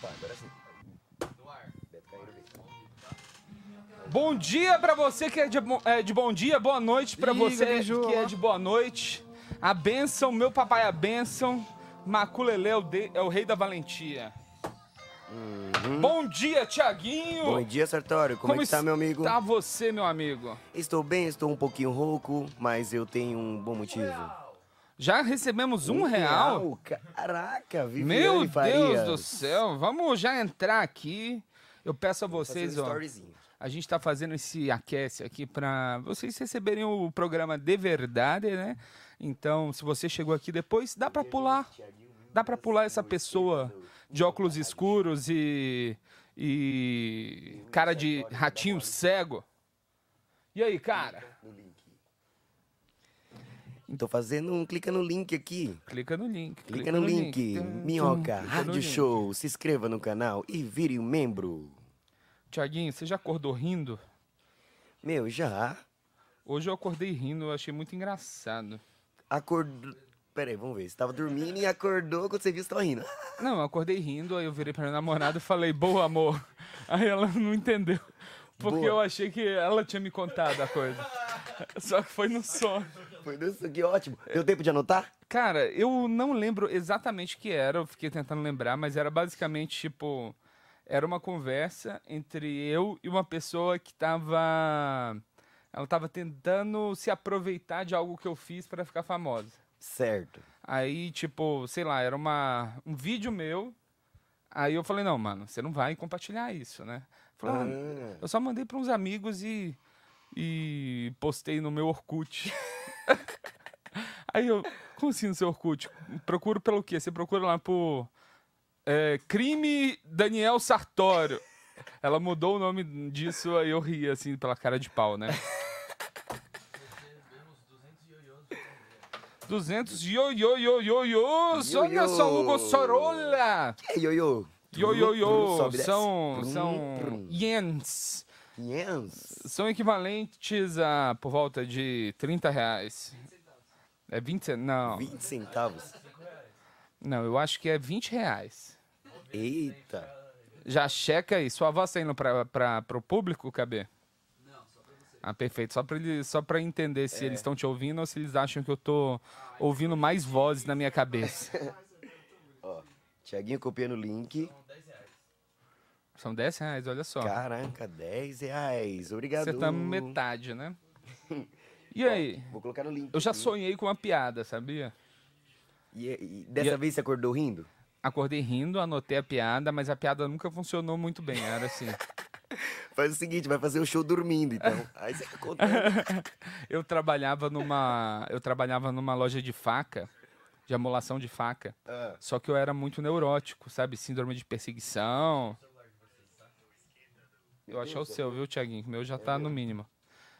Tá, agora sim. Beto Carreiro veio. Bom dia pra você que é de, bo- é, de bom dia, boa noite pra Ih, você gaguejou, que é ó. de boa noite. A benção, meu papai a benção. Maculele é o, de- é o rei da valentia. Bom dia, Tiaguinho. Bom dia, Sartório. Como, é que tá, meu amigo? Tá você, meu amigo. Estou bem, estou um pouquinho rouco, mas eu tenho um bom motivo. Já recebemos um, real. Caraca, Viviane Meu Deus Farias. do céu. Vamos já entrar aqui. Eu peço a Fazer um vocês, ó. storyzinho. A gente tá fazendo esse aquece aqui pra vocês receberem o programa de verdade, né? Então, se você chegou aqui depois, dá pra pular. é Dá né? pra pular essa pessoa de óculos escuros e e um cara de ratinho cego. E aí, cara? Tô fazendo um clica no link aqui. Clica no link. Clica no link. Tum, Minhoca, tum, clica no Rádio link. Show. Se inscreva no canal e vire um membro. Tiaguinho, você já acordou rindo? Meu, já Hoje eu acordei rindo, eu achei muito engraçado. acordou. Peraí, vamos ver. Você tava dormindo e acordou quando você viu, você tava rindo. Não, eu acordei rindo, aí eu virei pra minha namorada e falei, boa amor. Aí ela não entendeu. Porque Boa. eu achei que ela tinha me contado a coisa. Só que foi no sono. Foi isso, que ótimo. Deu tempo de anotar? Cara, eu não lembro exatamente o que era, eu fiquei tentando lembrar, mas era basicamente tipo. Era uma conversa entre eu e uma pessoa que tava. Ela tava tentando se aproveitar de algo que eu fiz pra ficar famosa. Certo. Aí, tipo, sei lá, era uma, um vídeo meu. Aí eu falei, não, mano, você não vai compartilhar isso, né? Falei, ah, eu só mandei para uns amigos e, e postei no meu Orkut. Aí eu, como assim no seu Orkut? Procuro pelo quê? Você procura lá por é, Crime Daniel Sartório. Ela mudou o nome disso, aí eu ri, assim, pela cara de pau, né? 200 ioiô, olha só, Ioiô. Hugo Sorolla! É, ioiô. Trum, trum, Ioiô, sobe, desce. são, Trum, são trum. iens, Yes. são equivalentes a por volta de 30 reais. É 20, cen- não, 20 centavos. não, eu acho que é 20 reais. Eita. Já checa aí. Sua voz tá indo pra, pra, pro público, KB? Não, só pra você. Ah, perfeito. Só pra, ele, só pra entender É. se eles estão te ouvindo ou se eles acham que eu tô ouvindo mais vozes na minha cabeça. Tiaguinho copiando o link. São 10 reais, olha só. Caraca, 10 reais. Obrigado. Você tá metade, né? E aí? Vou colocar no link. Eu já aqui. sonhei com uma piada, sabia? E, e dessa E- é- vez você acordou rindo? Acordei rindo, anotei a piada, mas a piada nunca funcionou muito bem. Era assim. Faz o seguinte, vai fazer o show dormindo, então. Aí você conta. eu trabalhava numa. Eu trabalhava numa loja de faca, de amolação de faca. Ah. Só que eu era muito neurótico, sabe? Síndrome de perseguição. Eu acho que é o seu, viu, Tiaguinho? O meu já tá no mínimo.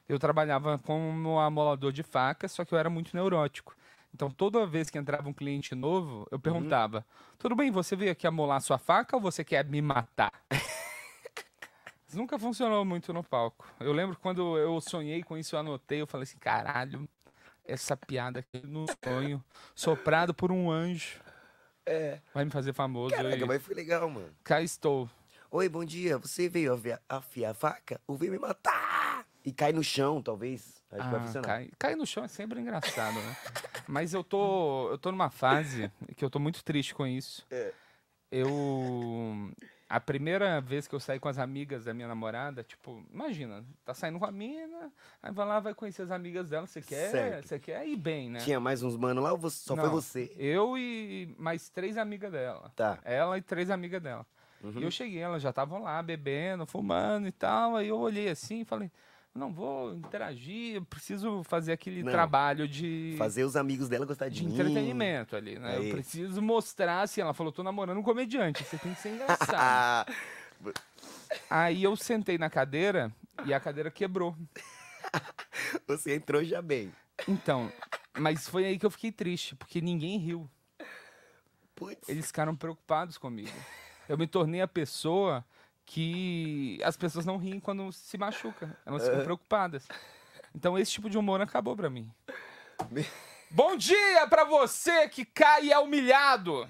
Eu trabalhava como amolador de faca, só que eu era muito neurótico. Então, toda vez que entrava um cliente novo, eu perguntava: Tudo bem, você veio aqui amolar sua faca ou você quer me matar? Isso Nunca funcionou muito no palco. Eu lembro quando eu sonhei com isso, eu anotei, eu falei assim: caralho, essa piada aqui no sonho, soprado por um anjo. É. Vai me fazer famoso. Caraca, e mas foi legal, mano. Cá estou. Oi, bom dia. Você veio afiar, afiar a faca ou veio me matar? E cai no chão, talvez. Acho que vai Ah, funcionar. cai, cair no chão é sempre engraçado, né? Mas eu tô, eu tô numa fase que eu tô muito triste com isso. É. Eu. A primeira vez que eu saí com as amigas da minha namorada, tipo, imagina, tá saindo com a mina, aí vai lá, vai conhecer as amigas dela, você quer, Certo. você quer ir bem, né? Tinha mais uns mano lá ou você- só foi Não, você? Eu e mais três amigas dela. Tá. Uhum. Ela e três amigas dela. E eu cheguei, elas já estavam lá bebendo, fumando e tal. Aí eu olhei assim e falei: não vou interagir, eu preciso fazer aquele Não. trabalho de, Fazer os amigos É dela gostar de, de mim. entretenimento ali, né? Aí. Eu preciso mostrar assim. Ela falou: tô namorando um comediante, você tem que ser engraçado. Ah, Aí eu sentei na cadeira e a cadeira quebrou. você entrou já bem. Então, mas foi aí que eu fiquei triste, porque ninguém riu. Putz. Eles ficaram preocupados comigo. Eu me tornei a pessoa que as pessoas não riem quando se machuca. Elas ficam preocupadas. Então esse tipo de humor acabou pra mim. Bom dia pra você que cai e é humilhado.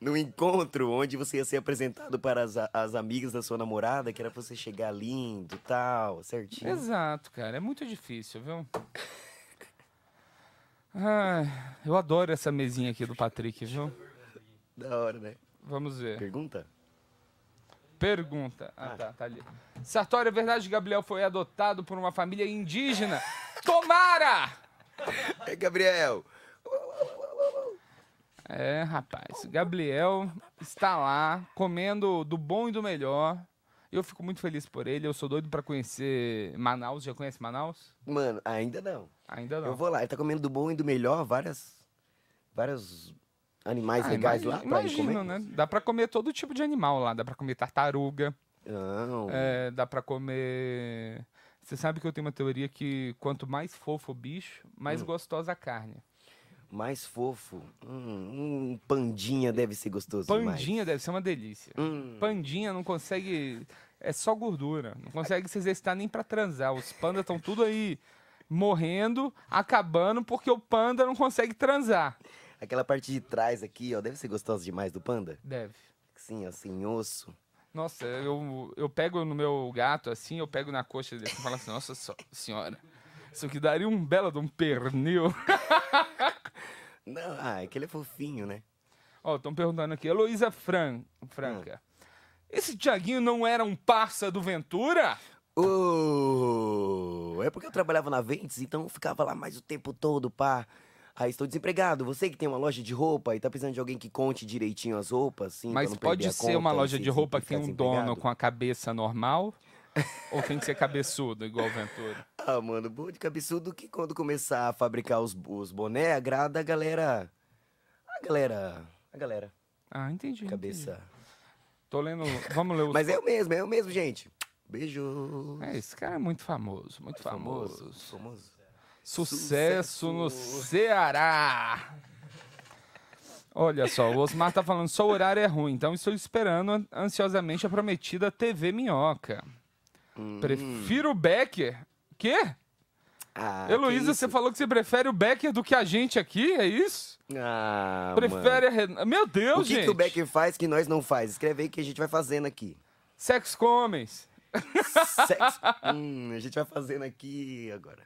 no encontro onde você ia ser apresentado para as, as amigas da sua namorada, que era pra você chegar lindo tal, certinho. Exato, cara. É muito difícil, viu? Ai, eu adoro essa mesinha aqui do Patrick, viu? Da hora, né? Vamos ver. Pergunta? Pergunta. Ah, tá, tá ali. Sartório, é verdade que Gabriel foi adotado por uma família indígena? Tomara! É, Gabriel. É, rapaz. Gabriel está lá, comendo do bom e do melhor. Eu fico muito feliz por ele. Eu sou doido pra conhecer Manaus. Já conhece Manaus? Mano, ainda não. Ainda não. Eu vou lá. Ele tá comendo do bom e do melhor várias. Vários animais Ah, legais imagi- lá pra ele imagino, comer. né? Dá pra comer todo tipo de animal lá. Dá pra comer tartaruga, Não. é, dá pra comer... Você sabe que eu tenho uma teoria que quanto mais fofo o bicho, Hum. mais gostosa a carne. Mais fofo. Hum, um pandinha deve ser gostoso. demais. Pandinha deve ser uma delícia. Hum. Pandinha não consegue... É só gordura. Não consegue se exercitar nem pra transar. Os pandas estão tudo aí morrendo, acabando, porque o panda não consegue transar. Aquela parte de trás aqui, ó, deve ser gostosa demais do panda. Deve. Sim, ó, sem osso. Nossa, eu, eu pego no meu gato assim, eu pego na coxa dele e falo assim, nossa só- senhora, isso aqui daria um belo de um pernil. Não, ah, é que ele é fofinho, né? Ó, estão perguntando aqui, Heloísa Fran, Franca, Ah. esse Tiaguinho não era um parça do Ventura? Ô, é porque eu trabalhava na Ventes, então eu ficava lá mais o tempo todo, pá. Aí estou desempregado. Você que tem uma loja de roupa e tá precisando de alguém que conte direitinho as roupas, assim, pra Mas não pode perder a ser uma conta, assim, loja se- de roupa que ficar tem um dono desempregado? com a cabeça normal? ou tem que ser cabeçudo, igual o Ventura? Ah, mano, bom de cabeçudo que quando começar a fabricar os, os boné, agrada a galera. A galera. A galera. Ah, entendi. entendi. Cabeça. Tô lendo, vamos ler os... Mas é o mesmo, é o mesmo, gente. Beijo. É É, esse cara é muito famoso, muito famoso. Famoso. Sucesso no Sucesso. Ceará! Olha só, o Osmar tá falando, só o horário é ruim, então estou esperando an- ansiosamente a prometida TV Minhoca. Hum. Prefiro o Becker. Quê? Ah, que Heloísa, você isso? falou que você prefere o Becker do que a gente aqui, é isso? Ah, mano. prefere a Renan. Meu Deus, O que, gente! que o Becker faz que nós não faz? Escreve aí que a gente vai fazendo aqui. Sexo com homens. Sexo. Hum, a gente vai fazendo aqui agora.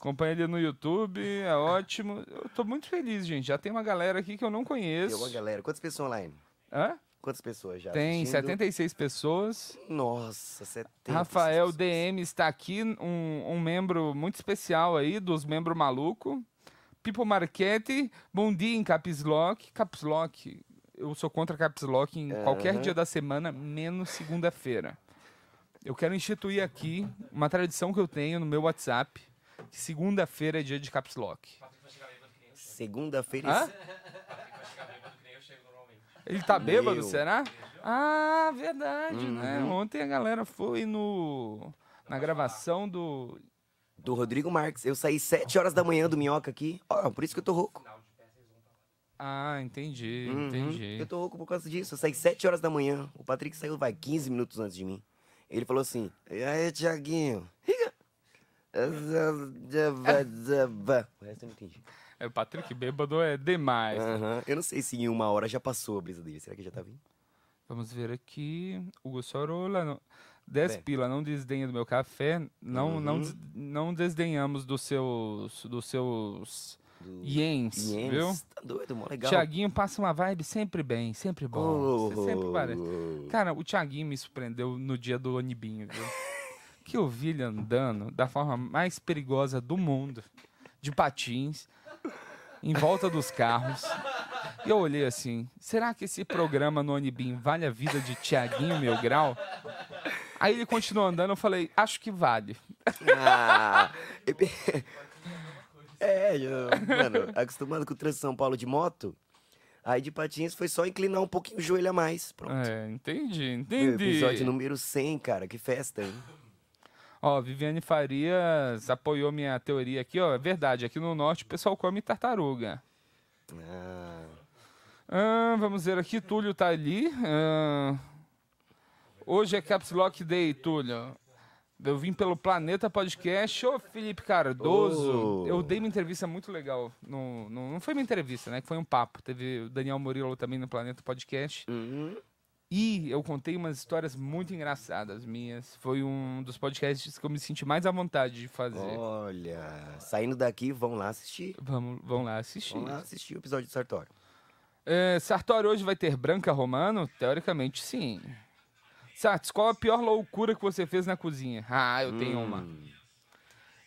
Acompanha ele no YouTube, é ótimo. Eu tô muito feliz, gente. Já tem uma galera aqui que eu não Tem uma conheço. galera. Quantas pessoas online? Hã? Quantas pessoas já? Tem assistindo? 76 pessoas. Nossa, 70. Rafael pessoas. DM está aqui, um, um membro muito especial aí, dos membros maluco. Pipo Marchetti, bom dia em Caps Lock. Caps Lock, eu sou contra Caps Lock em qualquer É, Aham. dia da semana, menos segunda-feira. Eu quero instituir aqui uma tradição que eu tenho no meu WhatsApp, que segunda-feira é dia de Caps Lock. Segunda-feira. Hã? Ele tá bêbado, Meu. será? Ah, verdade, Hum. né? Uhum. Ontem a galera foi no na gravação do Do Rodrigo Marques. Eu saí 7 horas da manhã do Minhoca aqui. Ó, por isso que eu tô rouco. Ah, entendi, Uhum. Eu entendi. tô rouco por causa disso. Eu saí 7 horas da manhã. O Patrick saiu, vai, 15 minutos antes de mim. Ele falou assim: E aí, Tiaguinho? O resto eu não entendi. É, o Patrick bêbado é demais. Aham. Eu não sei se em uma hora já passou a brisa dele. Será que já tá vindo? Vamos ver aqui. Hugo Sorola. Não... 10 Bem. pila, não desdenha do meu café. Uhum. Não, não, des- não desdenhamos dos seus, dos seus Do... iens, Yes, viu? Tá doido, mó legal. Tiaguinho passa uma vibe sempre bem, sempre bom. Você sempre parece. Oh. Cara, o Thiaguinho me surpreendeu no dia do Anibinho, viu? que eu vi ele andando da forma mais perigosa do mundo, de patins, em volta dos carros. E eu olhei assim, será que esse programa no Anibinho vale a vida de Thiaguinho Meu Grau? Aí ele continuou andando, eu falei, acho que vale. Ah, eu pe- é, eu- mano, acostumado com o trânsito de São Paulo de moto, aí de patins foi só inclinar um pouquinho o joelho a mais. Pronto. É, entendi, Meu, entendi. Episódio número 100, cara, que festa, hein? Ó, Viviane Farias apoiou minha teoria aqui, ó. É verdade, aqui no norte o pessoal come tartaruga. Ah, Ah, vamos ver aqui, Túlio tá ali. Ah, hoje é Caps Lock Day, Túlio. Eu vim pelo Planeta Podcast. Ô, Felipe Cardoso. Ô. Eu dei uma entrevista muito legal. No, no- não foi uma entrevista, né? Que foi um papo. Teve o Daniel Murilo também no Planeta Podcast. Uhum. E eu contei umas histórias muito engraçadas minhas. Foi um dos podcasts que eu me senti mais à vontade de fazer. Olha, Ah, saindo daqui, vão lá assistir. Vamos, vão lá assistir. Vão lá assistir o episódio do Sartório. É, Sartori hoje vai ter Branca Romano? Teoricamente, sim. Sartes, qual a pior loucura que você fez na cozinha? Ah, eu tenho uma.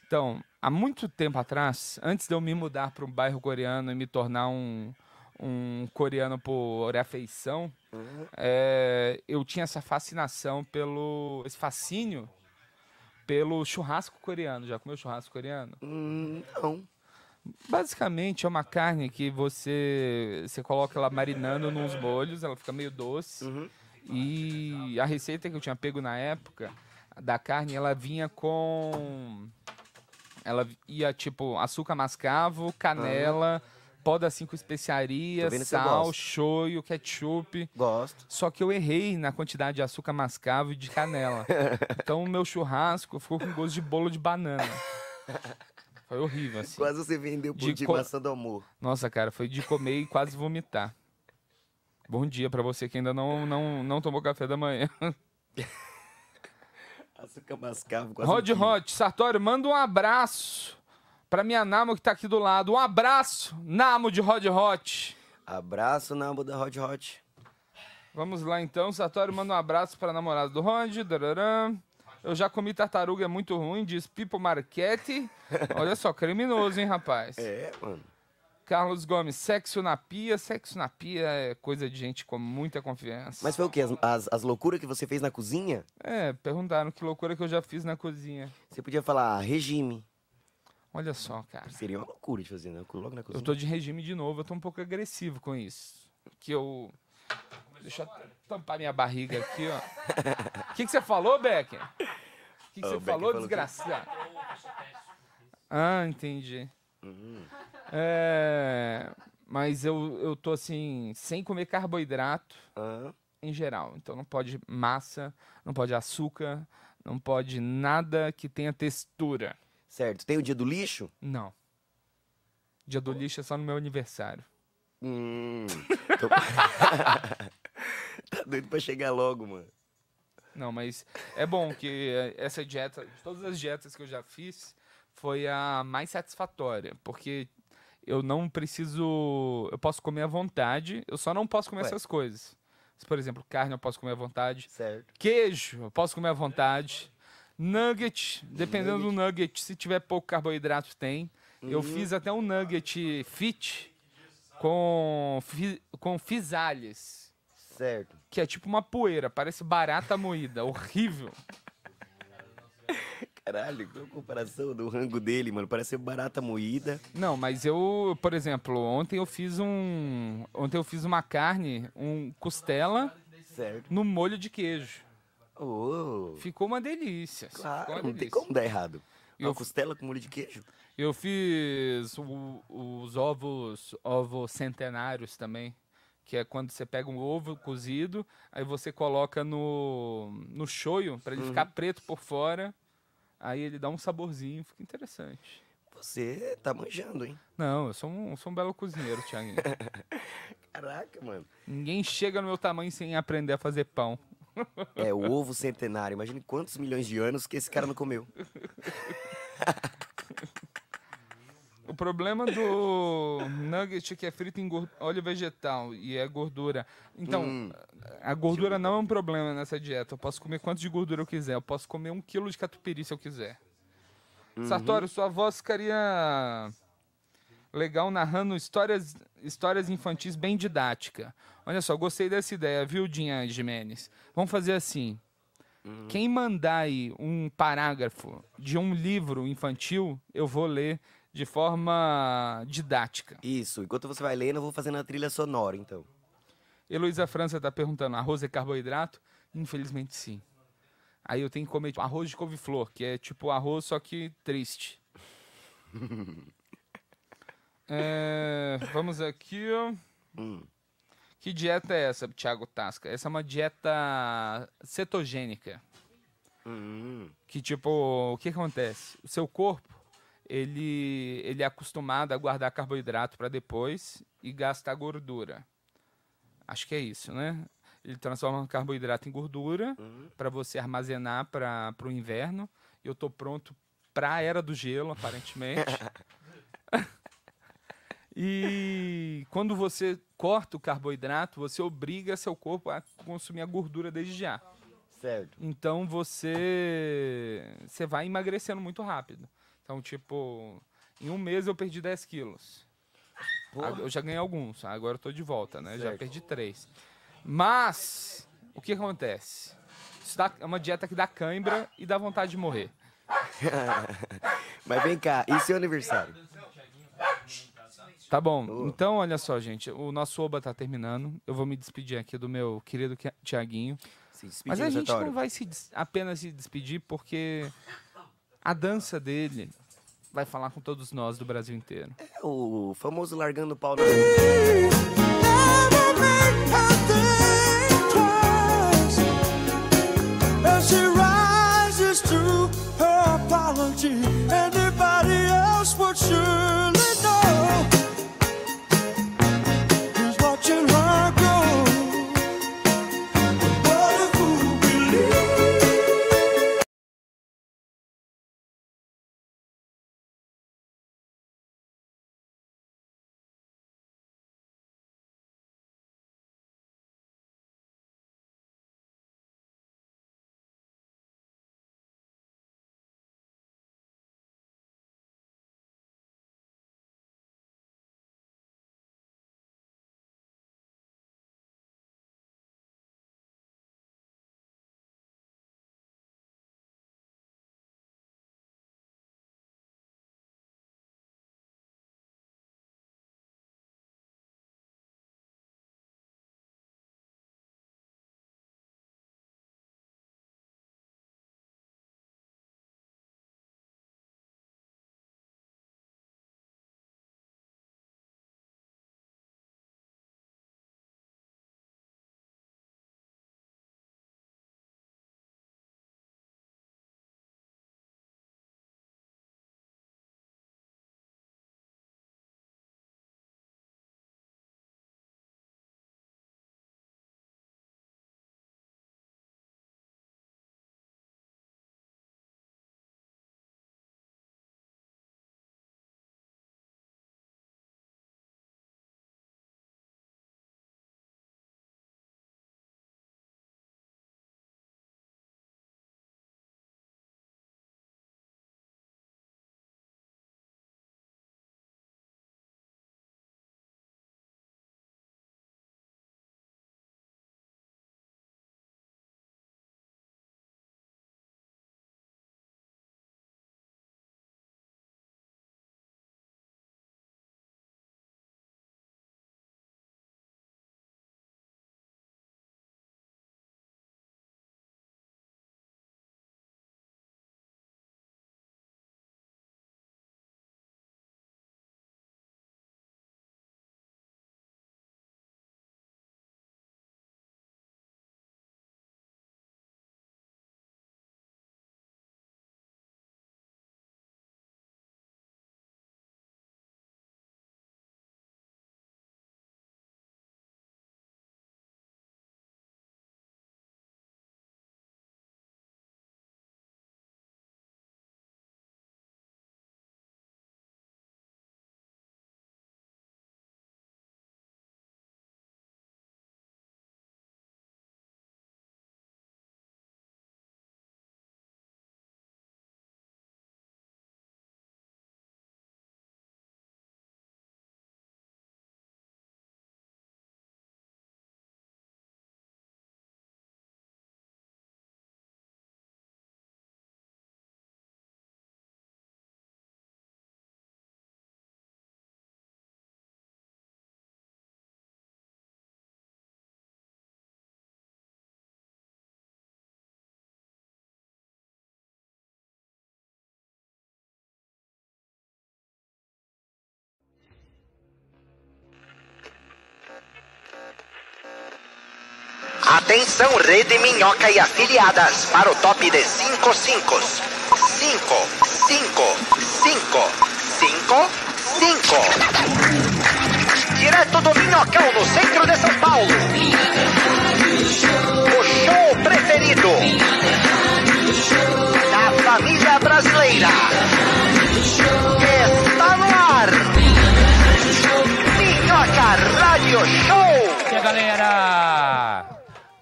Então, há muito tempo atrás, antes de eu me mudar para um bairro coreano e me tornar um, um coreano por afeição, Uhum. é, eu tinha essa fascinação pelo. esse fascínio pelo churrasco coreano. Já comeu churrasco coreano? Hum, não. Basicamente é uma carne que você você coloca ela marinando nos molhos, ela fica meio doce. E a receita que eu tinha pego na época da carne, ela vinha com ela ia tipo açúcar mascavo, canela, pó da cinco especiarias, Tô vendo que você sal, gosta. shoyu, ketchup. Gosto. Só que eu errei na quantidade de açúcar mascavo e de canela. então o meu churrasco ficou com gosto de bolo de banana. Foi horrível assim. Quase você vendeu por De de, co- maçã do amor. Nossa, cara, foi de comer e quase vomitar. Bom dia pra você que ainda não, não, não tomou café da manhã. Açúcar mascavo. Quase Rod um quilo. Rod, Sartório, manda um abraço pra minha Namo que tá aqui do lado. Um abraço, Namo de Rod Hot. Abraço, Nabo da Hot Hot. Vamos lá então, Sartório manda um abraço pra namorada do Rod. dararã. Eu já comi tartaruga, é muito ruim, diz Pipo Marchetti. Olha só, criminoso, hein, rapaz. É, mano. Carlos Gomes, sexo na pia. Sexo na pia é coisa de gente com muita confiança. Mas foi o quê? As, as, as loucuras que você fez na cozinha? É, perguntaram que loucura que eu já fiz na cozinha. Você podia falar "Ah, regime. Olha só, cara. Seria uma loucura de fazer, né? Logo na Eu cozinha. tô de regime de novo, eu tô um pouco agressivo com isso. Que eu. Deixa eu tampar minha barriga aqui, ó. O que, que você falou, Becker? O que, que Ah, você o Becker falou, falou que- desgraçado? Ah, entendi. Uhum. É, mas eu, eu tô assim, sem comer carboidrato Hã? em geral. Então não pode massa, não pode açúcar, não pode nada que tenha textura. certo. Tem o dia do lixo? Não. Dia do lixo é só no meu aniversário. Hum. Tô- tá doido pra chegar logo, mano. Não, mas é bom que eh, essa dieta, de todas as dietas que eu já fiz, foi a mais satisfatória, porque eu não preciso, eu posso comer à vontade, eu só não posso comer Ué. essas coisas. Por exemplo, carne eu posso comer à vontade, Certo. queijo eu posso comer à vontade, nugget, dependendo do nugget, se tiver pouco carboidrato tem. Eu fiz até um nugget fit com fi- com fisalhas Certo. que é tipo uma poeira, parece barata moída, horrível. Caralho, que comparação do rango dele, mano. Parece ser barata moída. Não, mas eu, por exemplo, ontem eu fiz um, ontem eu fiz uma carne, um costela Certo. no molho de queijo. Oh, Ficou uma delícia. ficou uma claro, não tem delícia. como dar errado. E Uma eu- costela com molho de queijo? Eu fiz o- os ovos, ovos centenários também, que é quando você pega um ovo cozido, aí você coloca no no shoyu para ele Uhum. ficar preto por fora. Aí ele dá um saborzinho, fica interessante. Você tá manjando, hein? Não, eu sou um, sou um belo cozinheiro, Thiaguinho. Caraca, mano. Ninguém chega no meu tamanho sem aprender a fazer pão. É, o ovo centenário. Imagine quantos milhões de anos que esse cara não comeu. O problema do nugget é que é frito em gor- óleo vegetal e é gordura. Então, a gordura não é um problema nessa dieta. Eu posso comer quanto de gordura eu quiser. Eu posso comer um quilo de catupiry se eu quiser. Sartório, sua voz ficaria legal narrando histórias, histórias infantis bem didática. Olha só, gostei dessa ideia, viu, Dinha Jimenez? Vamos fazer assim. Uhum. Quem mandar aí um parágrafo de um livro infantil, eu vou ler de forma didática. Isso, enquanto você vai lendo, eu vou fazendo a trilha sonora, então. Heloísa França tá perguntando: arroz é carboidrato? Infelizmente sim. Aí eu tenho que comer tipo, arroz de couve-flor, que é tipo arroz, só que triste. É, vamos aqui. ó. Hum. Que dieta é essa, Thiago Tasca? Essa é uma dieta cetogênica. Hum. Que tipo, o que acontece? O seu corpo, ele, ele é acostumado a guardar carboidrato para depois e gastar gordura. Acho que é isso, né? Ele transforma o carboidrato em gordura Hum. para você armazenar para o inverno. Eu tô pronto para a era do gelo, aparentemente. e quando você corta o carboidrato, você obriga seu corpo a consumir a gordura desde já. Certo. Então você você vai emagrecendo muito rápido. Então, tipo, em um mês eu perdi 10 quilos. Ag- Eu já ganhei alguns, agora eu tô de volta, né? Já Certo. perdi três. Mas, o que acontece? Isso dá- é uma dieta que dá cãibra e dá vontade de morrer. Mas vem cá, e seu aniversário? Tá bom. Boa. Então, olha só, gente. O nosso Oba tá terminando. Eu vou me despedir aqui do meu querido Ki- Tiaguinho. Se despedindo, Mas a gente Sartório. não vai se des- apenas se despedir porque a dança dele vai falar com todos nós do Brasil inteiro. É o famoso largando o pau na... Anybody else would surely know who's watching her go. What if we believe? Atenção, Rede Minhoca e afiliadas, para o top de 5 5. 5, 5, 5, 5, 5. Direto do Minhocão, no centro de São Paulo. O show preferido da família brasileira. Está no ar. Minhoca Radio Show. E galera?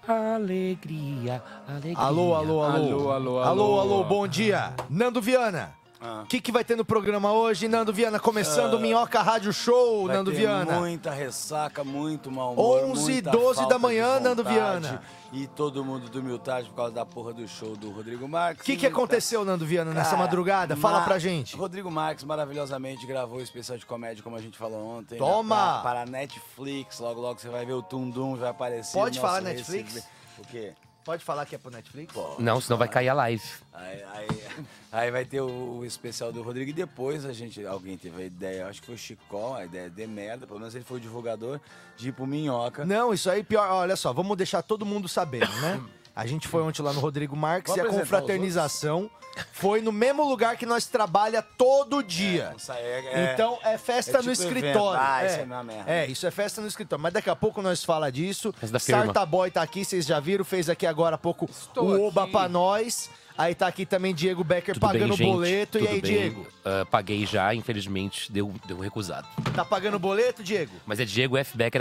Alegria, alegria. Alô, Alô, alô, alô. alô, Alô, alô. alô, bom dia. Nando Viana. O Ah. que, que vai ter no programa hoje, Nando Viana? Começando o Minhoca Rádio Show, Vai Nando ter Viana. Muita ressaca, muito mau humor. 11 e muita 12 falta da manhã, de Nando vontade. Viana. E todo mundo do humildade por causa da porra do show do Rodrigo Marques. O que, que aconteceu, Nando Viana, nessa tá. Cara, madrugada? Fala Ma- pra gente. Rodrigo Marques maravilhosamente gravou o especial de comédia, como a gente falou ontem. Toma! Né, pra- para a Netflix. Logo, logo você vai ver o Tundum, vai aparecer. Pode o falar nosso Netflix? receber- O quê? Pode falar que é pro Netflix? Não, senão vai cair a live. Aí, aí- aí vai ter o, o especial do Rodrigo e depois a gente, alguém teve a ideia, acho que foi o Chicó, a ideia de merda, pelo menos ele foi o divulgador, de ir pro Minhoca. Não, isso aí pior. Olha só, vamos deixar todo mundo sabendo, né? A gente foi ontem lá no Rodrigo Marques Vamos e a apresentar os confraternização foi no mesmo lugar que nós trabalha todo dia. não sai- é- é- então é festa é tipo no evento. escritório. Ah, é, isso é uma merda. É, isso é festa no escritório. Mas daqui a pouco nós fala disso. Festa da firma. Sarta Boy tá aqui, vocês já viram, fez aqui agora há pouco Estou o Oba aqui. pra nós. Aí tá aqui também Diego Becker Tudo pagando bem, gente? boleto. e Tudo aí, bem? Diego? Ah, paguei já, infelizmente, deu, deu um recusado. Tá pagando boleto, Diego? Mas é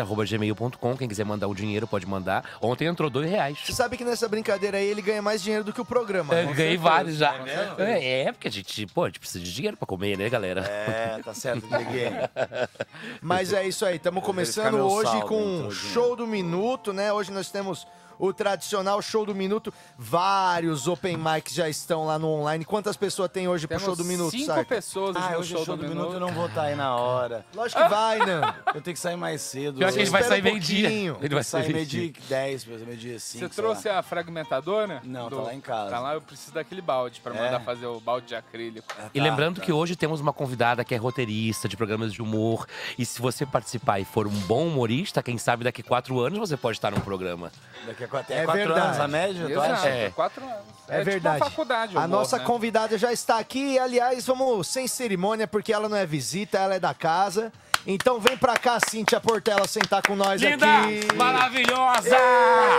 diegofbecker.gmail.com. Quem quiser mandar o dinheiro pode mandar. Ontem entrou dois Você reais. sabe que nessa brincadeira aí ele ganha mais dinheiro do que o programa. Eu né? É, ganhei vários já. mesmo? É, é, porque a gente, pô, a gente precisa de dinheiro pra comer, né, galera? É, tá certo, Dieguinho. Mas é isso aí, estamos começando meu hoje saldo, com o então, show do minuto, né? Hoje nós temos o tradicional show do minuto. Vários open mics já estão lá no online. Quantas pessoas tem hoje pro Temos show do minuto, cinco Sarta? pessoas Ah, no hoje show, é show do minuto, eu não... não vou estar aí na hora. Lógico que vai, Nando. Eu tenho que sair mais cedo. Pior que ele hoje. vai espera sair um meio-dia. pouquinho. Ele vai sair sair meio dia meio-dia. 10, meio dia 5. Você trouxe a fragmentadora? Não, tá lá em casa. Tá lá, eu preciso daquele balde pra É? mandar fazer o balde de acrílico. E lembrando que hoje temos uma convidada que é roteirista de programas de humor. E se você participar e for um bom humorista, quem sabe daqui quatro anos você pode estar num programa. Daqui a quatro, É é quatro verdade. anos a média, tu Exato, acha? É. quatro anos. É, verdade. Tipo uma faculdade, o a humor, nossa né? convidada já está aqui. E, aliás, vamos sem cerimônia, porque ela não é visita, ela é da casa. Então vem pra cá, Cíntia Portela, sentar com nós Linda! aqui. Maravilhosa!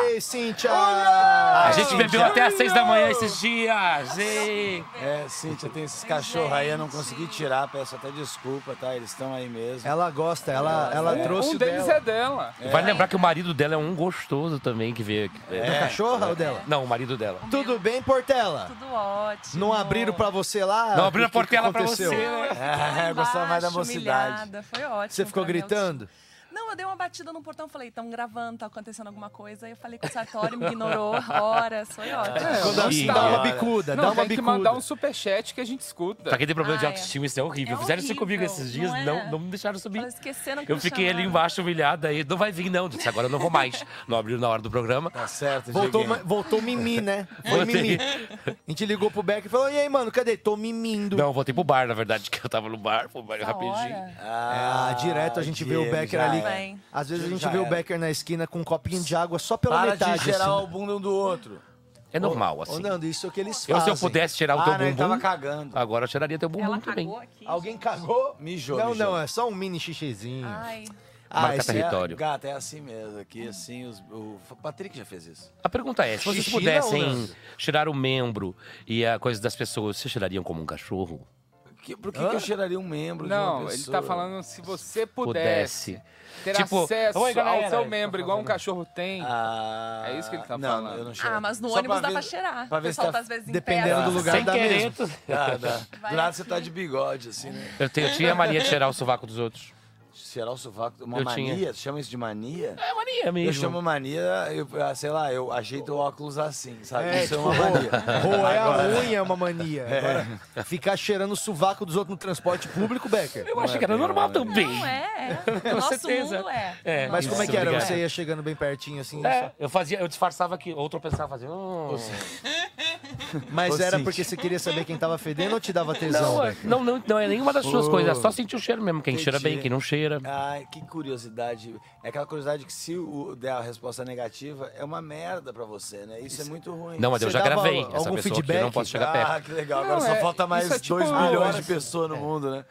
Ei, Cíntia! A Ai, gente Cíntia. bebeu até às seis da manhã esses dias. Ei. É, Cíntia, tem esses cachorros aí, eu não consegui tirar, peço até desculpa, tá? Eles estão aí mesmo. Ela gosta, ela, ela Um- trouxe um o deles dela. é dela. Vai lembrar que o marido dela é um gostoso também que veio aqui. Da É? cachorra ou dela? Não, o marido dela. Tudo bem, Portela? Tudo ótimo. Não abriram pra você lá? Não, abriu a O que que portela pra aconteceu? você. né? É, eu gostava mais da mocidade. Humilhada. Foi ótimo. Você ficou pra mim, eu- gritando? Não, eu dei uma batida no portão, falei, estão gravando, tá acontecendo alguma coisa. Aí eu falei com o Sartori, me ignorou horas, foi É, ótimo. Quando ela Sim. dá uma Olha. bicuda, Não, dá uma tem que bicuda. mandar um superchat que a gente escuta. Pra quem tem problema de Ah, é. autoestima, isso é horrível. É Fizeram isso horrível, comigo esses dias, não é? não, não me deixaram subir. Elas esqueceram que Eu me fiquei ali chamaram. embaixo humilhado aí. Não vai vir, não. Disse, agora eu não vou mais. Não abriu na hora do programa. Tá certo, Voltou, Dieguinho. ma- voltou mimimi, né? Foi um Voltei. mimimi. A gente ligou pro Beck e falou, e aí, mano, cadê? Tô mimindo. Não, voltei pro bar, na verdade, que eu tava no bar, pro bar Essa rapidinho. hora. É, Ah, direto a gente vê o Diego, Becker já é. ali. era. Vem. Às vezes a gente Já vê o era. Becker na esquina com um copinho de água só pela Para metade. de gerar assim. o bumbum um do outro. É normal, Ô, assim. Nando, isso é o que eles Eu, fazem. se eu pudesse tirar o teu Ah, né, ele tava bumbum, cagando. agora eu tiraria teu bumbum Ela também. cagou aqui. Alguém cagou? Mijou, Não, mijou. não, é só um mini xixizinho. Ai, Ah, Marca esse é- território. Gata, é assim mesmo. Aqui, assim, os- o F- Patrick já fez isso. A pergunta é, se vocês Xixi não, né? pudessem Nando. tirar o membro e a coisa das pessoas, vocês tirariam como um cachorro? Que, por que, que eu cheiraria um membro de Não, uma ele pessoa? tá falando se você pudesse, Pudesse. ter Tipo, acesso "Oi, galera", ao seu tá membro, igual um cachorro tem. Ah, É isso que ele tá não, falando. eu não cheiro. ah, mas no Só ônibus pra dá ver- pra cheirar. pra o ver se pessoal tá- tá às vezes em dependendo pé, do assim. lugar Sem da querer. mesma. tu- Ah, dá. Vai Do nada aqui. você tá de bigode, assim, né? Eu, tenho, eu tinha a mania de cheirar o sovaco dos outros. Cheirar o sovaco, uma Eu tinha. mania, tu chama isso de mania? É mania mesmo. Eu chamo mania, eu, ah, sei lá, eu ajeito o óculos assim, sabe? É, isso é tipo, uma mania. roer a unha é uma mania. Agora, ficar cheirando o sovaco dos outros no transporte público, Becker. Eu achei que era normal também. Não é, é. Nosso certeza. mundo é. É, Mas Nosso como é Isso, que era? obrigado. Você ia chegando bem pertinho assim? É, só- assim, eu fazia, eu disfarçava que outro pensava fazia. "Hum". Mas Ô, era Cintia. porque você queria saber quem tava fedendo ou te dava tesão? Não, não, não, não é nenhuma das suas Pô. coisas. É só sentir o cheiro mesmo. Quem cheira bem, Entendi. quem não cheira. Ai, que curiosidade. É aquela curiosidade que se o, der a resposta negativa, é uma merda pra você, né? Isso, é muito ruim. Não, mas eu Você já dava gravei al- essa algum pessoa aqui, eu não feedback? posso chegar perto. Ah, que legal. Não, Agora só é- falta mais isso é 2 tipo uma milhões hora, É. de pessoas no mundo, né?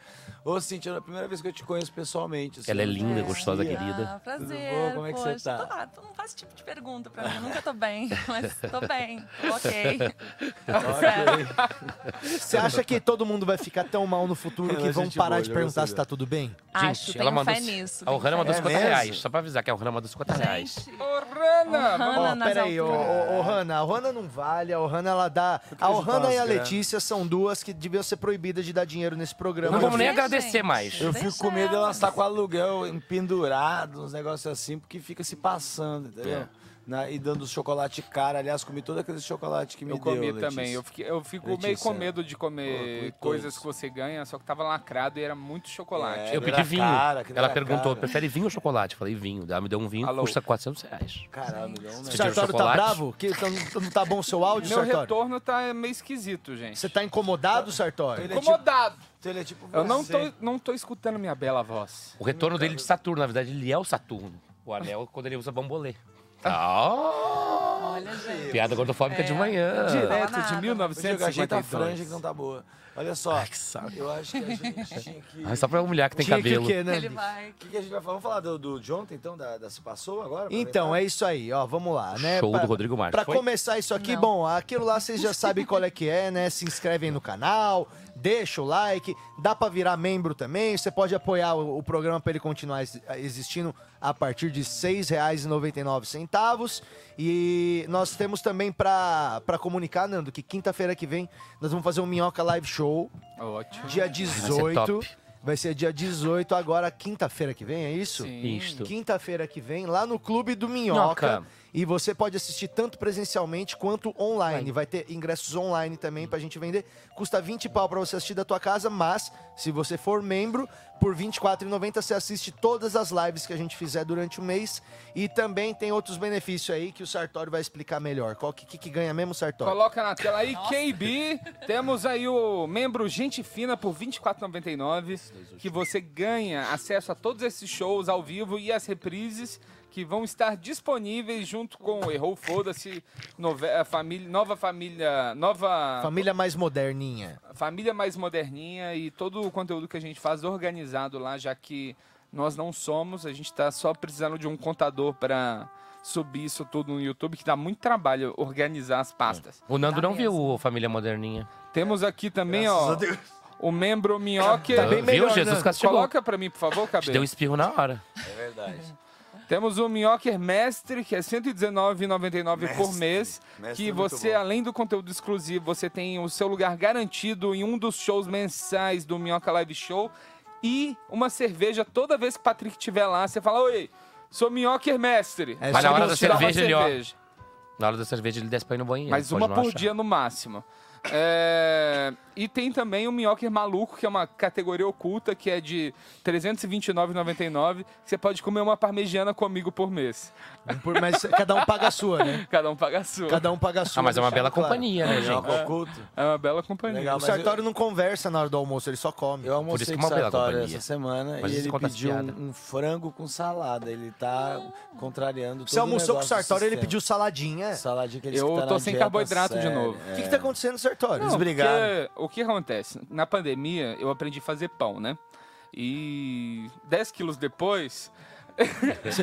Ô, Cintia, é a primeira vez que eu te conheço pessoalmente. assim. Ela é linda, É. gostosa, querida. Ah, Tudo prazer. bom? Como é que você poxa. tá? Tô lá, tu não faz esse tipo de pergunta pra mim. Eu nunca tô bem, mas tô bem. Tô ok. Tudo certo. Você acha que todo mundo vai ficar tão mal no futuro que Ela é vão gente parar boa, de eu perguntar gostei se tá tudo bem? Acho, tenho mandou. fé nisso. A tenho Ohana fé. mandou É 50 mesmo? reais. Só pra avisar que é a Ohana mandou 50 reais. Gente, Ô, Rana! Ohana Ó, nas peraí, ô, alturas. ô, ô, Hanna, a Ohana não vale, a Ohana ela dá. A eu juntar Ohana e umas a grana? Letícia são duas que deviam ser proibidas de dar dinheiro nesse programa. Não vamos nem Deixa, agradecer gente. mais. Eu Deixa fico com medo de ela. ela estar com aluguel empendurado, uns negócios assim, porque fica se passando, entendeu? É. Na- e dando chocolate cara. Aliás, comi todo aquele chocolate que me Eu deu, comi Letícia. também. Eu, fiquei- eu fico meio Letícia. com medo de Eu comer comi coisas todos. que você ganha, só que tava lacrado e era muito chocolate. É, Eu que pedi na vinho. cara, que na Ela perguntou, cara. prefere vinho ou chocolate? Eu falei, vinho. Ela me deu um vinho que Alô? custa 400 reais. um Caralho, não, né? O Sartório tá chocolate. bravo? Que, tá- não tá bom o seu áudio, Meu Sartório? retorno tá meio é esquisito, gente. Você tá incomodado, Sartório? Ele é tipo, Incomodado. então ele é tipo Eu não tô, você. não tô escutando minha bela voz. O retorno dele de Saturno, na verdade, ele é o Saturno. O anel quando ele usa bambolê. Tá. Ah, Olha, gente. piada gordofóbica de manhã. É, Direto nada. de Diego, ajeita a franja que 1952. não tá boa. Olha só, Que saco. eu acho que a gente tinha que... Ai, Ah, só pra humilhar que tem Tinha cabelo. que o quê, né? Ele vai. O que, que a gente vai falar? Vamos falar do, do de ontem, então? Da, da Se Passou agora? Então, é isso aí, ó, vamos lá, né? Show Pra- do Rodrigo Marques. Pra Foi? começar isso aqui, Não. bom, aquilo lá vocês já sabem qual é que é, né? Se inscrevem no canal, deixa o like, dá pra virar membro também. Você pode apoiar o, o programa pra ele continuar ex- existindo a partir de R$ 6,99. E nós temos também pra, pra comunicar, Nando, que quinta-feira que vem nós vamos fazer um Minhoca Live Show, Ótimo. dia ser 18. top. Vai ser dia 18, agora quinta-feira que vem, é isso? Sim. Isto. Quinta-feira que vem, lá no Clube do Minhoca. Minhoca. E você pode assistir tanto presencialmente quanto online. Vai ter ingressos online também pra gente vender. Custa 20 pau pra você assistir da tua casa, mas se você for membro, por R$24,90 você assiste todas as lives que a gente fizer durante o mês. E também tem outros benefícios aí que o Sartório vai explicar melhor. Qual que, que, que ganha mesmo, Sartório? Coloca na tela aí, KB. Temos aí o membro Gente Fina por R$ 24,99, que você ganha acesso a todos esses shows ao vivo e as reprises que vão estar disponíveis junto com Errou Foda-se, nove- a família, Nova Família, Nova Família mais moderninha. Família Mais Moderninha e todo o conteúdo que a gente faz organizado lá, já que nós não somos, a gente tá só precisando de um contador para subir isso tudo no YouTube, que dá muito trabalho organizar as pastas. O Nando Tá não viu mesmo. o Família Moderninha. Temos aqui também, ó, o membro Minhoque. Tá bem melhor, viu? Jesus né? castigou. Coloca pra mim, por favor, Te deu um cabelo. espirro na hora. É verdade. Temos o Minhoque Mestre, que é R$ 119,99 por Mestre. mês. Mestre que é muito você, bom. além do conteúdo exclusivo, você tem o seu lugar garantido em um dos shows mensais do Minhoca Live Show. E uma cerveja toda vez que o Patrick estiver lá, você fala: Oi, sou Minhoque Mestre. É Mas só na hora não da tirar uma cerveja, ele, ó. Na hora da cerveja, ele desce pra ir no banheiro. Mas é, pode uma não por achar. dia no máximo. É, E tem também o Minhoca Maluco, que é uma categoria oculta, que é de R$ 329,99. Você pode comer uma parmegiana comigo por mês. Por- Mas cada um paga a sua, né? Cada um paga a sua. Cada um paga a sua. Ah, mas é uma deixa bela claro. companhia, né, gente? Minhoca oculto. É uma bela companhia. Legal, O mas eu- Sartório não conversa na hora do almoço, ele só come. Eu almocei isso que com é uma bela Sartório companhia. essa semana Mas e isso ele conta as pediu piadas. um, um frango com salada. Ele tá contrariando todo Você almoçou o com o negócio do Sartório, ele sistema. pediu saladinha. é? Saladinha que eles Eu que tá tô na sem dieta carboidrato de séria. novo. O que, que tá acontecendo, Sartório? Não, Desbrigado. porque O que acontece? Na pandemia, eu aprendi a fazer pão, né? E 10 quilos depois, Você,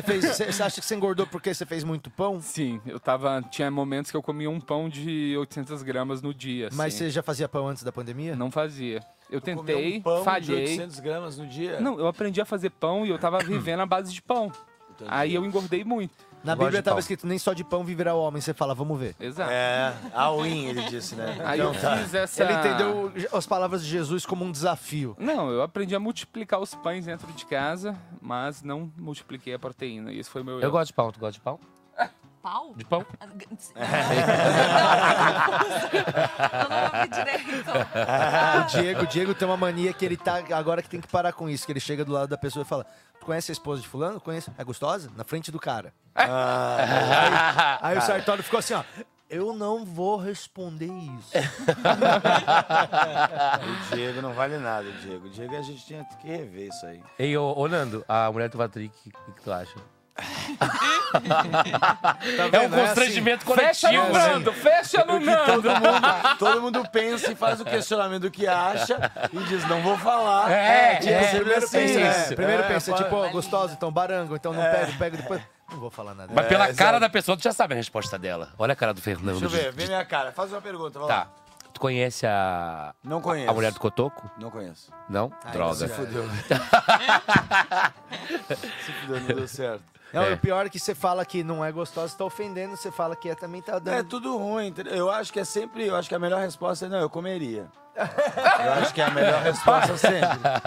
fez, você, você acha que você engordou porque você fez muito pão? sim, eu tava. Tinha momentos que eu comia um pão de 800 gramas no dia. Mas assim. você já fazia pão antes da pandemia? Não fazia. Eu Tu comeu tentei, um pão de falhei. 800 gramas no dia? Não, eu aprendi a fazer pão e eu tava vivendo à base de pão. Entendi. Aí eu engordei muito. Na Gosto de Bíblia tava pão. escrito, nem só de pão viverá o homem. Você fala, vamos ver. Então, Exato. É, all-in, ele disse, né? Aí eu fiz essa. tá. Ele entendeu as palavras de Jesus como um desafio. Não, eu aprendi a multiplicar os pães dentro de casa, mas não multipliquei a proteína. Isso foi meu Eu gosto de pau. Tu gosta de pau? Pau? De pão? Ah, g- Eu não ouvi direito. O Diego, o Diego tem uma mania que ele tá. Agora que tem que parar com isso, que ele chega do lado da pessoa e fala: Tu conhece a esposa de fulano? Ah. Conheço. É gostosa? Na frente do cara. Aí o Sartório ficou assim, ó. eu não vou responder isso. É, O Diego não vale nada, o Diego. O Diego a gente tinha que rever isso aí. Ei, ô, ô, Nando, a mulher do Patrick, o que, que tu acha? é um vendo? É assim. constrangimento Fecha coletivo. né? no Nando, fecha no Nando. Todo mundo, todo mundo pensa e faz o questionamento do que acha e diz, não vou falar. É, tinha é, que ser primeiro assim, pensa, né? é, primeiro É, pensa, pode- tipo, ó, gostoso, então barango, então não pego, pego depois. Não vou falar nada. É. Mas pela É, cara exato. da pessoa, tu já sabe a resposta dela. Olha a cara do Fernando. Deixa eu ver, de- vem de- minha cara. Faz uma pergunta, vai Tá. lá. Tu conhece a. Não conheço. A mulher do Cotoco? Não conheço. Não? Droga. Se fudeu, não deu certo. Não, É. e o pior é que você fala que não é gostosa, você tá ofendendo, você fala que é também tá É dando. tudo ruim, entendeu? Eu acho que é sempre, eu acho que a melhor resposta é não, eu comeria. Eu acho que é a melhor resposta sempre.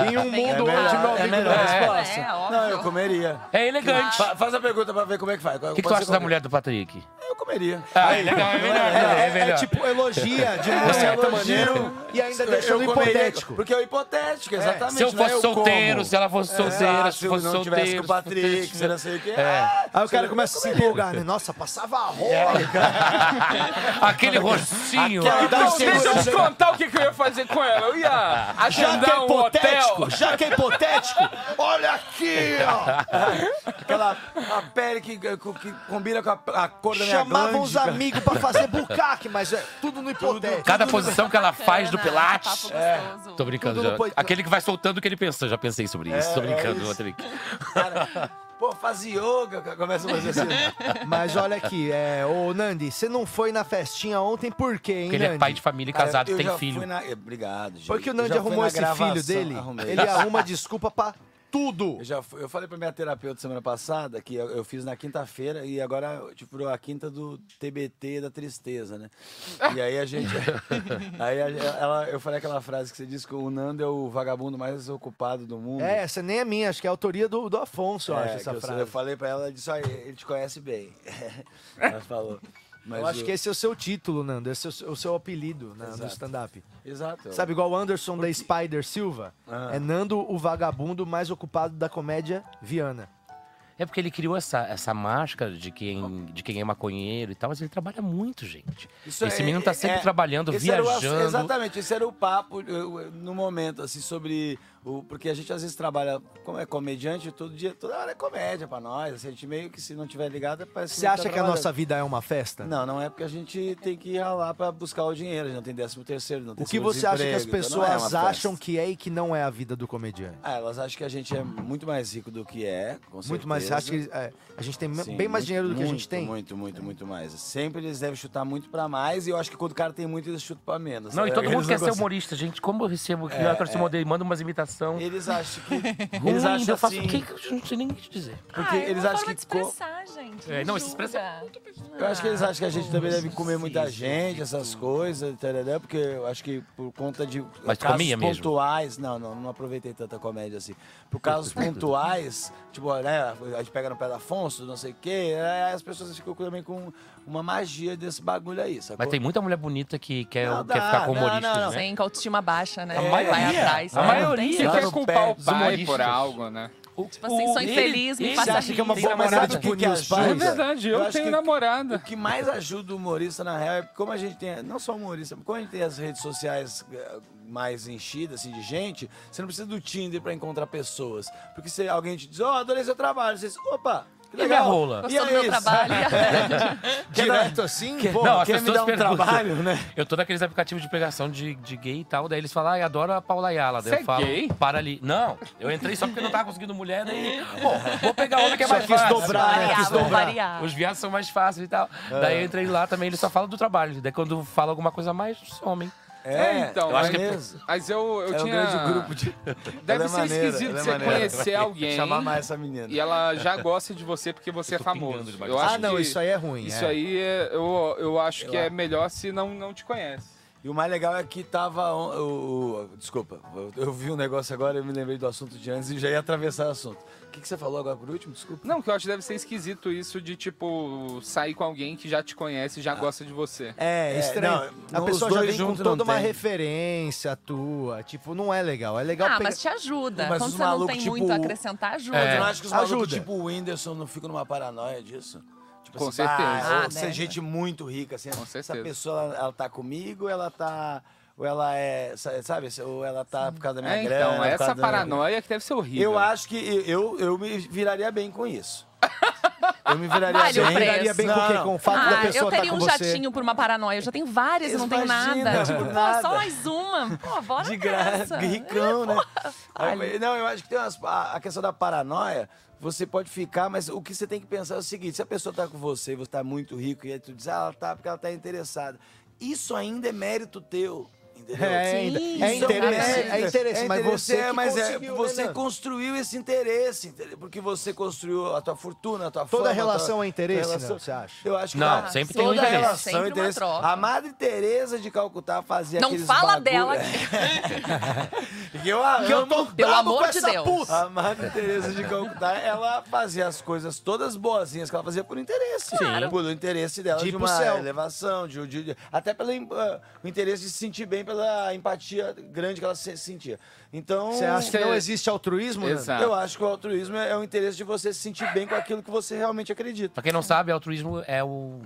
Em um Tem mundo que onde falar. não É há a melhor melhor resposta. É, óbvio. não, eu comeria. É elegante. Fa- faz a pergunta pra ver como é que faz. O que, que tu acha da mulher do Patrick? Eu comeria. Ah, é legal, é melhor. né? É, É melhor. tipo elogia de uma Eu certa maneira elogio. e ainda é, Eu deixando comeria, hipotético. Porque é o hipotético, exatamente. se eu não é fosse solteiro, como. É. se ela fosse solteira, Exato, se fosse não solteiro. tivesse com o Patrick, se não sei o quê. É. Aí o Ah, cara começa a se empolgar, né? Nossa, passava a rola. É. Aquele rostinho. Aquela- Dá Não, um Então, deixa eu segundo. te contar o que, que eu ia fazer com ela. Eu ia Já que é agendar um hipotético, hotel. já que é hipotético, olha aqui, ó. Aquela a pele que, que combina com a, a cor da minha Chamavam os glande, cara. amigos pra fazer bucaque, mas é tudo no hipotético. Cada posição que ela faz do É, Bacana, Pilates. É. papo gostoso. Tô brincando Tudo já. pode- Aquele que vai soltando o que ele pensa. Já pensei sobre É, isso. Tô brincando, É, isso. Patrick. Cara, Pô, faz yoga, cara, começa a fazer assim. Mas olha aqui, é, ô Nandi, você não foi na festinha ontem por quê, hein, Porque ele é Nandi? Ah, pai de família, casado, Eu tem já filho. fui na- Obrigado, gente. Porque o Eu Nandi já fui arrumou na esse gravação, filho dele, arrumei. ele arruma desculpa pra tudo. Eu, já fui- eu falei pra minha terapeuta semana passada que eu, eu fiz na quinta-feira e agora, tipo, a quinta do TBT da tristeza, né? E aí a gente. aí a- ela, eu falei aquela frase que você disse que o Nando é o vagabundo mais desocupado do mundo. É, essa nem é minha, acho que é a autoria do, do Afonso, eu É, acho, que essa eu, frase. eu falei pra ela, ela disse, "Olha, ele te conhece bem. ela falou. Mas Eu acho o- que esse é o seu título, Nando, esse é o seu, o seu apelido na- no Exato. stand-up. Exato. Sabe, igual o Anderson da Spider Silva? Então. Ah. É Nando, o vagabundo mais ocupado da comédia Viana. É porque ele criou essa, essa máscara de quem, de quem é maconheiro e tal, mas ele trabalha muito, gente. Isso Esse é- menino tá sempre é- trabalhando, esse era o ass- viajando. exatamente, esse era o papo eu, eu, no momento, assim, sobre. O, porque a gente às vezes trabalha, como é comediante, todo dia, toda hora é comédia pra nós. assim, a gente meio que se não tiver ligado, parece Você não acha tá que a nossa trabalhando. vida é uma festa? Não, não é porque a gente tem que ralar pra buscar o dinheiro, a gente não tem décimo terceiro, não tem O que segundo você acha que as desemprego, então não é uma pessoas acham festa. que é e que não é a vida do comediante? Ah, elas acham que a gente é muito mais rico do que é, com certeza. Muito mais. Você acha que é, a gente tem Sim, bem mais muito, dinheiro do que a gente muito, tem? Muito, muito, muito mais. Sempre eles devem chutar muito pra mais e eu acho que quando o cara tem muito, eles chutam pra menos. Não, e sabe? todo mundo É, Eles quer não ser conseguem. humorista, gente. Como eu recebo aqui, eu quero ser modelo, manda umas imitações. Eles acham que. Ruim, eles acham eu faço assim. o que que eu não sei nem o que te dizer. Porque ah, é eles uma acham forma que. de co- expressar, gente. É, me não, esse ajuda. expressa Eu acho que eles acham que a gente Ah, também deve comer muita gente, essas coisas, tarará, porque eu acho que por conta de Mas tu casos comia mesmo? pontuais. Não, não, não aproveitei tanta comédia assim. Por casos pontuais, tipo, né, a gente pega no pé da Afonso, não sei o quê, aí as pessoas ficam também com uma magia desse bagulho aí, sacou? Mas tem muita mulher bonita que quer, Não, quer dá, ficar com não, humorista, não, não. né? Sim, com autoestima baixa, né? A Vai maioria, atrás. a né? maioria Tem Você Lá quer no culpar pé, o os é pai humoristas. por algo, né? Tipo assim, sou Ele- infeliz, me ele faça acha que é uma rir. boa- Mas namorada sabe o que, punir que os ajuda? pais? É verdade, eu acho tenho que namorada. O que mais ajuda o humorista, na real, é como a gente tem, não só humorista, mas como a gente tem as redes sociais eh, mais enchidas assim, de gente, você não precisa do Tinder pra encontrar pessoas. Porque se alguém te diz, ó, adorei seu trabalho, você diz, opa, que E minha legal. rola? Gostou do é meu isso? trabalho? Quer Direto dar- assim? quer- Pô, Não, as quer me pessoas dar um perguntam. trabalho, né? Eu tô naqueles aplicativos de pegação de, de gay e tal, daí eles falam, ai, adoro a Paula Ayala. Daí Você eu é falo, gay? para ali. Não, eu entrei só porque não tava conseguindo mulher, né? daí, bom, vou pegar homem que é Só mais quis fácil. dobrar, né? Variar, Quis vou dobrar. É. variar. Os viados são mais fáceis e tal. Daí eu entrei lá também, eles só falam do trabalho. Daí quando fala alguma coisa a mais, somem. É, então, eu mas, acho que é mesmo. mas eu, eu É um tinha. grande grupo de. Ela Deve é ser maneira, esquisito ela é você maneira. conhecer alguém Chamar mais essa menina. e ela já gosta de você porque você é tô pingando famoso. debaixo Eu do acho Ah, não, que isso aí é ruim. Isso é. aí é- eu, eu acho que é melhor se não, não te conhece. E o mais legal é que tava. on- O, o- desculpa, eu- eu vi um negócio agora, eu me lembrei do assunto de antes e já ia atravessar o assunto. O que, que você falou agora por último? Desculpa. Não, que eu acho que deve ser esquisito isso de, tipo, sair com alguém que já te conhece e já gosta de você. É, É, estranho. não, a os pessoa já dois vem com juntos toda não uma tem. referência tua. Tipo, não é legal. É legal Ah, pegar... mas te ajuda. Mas Quando os você não malucos, tem tipo, muito a acrescentar, É. ajuda. Eu não acho que os malucos ajuda. tipo o Whindersson não ficam numa paranoia disso. Tipo Com assim, certeza. Ah, Ah, ou ser né? gente muito rica, assim. Com essa certeza. pessoa, ela, ela tá comigo, ela tá. Ou ela é. sa- Sabe? Ou ela tá por causa da minha É, grana. então, por causa essa da minha- paranoia que deve ser horrível. Eu acho que eu, eu me viraria bem com isso. Eu me viraria Vale o bem. preço. Viraria bem com o quê? Com o fato da Ah, eu pessoa estar teria com um você. jatinho por uma paranoia. Eu já tenho várias e não tá tenho Imagina, nada. Tipo, por pô, nada. só mais uma. Pô, bora De graça, nessa. ricão, né? Eu- não, eu acho que tem umas, a, a questão da paranoia, você pode ficar, mas o que você tem que pensar é o seguinte: se a pessoa tá com você e você tá muito rico, e aí tu diz, ah, ela tá porque ela tá interessada. Isso ainda é mérito teu. Entendeu? É, ainda. Sim, é isso é interesse, verdade. é interesse, mas você é, que mas é, conseguiu, né, você Nando? construiu esse interesse, entendeu? Porque você construiu a tua fortuna, a tua Toda fama, a relação tua- é interesse, tua né, você acha? Eu acho que Não, tá- sempre toda tem um interesse. relação Sempre é uma interesse. troca. A Madre Teresa de Calcutá fazia Não aqueles fala bagulho- dela. que eu, ah, amo, Pelo amor de Deus. A Madre Teresa de Calcutá, ela fazia as coisas todas boazinhas que ela fazia por interesse. Sim. Por o interesse dela De de, ir pro uma céu. elevação, de, de- de- até pelo em- ah, o interesse de se sentir bem, pela empatia grande que ela se sentia. Então, Você acha que é- Você- não existe altruísmo? Nando? Exato. né? eu acho que o altruísmo é é o interesse de você se sentir bem com aquilo que você realmente acredita. Pra quem não sabe, altruísmo é o.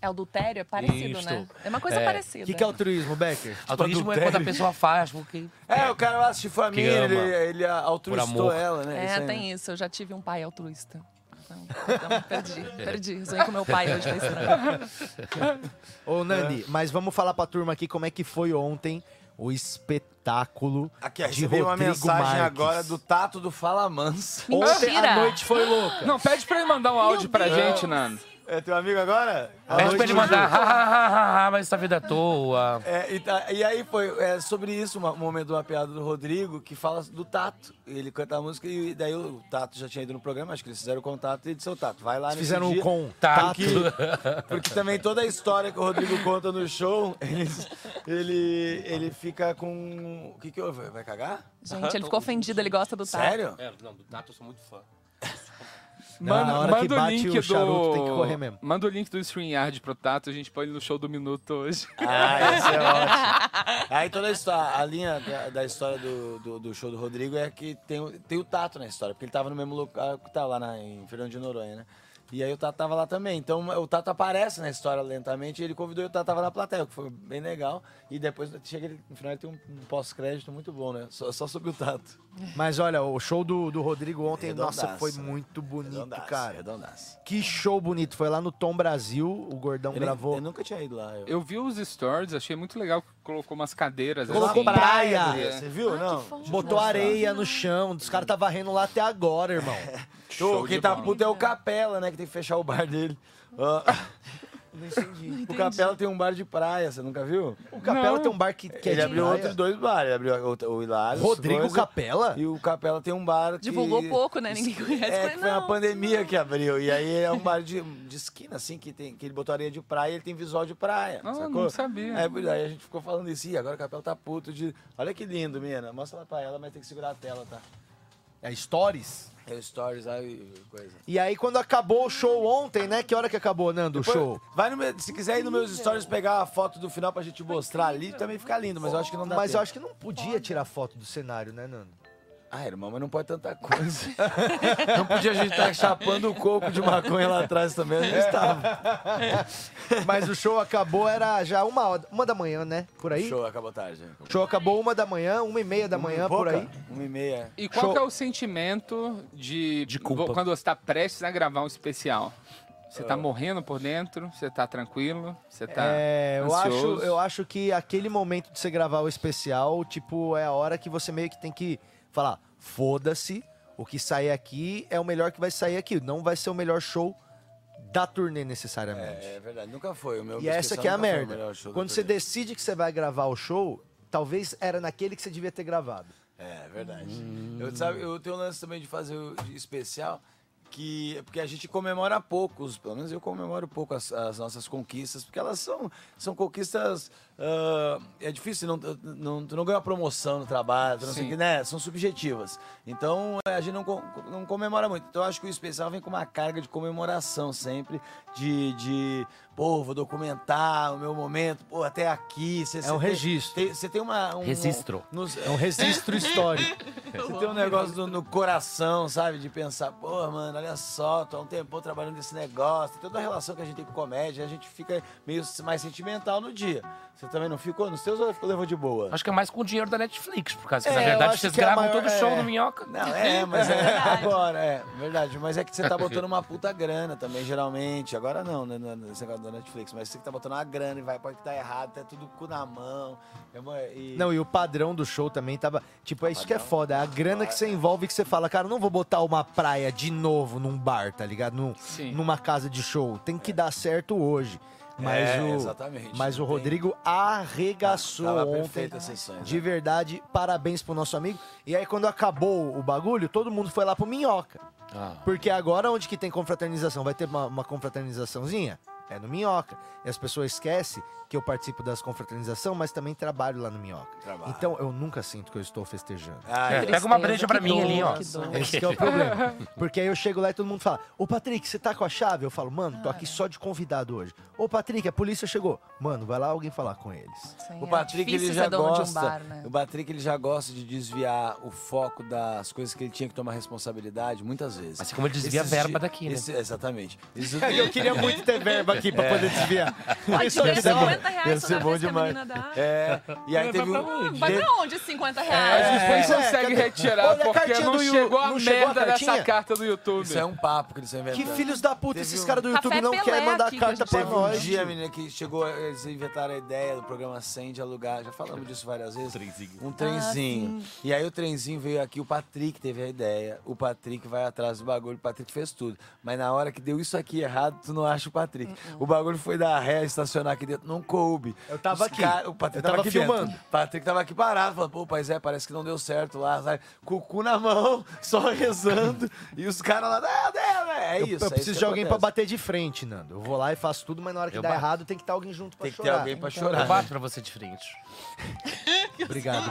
É adultério? É parecido, Isto. né? É uma coisa É. parecida. O que, que é altruísmo, Becker? Tipo, Altruísmo é quando a pessoa faz, porque. É, o cara lá assistiu família, ama. ele, ele altruistou amor. ela, né? É, Isso aí, né? tem isso. Eu já tive um pai altruísta. Então, então perdi, É. perdi. Resolvi com meu pai hoje, foi estranho. Ô, É. Nandi, mas vamos falar pra turma aqui como é que foi ontem o espetáculo Aqui, de recebi Rodrigo uma mensagem Marques. agora do Tato do Fala Mansa. Ontem Mentira! a noite foi louca. Não, pede pra ele mandar um áudio pra gente, Nando. É teu amigo agora? Ah, Pede pra ele mandar, é "Ha, ha, ha, ha, ha, mas essa vida à toa. É, e, tá- e aí foi é, sobre isso uma- um momento de uma piada do Rodrigo que fala do Tato. Ele canta a música e daí o Tato já tinha ido no programa, acho que eles fizeram o contato e disse, ô Tato, vai lá Eles nesse fizeram um dia. com. Tá, Porque, porque também toda a história que o Rodrigo conta no show, ele, ele, ele fica com... O que que houve? Vai cagar? Gente, ele ficou ofendido, ele gosta do tato. Sério? É, não, do Tato eu sou muito fã. Manda, na hora que manda o bate link o do. charuto, tem que correr mesmo. Manda o link do StreamYard pro Tato, a gente põe ele no show do Minuto hoje. Ah, isso é ótimo. Aí toda a história, a linha da, da história do, do, do show do Rodrigo é que tem, o- tem o Tato na história, porque ele tava no mesmo local que tá lá na, em Fernando de Noronha, né? E aí o Tato tava lá também. Então o Tato aparece na história lentamente, e ele convidou e o Tato tava na plateia, o que foi bem legal. E depois chega ele- no final ele tem um, um pós-crédito muito bom, né? Só, só sobre o Tato. Mas olha, o show do, do Rodrigo ontem, Redondaço, nossa, foi né? muito bonito, Redondaço, cara. redondaço. Que show bonito. Foi lá no Tom Brasil, o Gordão Eu, nem- gravou. eu nunca tinha ido lá. Eu... Eu vi os stories, achei muito legal que colocou umas cadeiras. Colocou assim. praia. Adriana, Você viu? Não. Botou areia no chão, os caras tá varrendo lá até agora, irmão. Show, de quem tá bola. puto é o Capela, né? Que tem que fechar o bar dele. Ó. O Capela tem um bar de praia, você nunca viu? O Capela Não. tem um bar que, que é ele de abriu praia. outros dois bares. Ele abriu o, o Hilário. Rodrigo Capela? E o Capela tem um bar que... Divulgou pouco, né? Ninguém conhece. É, Falei, que foi a não, pandemia que abriu. E aí é um bar de, de esquina, assim, que, tem, que ele botou areia de praia e ele tem visual de praia. Ah, sacou? não sabia. Aí, por- aí a gente ficou falando isso. Ih, agora o Capela tá puto de... Olha que lindo, menina. Mostra lá pra ela, mas tem que segurar a tela, tá? É Stories. É o Stories, aí coisa. E aí, quando acabou o show ontem, né? Que hora que acabou, Nando, o Depois, show? Vai no meu, se quiser ir nos meus stories pegar a foto do final pra gente mostrar ali, também fica lindo, mas eu acho que não dá Mas tempo. eu acho que não podia tirar foto do cenário, né, Nando? Ah, irmão, mas não pode tanta coisa. não podia a gente estar chapando o coco de maconha lá atrás também, a gente tá. estava. É, Mas o show acabou, era já uma, hora- uma da manhã, né? Por aí? Show, acabou tarde. né? hein? O show acabou uma da manhã, uma e meia da Uma manhã, e por pouca? aí. Uma e meia. E qual Show. que é o sentimento de, De culpa. vo- quando você tá prestes a gravar um especial? Você tá morrendo por dentro? Você tá tranquilo? Você tá É, eu acho, ansioso? eu acho que aquele momento de você gravar o especial, tipo, é a hora que você meio que tem que falar, foda-se, o que sair aqui é o melhor que vai sair aqui, não vai ser o melhor show da turnê necessariamente. É verdade, nunca foi. O meu e essa especial que é a nunca foi o merda. melhor show da Quando você turnê. decide que você vai gravar o show, talvez era naquele que você devia ter gravado. É verdade. Eu, sabe, eu tenho um lance também de fazer o de especial, que é porque a gente comemora pouco, os- pelo menos eu comemoro pouco as, as nossas conquistas, porque elas são, são conquistas. ah, é difícil, não, não, tu não ganha uma promoção no trabalho, tu não sei o Sim. que, né? São subjetivas. Então é, a gente não, co- não comemora muito. Então eu acho que o especial vem com uma carga de comemoração sempre, de, de pô, vou documentar o meu momento, pô, até aqui. Cê, cê um tem- registro. tem- Você tem, uma. Um, Registro. nos- É um registro histórico. você tem um negócio no, no coração, sabe? De pensar, pô, mano, mano, olha só, tô há um tempão trabalhando nesse negócio, tem toda a relação que a gente tem com comédia, a gente fica meio mais sentimental no dia. Você também não ficou nos seus ou ficou levou de boa? Acho que é mais com o dinheiro da Netflix, por causa que, na É, eu verdade, acho vocês que é a gravam maior- todo o show é. no Minhoca. Não, é, mas é, Verdade. agora, é, verdade. Mas é que você tá botando uma puta grana também, geralmente. Agora não, né, na- nesse negócio da Netflix, mas você que tá botando uma grana e vai, pode que tá errado, tá tudo cu na mão. É uma- e- Não, e o padrão do show também tava. Tipo, é isso que é foda. A grana que você É. envolve que você fala, cara, eu não vou botar uma praia de novo num bar, tá ligado? Num, Sim. numa casa de show. Tem que dar certo hoje. Mas É, o, exatamente. Mas o Não tem- Rodrigo arregaçou Tava ontem. perfeito as sessões, De verdade, parabéns pro nosso amigo. E aí, quando acabou o bagulho, todo mundo foi lá pro Minhoca. Ah. Porque agora, onde que tem confraternização? Vai ter uma, uma confraternizaçãozinha? É no Minhoca. E as pessoas esquecem que eu participo das confraternização, mas também trabalho lá no Minhoca. Trabalho. Então, eu nunca sinto que eu estou festejando. Ah, É, pega uma breja pra que mim dor, ali, ó. que dor. Esse que é o problema. Porque aí eu chego lá e todo mundo fala: Ô Patrick, você tá com a chave? Eu falo, mano, tô aqui só de convidado hoje. Ô Patrick, a polícia chegou. Mano, vai lá alguém falar com eles. Sim, O é Patrick difícil ele ser já dono gosta. de um bar, né? O Patrick ele já gosta de desviar o foco das coisas que ele tinha que tomar responsabilidade muitas vezes. Assim como ele desvia a verba daqui, né? esse- exatamente. Esse- Eu queria muito ter verba aqui pra poder desviar. Pode Isso ganhar deve ser bom. 50 reais Deve toda ser vez bom que a demais. menina dá. é, e aí teve pra um, Vai pra onde esses 50 reais? Depois É, consegue cadê? retirar, Olha a porque cartinha não do Yu- chegou a não chegou a merda dessa cartinha? carta do YouTube. Isso é um papo que eles estão Que inventando. filhos da puta, esses caras do Café YouTube não Pelé querem mandar aqui que a carta gente pra tá um Teve um nós. dia, menina, que chegou, eles inventaram a ideia do programa 100 de alugar, já falamos disso várias vezes. Um Ah, trenzinho. e aí o trenzinho veio aqui, o Patrick teve a ideia, o Patrick vai atrás do bagulho, o Patrick fez tudo. Mas na hora que deu isso aqui errado, tu não acha o Patrick. Uh-uh. O bagulho foi dar ré, estacionar aqui dentro, não coube. Eu tava aqui. cara- o Patrick Eu tava, tava aqui filmando. filmando. O Patrick tava aqui parado, falando, pô, pois é, parece que não deu certo lá, sabe? Com o cu na mão, só rezando. e os caras lá, ah, é, é Eu, isso. é isso eu preciso que de alguém pra acontece. bater de frente, Nando. Eu vou lá e faço tudo, mas na hora que Eu dá bato. errado tem que estar alguém junto pra Tem que ter chorar. alguém pra Então, Eu chorar. né? bato pra você de frente. Obrigado,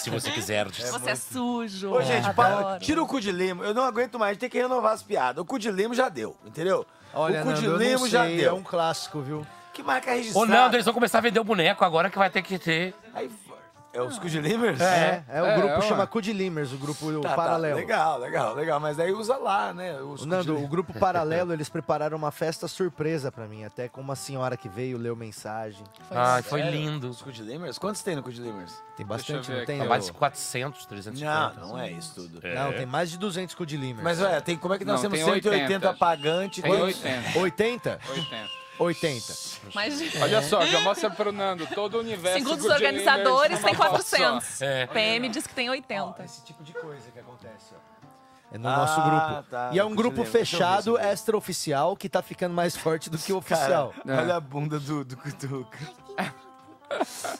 Se você quiser. Você é sujo. Ô, gente, para, adoro. tira o cu de limo. Eu não aguento mais, tem que renovar as piadas. O cu de limo já deu, entendeu? Olha, o cu de Nando, eu não limo já sei, deu. É um clássico, viu? Que marca registrada. Ou não, eles vão começar a vender o boneco agora que vai ter que ter. Aí, é os cu de limers? É, é, o É, grupo é, chama ué. Cu de Limers, o grupo Tá, tá, paralelo. legal, legal, legal. Mas daí usa lá, né? Os O cu Nando, de o limo. grupo paralelo, eles prepararam uma festa surpresa pra mim, até com uma senhora que veio, leu mensagem. Ah, Ai, foi lindo. Os cu de limers? Quantos tem no cu de limers? Tem eu bastante, ver não tem? aqui. ô? Tá Mais de 400, 350. Não, não é isso tudo. Não, tem mais de 200 Cu de Limers. Mas olha, tem, como é que nós Não, temos tem 180 80. pagantes? Tem 80. 80? 80. 80. Mas É. Olha só, já mostra pro Nando todo o universo. segundo os Good Livers organizadores, tem numa foto só. 400. É. PM diz que tem 80. Esse tipo de coisa que acontece, ó. É no nosso Ah, grupo. tá, e é eu um te grupo lembro, deixa eu ver fechado, isso aqui. extra-oficial, que tá ficando mais forte do que o Cara, oficial. É. olha a bunda do, do Cutuca.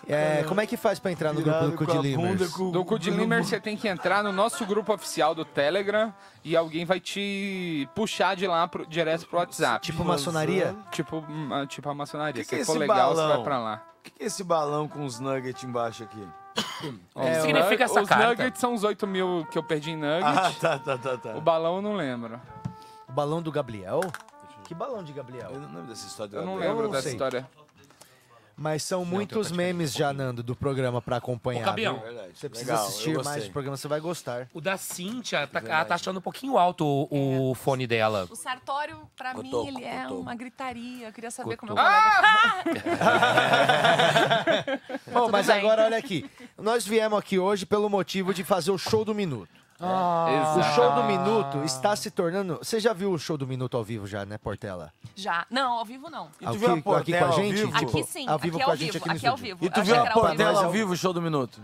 É, como é que faz pra entrar no grupo do Cu de Limers? Do Code Limer, você tem que entrar no nosso grupo oficial do Telegram e alguém vai te puxar de lá pro, direto pro WhatsApp. Tipo maçonaria? Tipo, hum, ah, tipo a maçonaria. Que Se que é for esse legal, você balão? vai pra lá. O que, que é esse balão com os nuggets embaixo aqui? É, Os nug- significa essa os carta? nuggets são os 8 mil que eu perdi em Ah, nuggets. tá, tá, tá, tá. O balão eu não lembro. O balão do Gabriel? Que balão de Gabriel? Eu não lembro dessa história do Eu não Gabriel. lembro não dessa sei. história. Mas são muitos memes já, Nando, do programa pra acompanhar. Ô, Gabriel, É viu? É Verdade. Você precisa um Legal, eu assistir gostei. mais o programa, você vai gostar. O da Cintia, tá, ela tá achando um pouquinho alto o, É. o fone dela. O sartório, pra Cotoco, mim, ele é cotoco. uma gritaria. Eu queria saber como é eu Cotoco. Bom, mas bem. agora olha aqui. Nós viemos aqui hoje pelo motivo de fazer o show do minuto. É. Ah. O Exato. show do minuto está se tornando. Você já viu o show do minuto ao vivo já, né, Portela? Já. Não, ao vivo não. E tu viu a Portela ao vivo? Tipo, Aqui sim, Ao vivo aqui é com a ao gente vivo, aqui no aqui é ao estúdio. vivo. E tu Eu viu achei a que era ao vivo. Portela ao vivo, o show do minuto?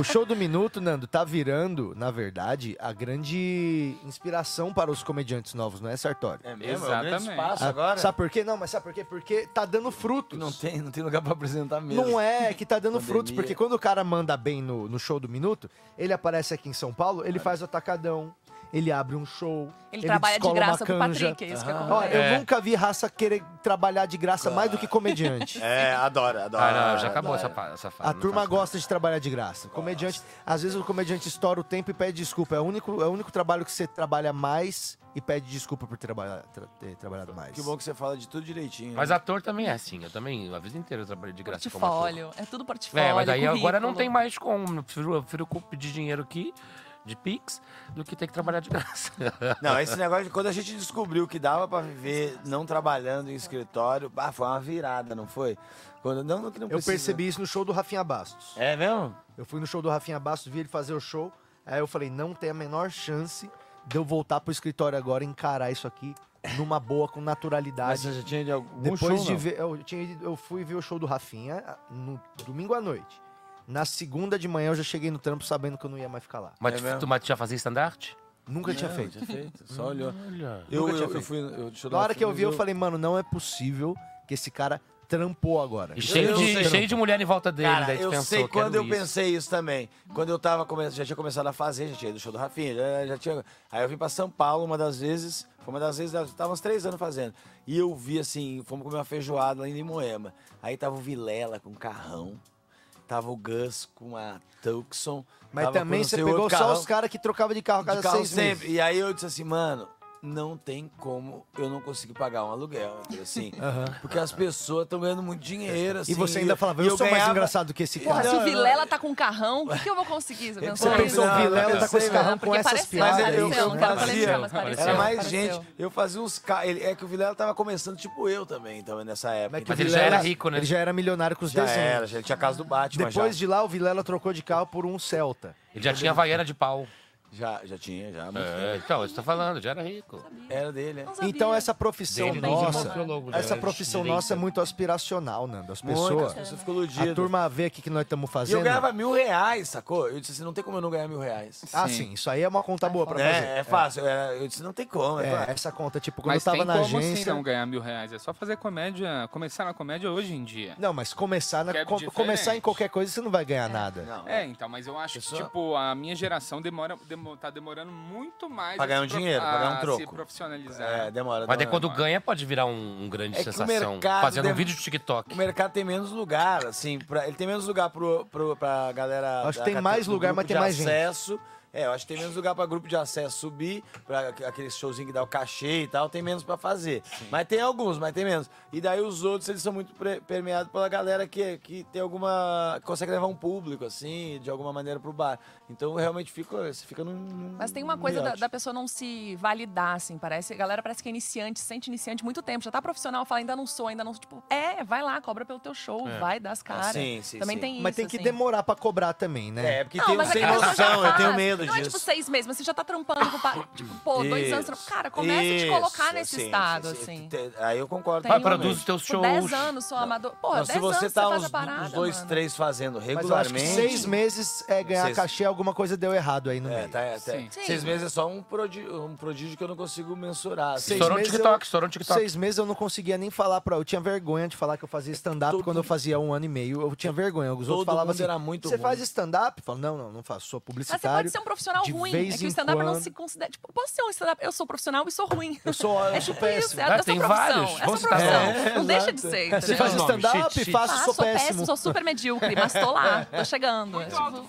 O show do minuto, Nando, tá virando, na verdade, a grande inspiração para os comediantes novos, não é, Sartório? É Exatamente. Ah, agora. Sabe por quê? Não, mas sabe por quê? Porque tá dando frutos. Não tem, não tem lugar pra apresentar mesmo. Não é que tá dando Pandemia. frutos, porque quando o cara manda bem no, no show do minuto, ele aparece aqui em São Paulo, ele faz o atacadão, ele abre um show. Ele trabalha de descola uma graça pro canja. Patrick, é isso que eu Olha, comprei. eu nunca vi raça querer trabalhar de graça mais do que comediante. É, adora, adora. Ah, não, já acabou essa, fa- essa fala. A não turma faz- gosta de trabalhar de graça. Comediante, às vezes o comediante estoura o tempo e pede desculpa. É o único, é o único trabalho que você trabalha mais e pede desculpa por trabalhar, tra- ter trabalhado mais. Que bom que você fala de tudo direitinho. Mas ator também é assim. Eu também, a vida inteira, eu trabalhei de graça como ator. Portfólio. É tudo portfólio. É, mas aí agora não currículo. né? tem mais como. Eu prefiro, eu prefiro co- pedir dinheiro aqui de Pix do que ter que trabalhar de graça. Não, esse negócio de quando a gente descobriu que dava pra viver não trabalhando em escritório, bah, foi uma virada, não foi? Quando, não, não, que não Eu precisa. percebi isso no show do Rafinha Bastos. É mesmo? Eu fui no show do Rafinha Bastos, vi ele fazer o show. Aí eu falei, não tem a menor chance de eu voltar pro escritório agora e encarar isso aqui numa boa, com Mas naturalidade. você já tinha de algum Depois show, de não? ver. Eu, tinha ido- eu fui ver o show do Rafinha ah, no domingo à noite. Na segunda de manhã eu já cheguei no trampo sabendo que eu não ia mais ficar lá. Mas É tu- mesmo? tu, mas tu já fazia stand-up? Nunca tinha Não, feito. Tinha feito, só olhou. Olha. Eu, Nunca eu, tinha eu feito. fui. Eu, deixa eu dar Na uma hora que eu vi, eu finalizada. falei, mano, não é possível que esse cara trampou agora. E cheio, eu de, sei. cheio de mulher em volta dele, Cara, daí tu eu pensou, sei quando eu quero isso. pensei isso também. Quando eu tava come... já tinha começado a fazer, já tinha ido no show do Rafinha, já, já tinha. Aí eu vim pra São Paulo uma das vezes, foi uma das vezes, eu tava uns três anos fazendo. E eu vi assim, fomos comer uma feijoada lá em Limoema. Aí tava o Vilela com um carrão, tava o Gus com a Tucson. Mas tava com também não você sei o outro pegou só carrão. os caras que trocavam de carro a De cada carro seis meses. sempre. E aí eu disse assim, mano, não tem como eu não conseguir pagar um aluguel, entendeu? assim. Porque as pessoas estão ganhando muito dinheiro, assim. e você ainda falava, e eu, sou mais ganhava- engraçado que esse Porra, cara. se Não, o eu não- Vilela tá com um carrão, o que, que eu vou conseguir? Você pensou Você Não, pensou, o não, Vilela tá com esse eu carro Não, com porque essas pareceu, piadas. Mas é um eu, aí. pareceu, eu não quero fazia, palestrar, mas pareceu. era mais pareceu. gente, eu fazia uns ca- ele É que o Vilela tava começando tipo eu também, então, nessa época. é que Mas o ele já Vilela- era rico, né? Ele já era milionário com os já desenhos. era, já, ele tinha a casa do Batman Depois já. de lá, o Vilela trocou de carro por um Celta. Ele já tinha Havaiana de pau. Já, já tinha, já. muito É, então, eu estou falando, já era rico. Era dele, é. Não sabia. Então essa profissão Dele, dos nossa, irmãos biólogos, né? essa profissão Direita. nossa é muito aspiracional, Nando. As Muito, as pessoas, pessoas ficam iludidas. a turma vê aqui que nós E estamos eu fazendo. ganhava mil reais, sacou? Eu disse assim, não tem como eu não ganhar mil reais. Ah, sim, isso aí é uma conta boa pra fazer. É, é fácil. é, Eu disse, não tem como. É, É, claro. essa conta, tipo, quando Mas eu tava tem na como agência. assim não ganhar mil reais? É só fazer comédia, começar na comédia hoje em dia. Não, mas começar, na- Que é co- diferente. começar em qualquer coisa você não vai ganhar nada. Não, É, então, mas eu acho Pessoal- que, tipo, a minha geração demora, demo, tá demorando muito mais... Pra a ganhar se um pro- dinheiro, pra a ganhar um se troco. profissionalizar. É, demora. Mas daí demora. quando ganha, pode virar um, um grande É que o sensação. mercado Fazendo um deve- vídeo de TikTok. O mercado tem menos lugar, assim, pra, ele tem menos lugar pro, pro, pra galera. Acho que da tem cate- mais do lugar, grupo mas tem de mais gente. acesso. É, eu acho que tem menos lugar pra grupo de acesso subir, pra aqu- aquele showzinho que dá o cachê e tal, tem menos pra fazer. Mas tem alguns, mas tem menos. E daí os outros, eles são muito pre- permeados pela galera que, que tem alguma. que consegue levar um público, assim, de alguma maneira pro bar. Então realmente fica, você fica num- num. Mas tem uma coisa da, miote. da pessoa não se validar, assim, parece. A galera parece que é iniciante, se sente iniciante há muito tempo, já tá profissional, fala, ainda não sou, ainda não sou. Tipo, é, vai lá, cobra pelo teu show, É. vai dar as caras. Ah, sim, sim, Também sim. tem isso. mas tem que assim. demorar pra cobrar também, né? É, porque Não, tem um mas é sem que a pessoa já noção, eu tenho faz. medo Não disso. é tipo seis meses, mas você já tá trampando com o pa- Tipo, pô, dois Isso, anos. tramp- Cara, começa a te colocar isso, nesse sim, estado, sim, sim. assim. Te- Aí eu concordo. Tem Vai, um- produz os teus Por shows. dez anos, sou amador. Pô, Não, se dez você anos tá você faz uns, a parada, uns dois, mano. três fazendo Mas eu acho que regularmente. seis meses é ganhar Seis- cachê, alguma coisa deu errado aí no É, meio. tá, é, tá- Sim. Seis Sim. meses é só um prodígio, um prodígio que eu não consigo mensurar. assim. Seis Estourou no meses TikTok, eu- estourou no TikTok. é Seis meses eu não conseguia nem falar pra. Eu tinha vergonha de falar que eu fazia stand-up quando eu fazia um ano e meio. Eu tinha vergonha. Os Todo outros falavam mundo assim: era muito Você ruim." faz stand-up? Eu falo, não, não, não faço. Sou Mas publicitário. você pode ser um profissional de ruim. vez É que em o stand-up não quando- se considera. Tipo, eu posso ser um stand-up. Eu sou profissional e sou ruim. Eu sou, eu é sou tipo isso, péssimo. é Ah, a sua tem profissão. vários. É a Vamos sua citar profissão. nomes. É, não deixa exato. de ser. Você entendeu? faz nome, stand-up, shit, faço, Ah, sou péssimo. sou super medíocre, mas tô lá, tô chegando. É, tipo,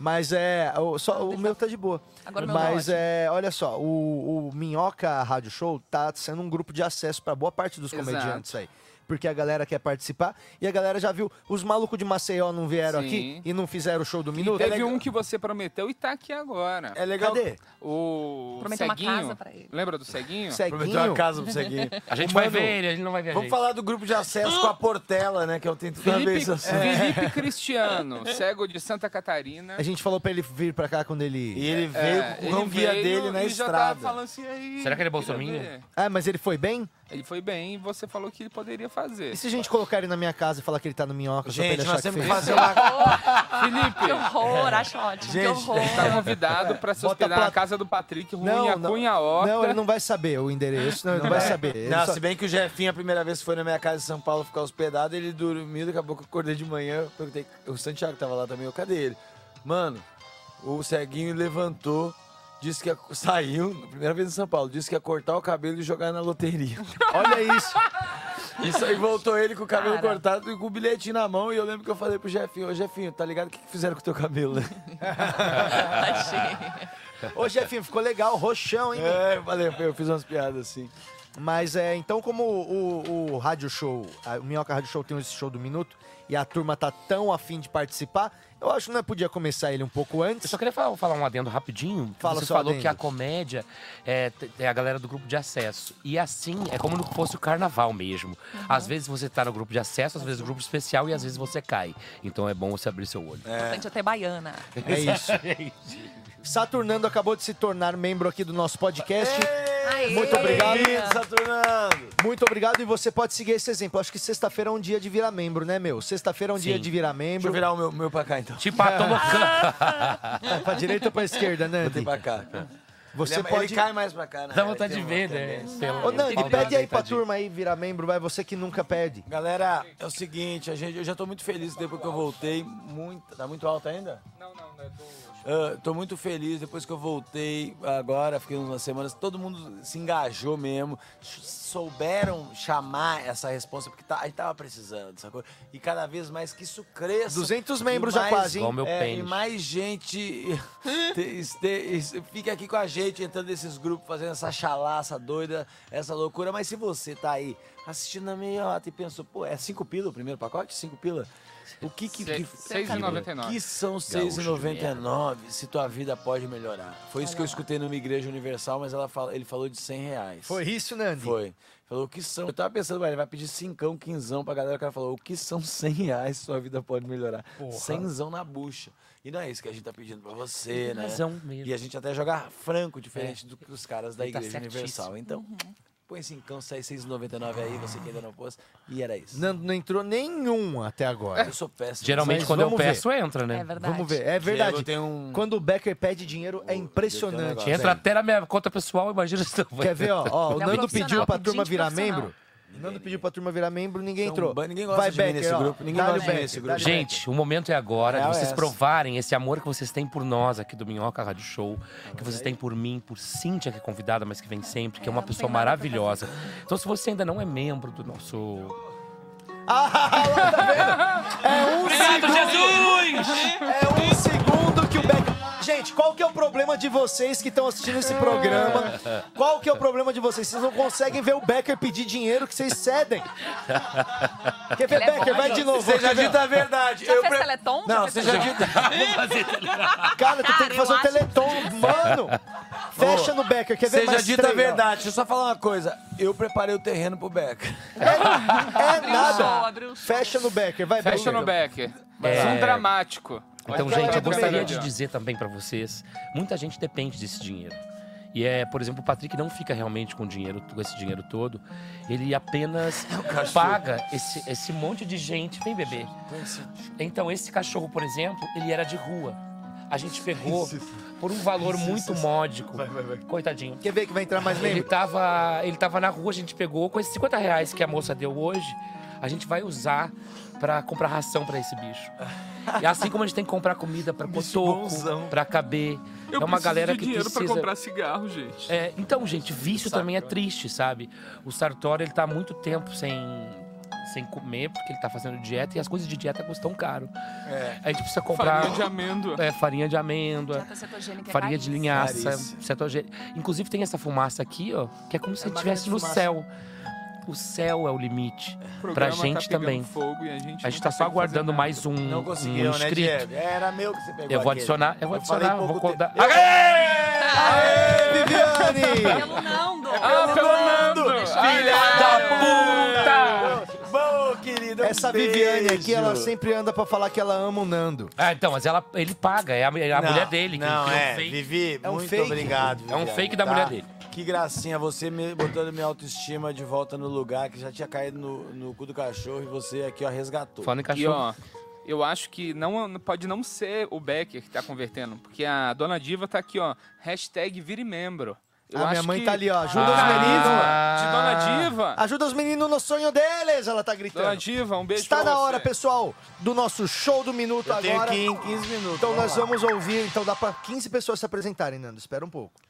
Mas é. O, só, o meu tá de boa. Agora o meu tá Mas ótimo. é, olha só, o, o Minhoca Rádio Show tá sendo um grupo de acesso pra boa parte dos Exato. comediantes aí. Porque a galera quer participar e a galera já viu. Os malucos de Maceió não vieram Sim. aqui e não fizeram o show do E minuto. É teve um que você prometeu e tá aqui agora. né, É legal. Cadê? O Prometeu uma Ceguinho. casa pra ele. Lembra do Ceguinho? Prometeu uma Ceguinho. casa pra você aqui. A gente Ô, vai mano, ver ele, ele não vai ver a Vamos gente. falar do um grupo de acesso com a Portela, né? Que eu tento toda Felipe, vez assim. Felipe Cristiano, cego de Santa Catarina. A gente falou pra ele vir pra cá quando ele. E ele veio É, com o ele guia veio dele na e já tava estrada. falando assim, aí, Será que ele é queria bolsominho? ver. Ah, mas tá ele foi bem? Ele foi bem e você falou que ele poderia fazer. E se a gente colocar ele na minha casa e falar que ele tá no minhoca, só pra ele Gente, achar nós que temos fez? que fazer uma. É. Que Felipe, horror, acho ótimo. Gente, que horror. tá convidado pra se Bota hospedar pra- na casa do Patrick, ruim a Não, não, cunha horta. não, ele não vai saber o endereço, não, ele não vai saber. Ele É. Não, só- se bem que o Jefinho, a primeira vez que foi na minha casa em São Paulo ficar hospedado, ele dormiu, daqui a pouco eu acordei de manhã, eu perguntei, o Santiago tava lá também, eu, cadê ele? Mano, o ceguinho levantou, disse que ia, saiu, na primeira vez em São Paulo, disse que ia cortar o cabelo e jogar na loteria. Olha isso. Isso aí voltou ele com o cabelo Cara. cortado e com o bilhetinho na mão, e eu lembro que eu falei pro Jefinho, ô Jefinho, tá ligado o que que fizeram com o teu cabelo, né? Achei. Ô, Jefinho, ficou legal, roxão, hein? É, eu falei, eu fiz umas piadas assim. Mas é, então, como o, o- o rádio show, a- o Minhoca Rádio Show tem esse show do minuto, e a turma tá tão afim de participar, Eu acho que não podia começar ele um pouco antes. Eu só queria falar, falar um adendo rapidinho. que Fala Você seu falou adendo. que a comédia é, t- é a galera do grupo de acesso. E assim, é como se fosse o carnaval mesmo. Às vezes você tá no grupo de acesso, às vezes no grupo especial e às vezes você cai. Então é bom você abrir seu olho. Importante até baiana. É isso. Saturnando acabou de se tornar membro aqui do nosso podcast. Aê! Muito obrigado. Saturnando. Muito obrigado. E você pode seguir esse exemplo. Acho que sexta-feira é um dia de virar membro, né, meu? Sexta-feira é um dia de virar Deixa eu membro. virar o meu, meu pra cá, então. Tipo a Toma Ah. Pra direita ou pra esquerda, né? Botei Andy? pra cá. Você ele, pode. ele cai mais pra cá, né? Dá Ele vontade de tem um- ver, tem né? um- Ô, Nandi, pede aí pra turma aí virar membro, vai. Você que nunca pede. Galera, é o seguinte, a gente, eu já tô muito feliz depois que eu voltei. Muito, tá muito alto ainda? Não, não, é do. Ah, tô muito feliz depois que eu voltei agora, fiquei umas semanas, todo mundo se engajou mesmo, ch- souberam chamar essa resposta, porque tá, a gente tava precisando dessa coisa. E cada vez mais que isso cresça. 200 e membros já quase, hein? Igual meu é, e pênis. mais gente te- este- este- fica aqui com a gente, entrando nesses grupos, fazendo essa chalaça doida, essa loucura. Mas se você tá aí assistindo a meia hota e pensou, pô, é cinco pila o primeiro pacote? Cinco pila? O que que... que- Seis e noventa e nove. que são R$ 6,99 se tua vida pode melhorar? Foi isso que eu escutei numa igreja universal, mas ela fala- ele falou de R$ 100 reais. Foi isso, Nandi? Foi. Falou, o que são? Eu tava pensando, "Ué, ele vai pedir cincão, quinzão pra galera. O cara falou, o que são 100 reais se sua vida pode melhorar? Cenzão na bucha. E não é isso que a gente tá pedindo pra Uhum. você, né? é um- Razão mesmo. E a gente até joga franco, diferente do que os caras da Ele tá igreja certíssimo. universal. Então, Uhum. põe cincão, sai R$ 6,99 aí, você que ainda não pôs. E era isso. Nando não entrou nenhum até agora. Eu sou péssimo. Geralmente Mas quando eu vamos ver. peço, entra, É né? verdade. Vamos ver. É verdade. Eu tenho um- Quando o Becker pede dinheiro, é impressionante. negócio. Entra até na minha conta pessoal, imagina se eu vou- Quer ver, ó? ó o Ele é um Nando profissional, pediu pra tem turma gente virar profissional. membro. O Nando pediu pra turma virar membro, ninguém São entrou. ba- é um ninguém gosta de mim nesse ó. grupo, ninguém Dá-lhe gosta de mim Becker, nesse dá-lhe grupo. Gente, o momento é agora de Real é vocês essa. provarem esse amor que vocês têm por nós aqui do Minhoca Rádio Show, que vocês têm por mim, por Cíntia, que é convidada, mas que vem sempre, que é É, uma não tem pessoa nada pra maravilhosa. Então, se você ainda não é membro do nosso. É um segundo que o Becker. Gente, qual que é o problema de vocês que estão assistindo esse programa? Qual que é o problema de vocês? Vocês não conseguem ver o Becker pedir dinheiro que vocês cedem. Quer ver, Ele é Becker? bom, Vai hein? de novo. Você já quer ver? dito a verdade. Já eu fez pre- Teleton? Não, fez você já Teleton? dito. Cara, tu tem Cara, que eu fazer o acho que Teleton. Mano, fecha no Becker. Quer ver Você já mais dito a três, ó. verdade. Deixa eu só falar uma coisa. Eu preparei o terreno pro Becker. É show, nada. abriu o show. Fecha no Becker. Vai, Fecha Becker. no Becker. É. Zoom dramático. Então, Olha tá gente, aquela eu gostaria câmera de ali, ó. dizer também pra vocês: muita gente depende desse dinheiro. E é, por exemplo, o Patrick não fica realmente com dinheiro, com esse dinheiro todo. Ele apenas paga esse, esse monte de gente. Vem beber. Então, esse cachorro, por exemplo, ele era de rua. A gente pegou por um valor muito módico. Coitadinho. Quer ver que vai entrar mais Ele membro? tava, ele tava na rua, a gente pegou. Com esses 50 reais que a moça deu hoje, a gente vai usar pra comprar ração pra esse bicho. E assim como a gente tem que comprar comida pra cotoco, pra caber. Eu é uma preciso galera de que dinheiro precisa... pra comprar cigarro, gente. É, então, gente, vício também né? é triste, sabe? O Sartori, ele tá há muito tempo sem, sem comer, porque ele tá fazendo dieta, e as coisas de dieta custam caro. É. A gente precisa comprar Farinha de amêndoa. é, farinha de amêndoa, tá Dieta cetogênica é farinha de caríssima. linhaça, Caríssimo. cetogênica. Inclusive, tem essa fumaça aqui, ó, que é como se É você uma estivesse grande no fumaça. céu. O céu é o limite O programa pra tá gente pegando também. fogo e a gente, A gente tá não só consegue fazer aguardando nada. mais um, Não um conseguiu, né, inscrito. Diego? Era meu que você pegou eu vou aquele. adicionar, eu vou Eu falei adicionar, eu vou pouco contar. tempo. Viviane! Pelo Nando. Ah, pelo Nando! Filha da puta! Bom, querido, um Essa Viviane aqui, beijo. ela sempre anda pra falar que ela ama o Nando. Ah, então, mas ela, ele paga, é a, é a Não, mulher dele. que- Não, que é. fez. Vivi, É um muito fake. obrigado. É um Viviane, fake da tá? mulher dele. Que gracinha, você me botando minha autoestima de volta no lugar que já tinha caído no, no cu do cachorro e você aqui, ó, resgatou. Falando em E cachorro. ó, eu acho que não pode não ser o Becker que tá convertendo, porque a dona Diva tá aqui, ó. Hashtag vire membro. Eu a minha acho mãe que- tá ali, ó. Ajuda Ah. os meninos. De Dona Ah. Diva. Ajuda os meninos no sonho deles, ela tá Dona gritando. Diva, um beijo Está pra na você. hora, pessoal, do nosso show do minuto Eu tenho agora. aqui em 15 minutos. Então nós lá. vamos ouvir, então dá pra 15 pessoas se apresentarem, Nando. Espera um pouco.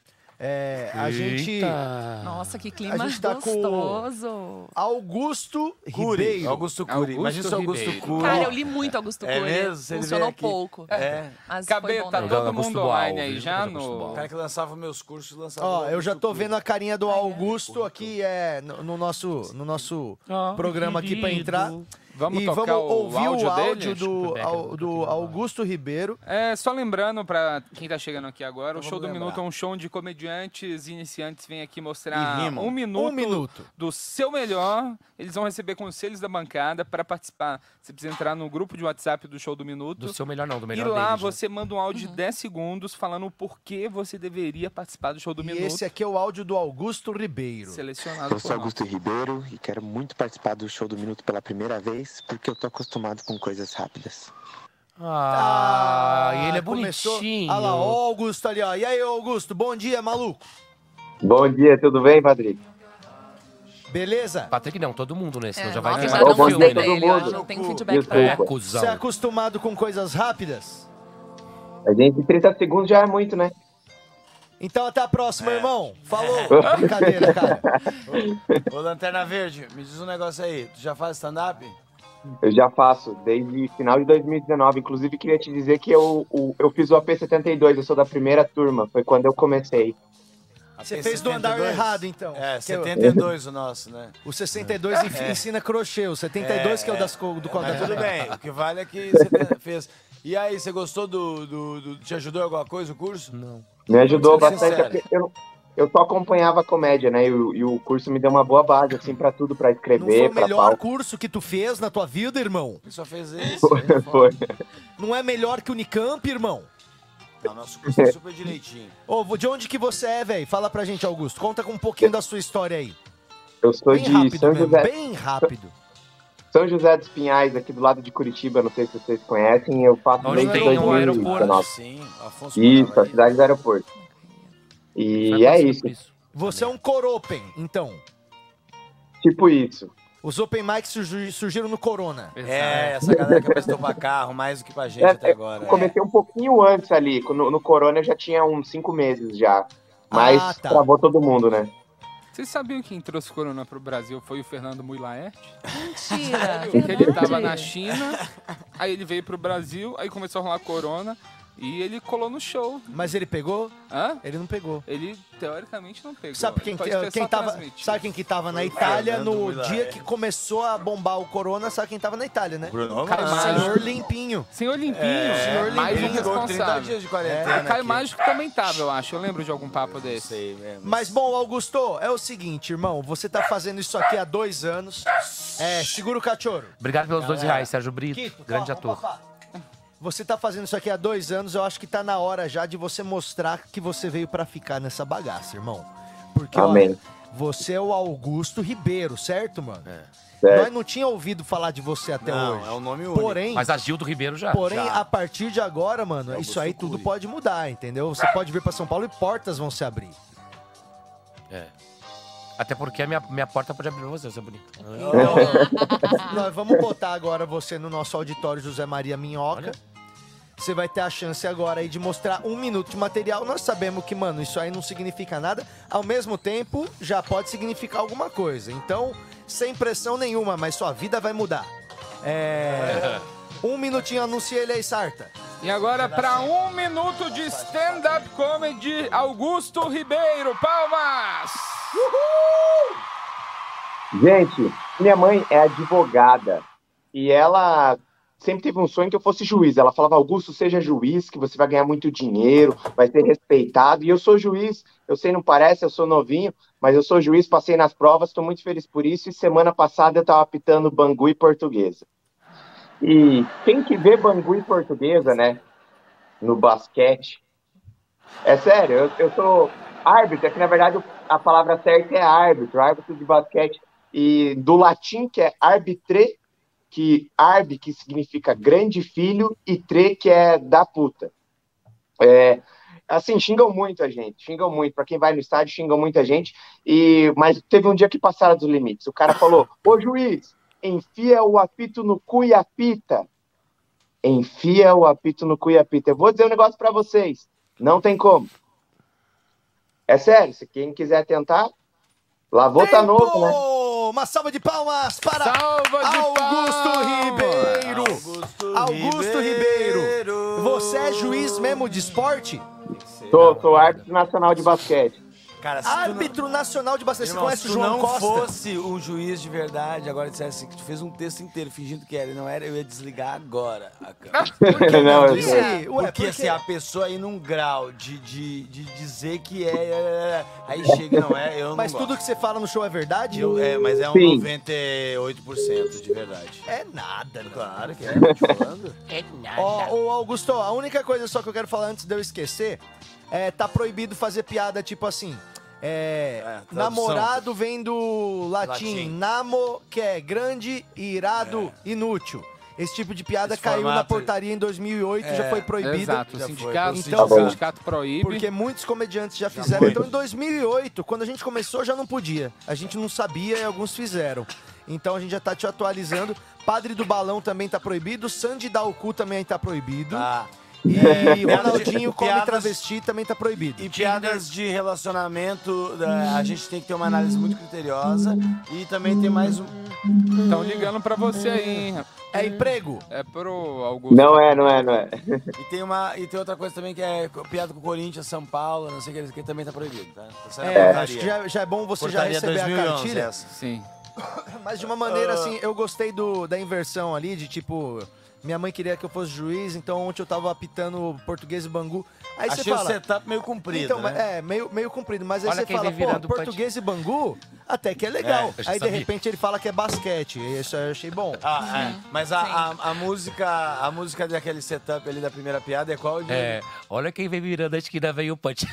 É, a gente Eita. Nossa, que clima A gente tá com- gostoso. Augusto Curi. Ribeiro. Augusto Curi. Augusto Imagina se Augusto Ribeiro. Curi. Cara, eu li muito Augusto É Cury. mesmo? Você veio Funcionou aqui. pouco. É. Mas foi Cabê, bom, tá né? Eu já todo mundo costumo online ao aí vivo, já eu já costumo no... ao O cara que lançava meus cursos lançava. Ó, eu já tô Augusto vendo a carinha do Augusto aqui é, no, no nosso, no nosso Ah, programa aqui pra querido. entrar. Vamos e tocar vamos o ouvir áudio o dele? áudio do, ao- do Augusto Ribeiro. É, só lembrando pra quem tá chegando aqui Então agora, o Show do lembrar. Minuto é um show onde comediantes iniciantes vêm aqui mostrar E rimam. um minuto, Um minuto. do seu melhor. Eles vão receber conselhos da bancada para participar. Você precisa entrar no grupo de WhatsApp do Show do Minuto. Do seu melhor não, do e melhor lá deles, né? você manda um áudio de 10 segundos falando o porquê você deveria participar do Show do e Minuto. esse aqui é o áudio do Augusto Ribeiro. Selecionado Eu por sou nós. Augusto Ribeiro e quero muito participar do show do Minuto pela primeira vez, porque eu tô acostumado com coisas rápidas. Ah, e ele é começou- bonitinho. Olha lá, ó o Augusto ali, ó. E aí, Augusto, bom dia, maluco. Bom dia, tudo bem, Patrick? Beleza? Patrick não, todo mundo nesse, não, já vai nós ganhar já um não bom gostei dia, filme, né? todo dele, ó, mundo. não tem Desculpa. feedback pra É, ele. Desculpa. Você é cuzão. acostumado com coisas rápidas? A gente, 30 segundos já é muito, né? Então até a próxima, irmão. Falou. Brincadeira, cara. Ô, Lanterna Verde, me diz um negócio aí. Tu já faz stand-up? Eu já faço, desde final de 2019. Inclusive, queria te dizer que eu, o- eu fiz o AP72, eu sou da primeira turma, foi quando eu comecei. Você Tem fez do andar 72? errado, então. É, Que é o- 72 o nosso, né? O 62 enfi- ensina crochê, o 72 que é o das co- do É. Mas quadrado. tudo bem, o que vale é que você te- fez. E aí, você gostou do, do, do- Te ajudou em alguma coisa o curso? Não. Me ajudou Vamos ser bastante, sinceros. porque eu, eu só acompanhava a comédia, né? E, o- e o curso me deu uma boa base, assim, pra tudo, pra Não foi escrever, o pra melhor palco. curso que tu fez na tua vida, irmão? Ele é só fez esse. Foi, foi. Não é melhor que o Unicamp, irmão? Não, nosso curso é super direitinho. Ô, de onde que você é, velho? Fala pra gente, Augusto. Conta com um pouquinho da sua história aí. Eu sou Bem de rápido São mesmo, José, bem rápido. São José dos Pinhais, aqui do lado de Curitiba, não sei se vocês conhecem, eu faço Onde desde tem um 2019. Sim, Afonso Isso, a Paravaí. cidade do aeroporto. E é isso, Você é um coropen, então. tipo isso. Os open mics surgi- surgiram no Corona. É, essa galera que apresentou pra carro mais do que pra gente É, até é, agora. Eu comecei um pouquinho antes ali, no, no Corona eu já tinha uns cinco meses já. Mas Ah, tá. travou todo mundo, né? Vocês sabiam quem trouxe corona pro Brasil foi o Fernando Mui Laerte? Mentira, Porque ele verdade. tava na China, aí ele veio pro Brasil, aí começou a rolar corona e ele colou no show. Mas ele pegou? Hã? Ele não pegou. Ele teoricamente não pegou. Sabe quem, é? Ele pode ter Então é só quem né? tava, transmitido. sabe quem que tava na Foi o Itália Fernando no Vilar, dia é. que começou a bombar o corona? Sabe quem tava na Itália, né? Bruno, Cara, mas- mas- Senhor Limpinho. Senhor Limpinho, É, mais um Limpinho ficou 30 responsável. É, dias de quarentena. O Caio aqui. Mágico também tava, eu acho. Eu lembro de algum papo Não desse. sei mesmo. Mas bom, Augusto, é o seguinte, irmão. Você tá fazendo isso aqui há dois anos. É, segura o cachorro. Obrigado pelos 12 reais, Sérgio Brito, Kiko, grande É. calma, ator. papá. Você tá fazendo isso aqui há dois anos, eu acho que tá na hora já de você mostrar que você veio pra ficar nessa bagaça, irmão. Porque, Amém. olha, você é o Augusto Ribeiro, certo, mano? Certo. Nós não tinha ouvido falar de você até É. Não, hoje. é um nome único. Porém, Mas a Gildo Ribeiro já. porém já. a partir de agora, mano, Augusto isso aí tudo Cury. pode mudar, entendeu? Você pode vir pra São Paulo e portas vão se abrir. é. Até porque a minha, minha porta pode abrir pra você, você é bonito. É. Nós vamos botar agora você no nosso auditório José Maria Minhoca. Você vai ter a chance agora aí de mostrar um minuto de material. Nós sabemos que, mano, isso aí não significa nada. Ao mesmo tempo, já pode significar alguma coisa. Então, sem pressão nenhuma, mas sua vida vai mudar. É. Um minutinho, anuncia ele aí, Sarta. E agora, pra um minuto de stand-up comedy, Augusto Ribeiro. Palmas! Gente, minha mãe é advogada e ela sempre teve um sonho que eu fosse juiz. Ela falava, Augusto, seja juiz, que você vai ganhar muito dinheiro, vai ser respeitado. E eu sou juiz, eu sei, não parece, eu sou novinho, mas eu sou juiz, passei nas provas, estou muito feliz por isso. E semana passada eu estava apitando Bangu e Portuguesa. E quem que vê Bangu e Portuguesa, né, no basquete? É sério, eu, eu sou árbitro, é que na verdade a palavra certa é árbitro, árbitro de basquete e do latim que é arbitre, que arbe que significa grande filho e tre que é da puta. É, assim xingam muito a gente, xingam muito para quem vai no estádio, xingam muita gente. E mas teve um dia que passaram dos limites. O cara falou: "Ô juiz, enfia o apito no cu e apita". Enfia o apito no cu e apita. Eu vou dizer um negócio para vocês. Não tem como. É sério, se quem quiser tentar, lavou tá novo, né? Tempo! Uma salva de palmas para Salva de Augusto palmas! Ribeiro. Augusto, Augusto Você é juiz mesmo de esporte? Tô, tô árbitro nacional de basquete. Cara, se tu não- Árbitro nacional de basquete. Você Irmão, conhece se o tu João não Costa? fosse um juiz de verdade, agora dissesse que tu fez um texto inteiro fingindo que era e não era, eu ia desligar agora a câmera. Não, eu Ih, sei. ué, por Porque quê? assim, a pessoa aí num grau de, de, de dizer que é, é, é, é, aí chega, não é, eu não Mas gosto. tudo que você fala no show é verdade? Eu- é, mas é um Sim. 98% de verdade. É nada, não. Claro que é, tô te falando. Ó, ô Augusto, a única coisa só que eu quero falar antes de eu esquecer é tá proibido fazer piada tipo assim. É, tradução. namorado vem do latim, Latim. É. namo, que é grande, irado, inútil. Esse tipo de piada Esse caiu na formato- portaria em 2008, já foi proibido. É, assim, Exato, o Já foi, sindicato, foi então, o sindicato. sindicato proíbe. Porque muitos comediantes já fizeram. foi. então, em 2008, quando a gente começou, já não podia. A gente não sabia e alguns fizeram. Então, a gente já tá te atualizando. Padre do Balão também tá proibido. Sandy dá o cu também tá proibido. Tá. E o Ronaldinho Piadas- come piadas- travesti também tá proibido. Hum. E piadas de relacionamento, da- a gente tem que ter uma análise muito criteriosa. E também tem mais um. Estão ligando pra você aí, hein? rapaz? É emprego. É pro Augusto. Não é, não é, não é. E tem, uma, e tem outra coisa também que é co- piada com Corinthians, São Paulo, não sei o que, eles- que também tá proibido, tá? Tá saindo É, portaria. acho que já, já é bom você Portaria já receber 2011 a cartilha. essa. Sim. Mas de uma Ah. maneira assim, eu gostei do, da inversão ali, de tipo. Minha mãe queria que eu fosse juiz, então ontem eu tava apitando português e bangu. Aí você Achei fala. o setup meio comprido, então, né? é, meio, meio comprido, mas aí Olha você quem fala, vem virando pô, o pante- português e bangu, até que é legal. É, eu já aí de sabia. repente ele fala que é basquete, e isso eu achei bom. Ah, é. Mas a, a, a música, a música daquele setup ali da primeira piada é qual? De... É, olha quem vem virando a esquina, veio o punch.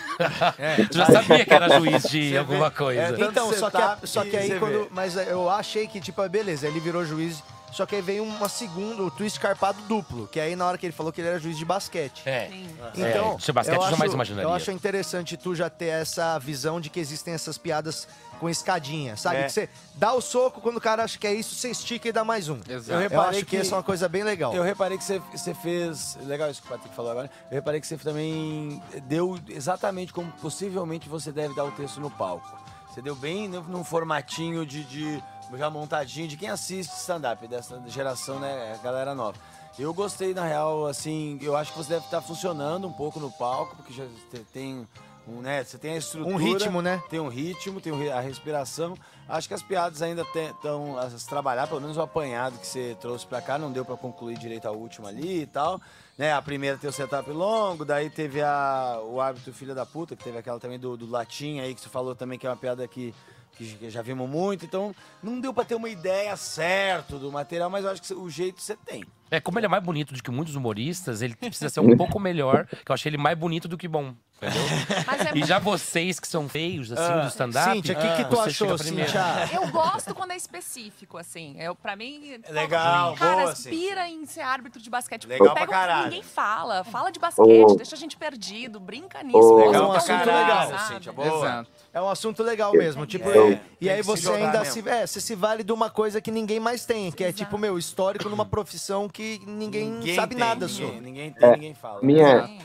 É. tu já sabia que era juiz Você de vê- alguma é, coisa. tanto Então, só que, tá a- setup só que aí você quando. vê. Mas é, eu achei que, tipo, ah, beleza, ele virou juiz. Só que aí veio uma segunda, o twist carpado duplo, que aí na hora que ele falou que ele era juiz de basquete. É. Então, É, se o basquete, eu eu jamais acho- imaginaria. Eu acho interessante tu já ter essa visão de que existem essas piadas com escadinha, sabe? É. Que você dá o soco quando o cara acha que é isso, você estica e dá mais um. Exato. Eu, reparei acho que, que- essa é uma coisa bem legal. Eu reparei que você- você fez. Legal isso que o Patrick falou agora. Eu reparei que você também deu exatamente como possivelmente você deve dar o texto no palco. Você deu bem no- num formatinho de. de- já montadinho de quem assiste stand-up, dessa geração, né? Galera nova. Eu gostei, na real, assim, eu acho que você deve estar funcionando um pouco no palco, porque já te- tem. Um, né, você tem a estrutura. Um ritmo, né? Tem um ritmo, tem um re- a respiração. Acho que as piadas ainda estão a se trabalhar, pelo menos o apanhado que você trouxe pra cá, não deu pra concluir direito a última ali e tal. Né, a primeira tem o setup longo, daí teve a, o hábito filha da puta, que teve aquela também do, do latim aí que você falou também, que é uma piada que, que j- que já vimos muito. Então, não deu pra ter uma ideia certa do material, mas eu acho que cê- o jeito você tem. É, como ele é mais bonito do que muitos humoristas, ele precisa ser um pouco melhor, que eu achei ele mais bonito do que bom. Mas é E já vocês que são feios, assim, do stand-up. Ah, Ah, Cíntia, o que, que tu você achou, chega primeiro. Cíntia? Eu gosto quando é específico, assim. Eu, pra mim. É legal, cara, boa, assim. aspira em ser árbitro de basquete. Legal Pega pra o que caralho. Ninguém fala. Fala de basquete, Ô. deixa a gente perdido, brinca nisso. Ô. gosta de É Legal assim. pra ter um caralho, lugar, sabe? Cíntia, boa. Exato. É um assunto legal mesmo. Tipo, É, eu- e tem aí que se você jogar ainda mesmo. se, é, você se vale de uma coisa que ninguém mais tem, que é Exato. tipo, meu, histórico numa profissão que ninguém, sabe tem, nada ninguém, sobre. Ninguém tem, ninguém fala. É, Minha, Sim.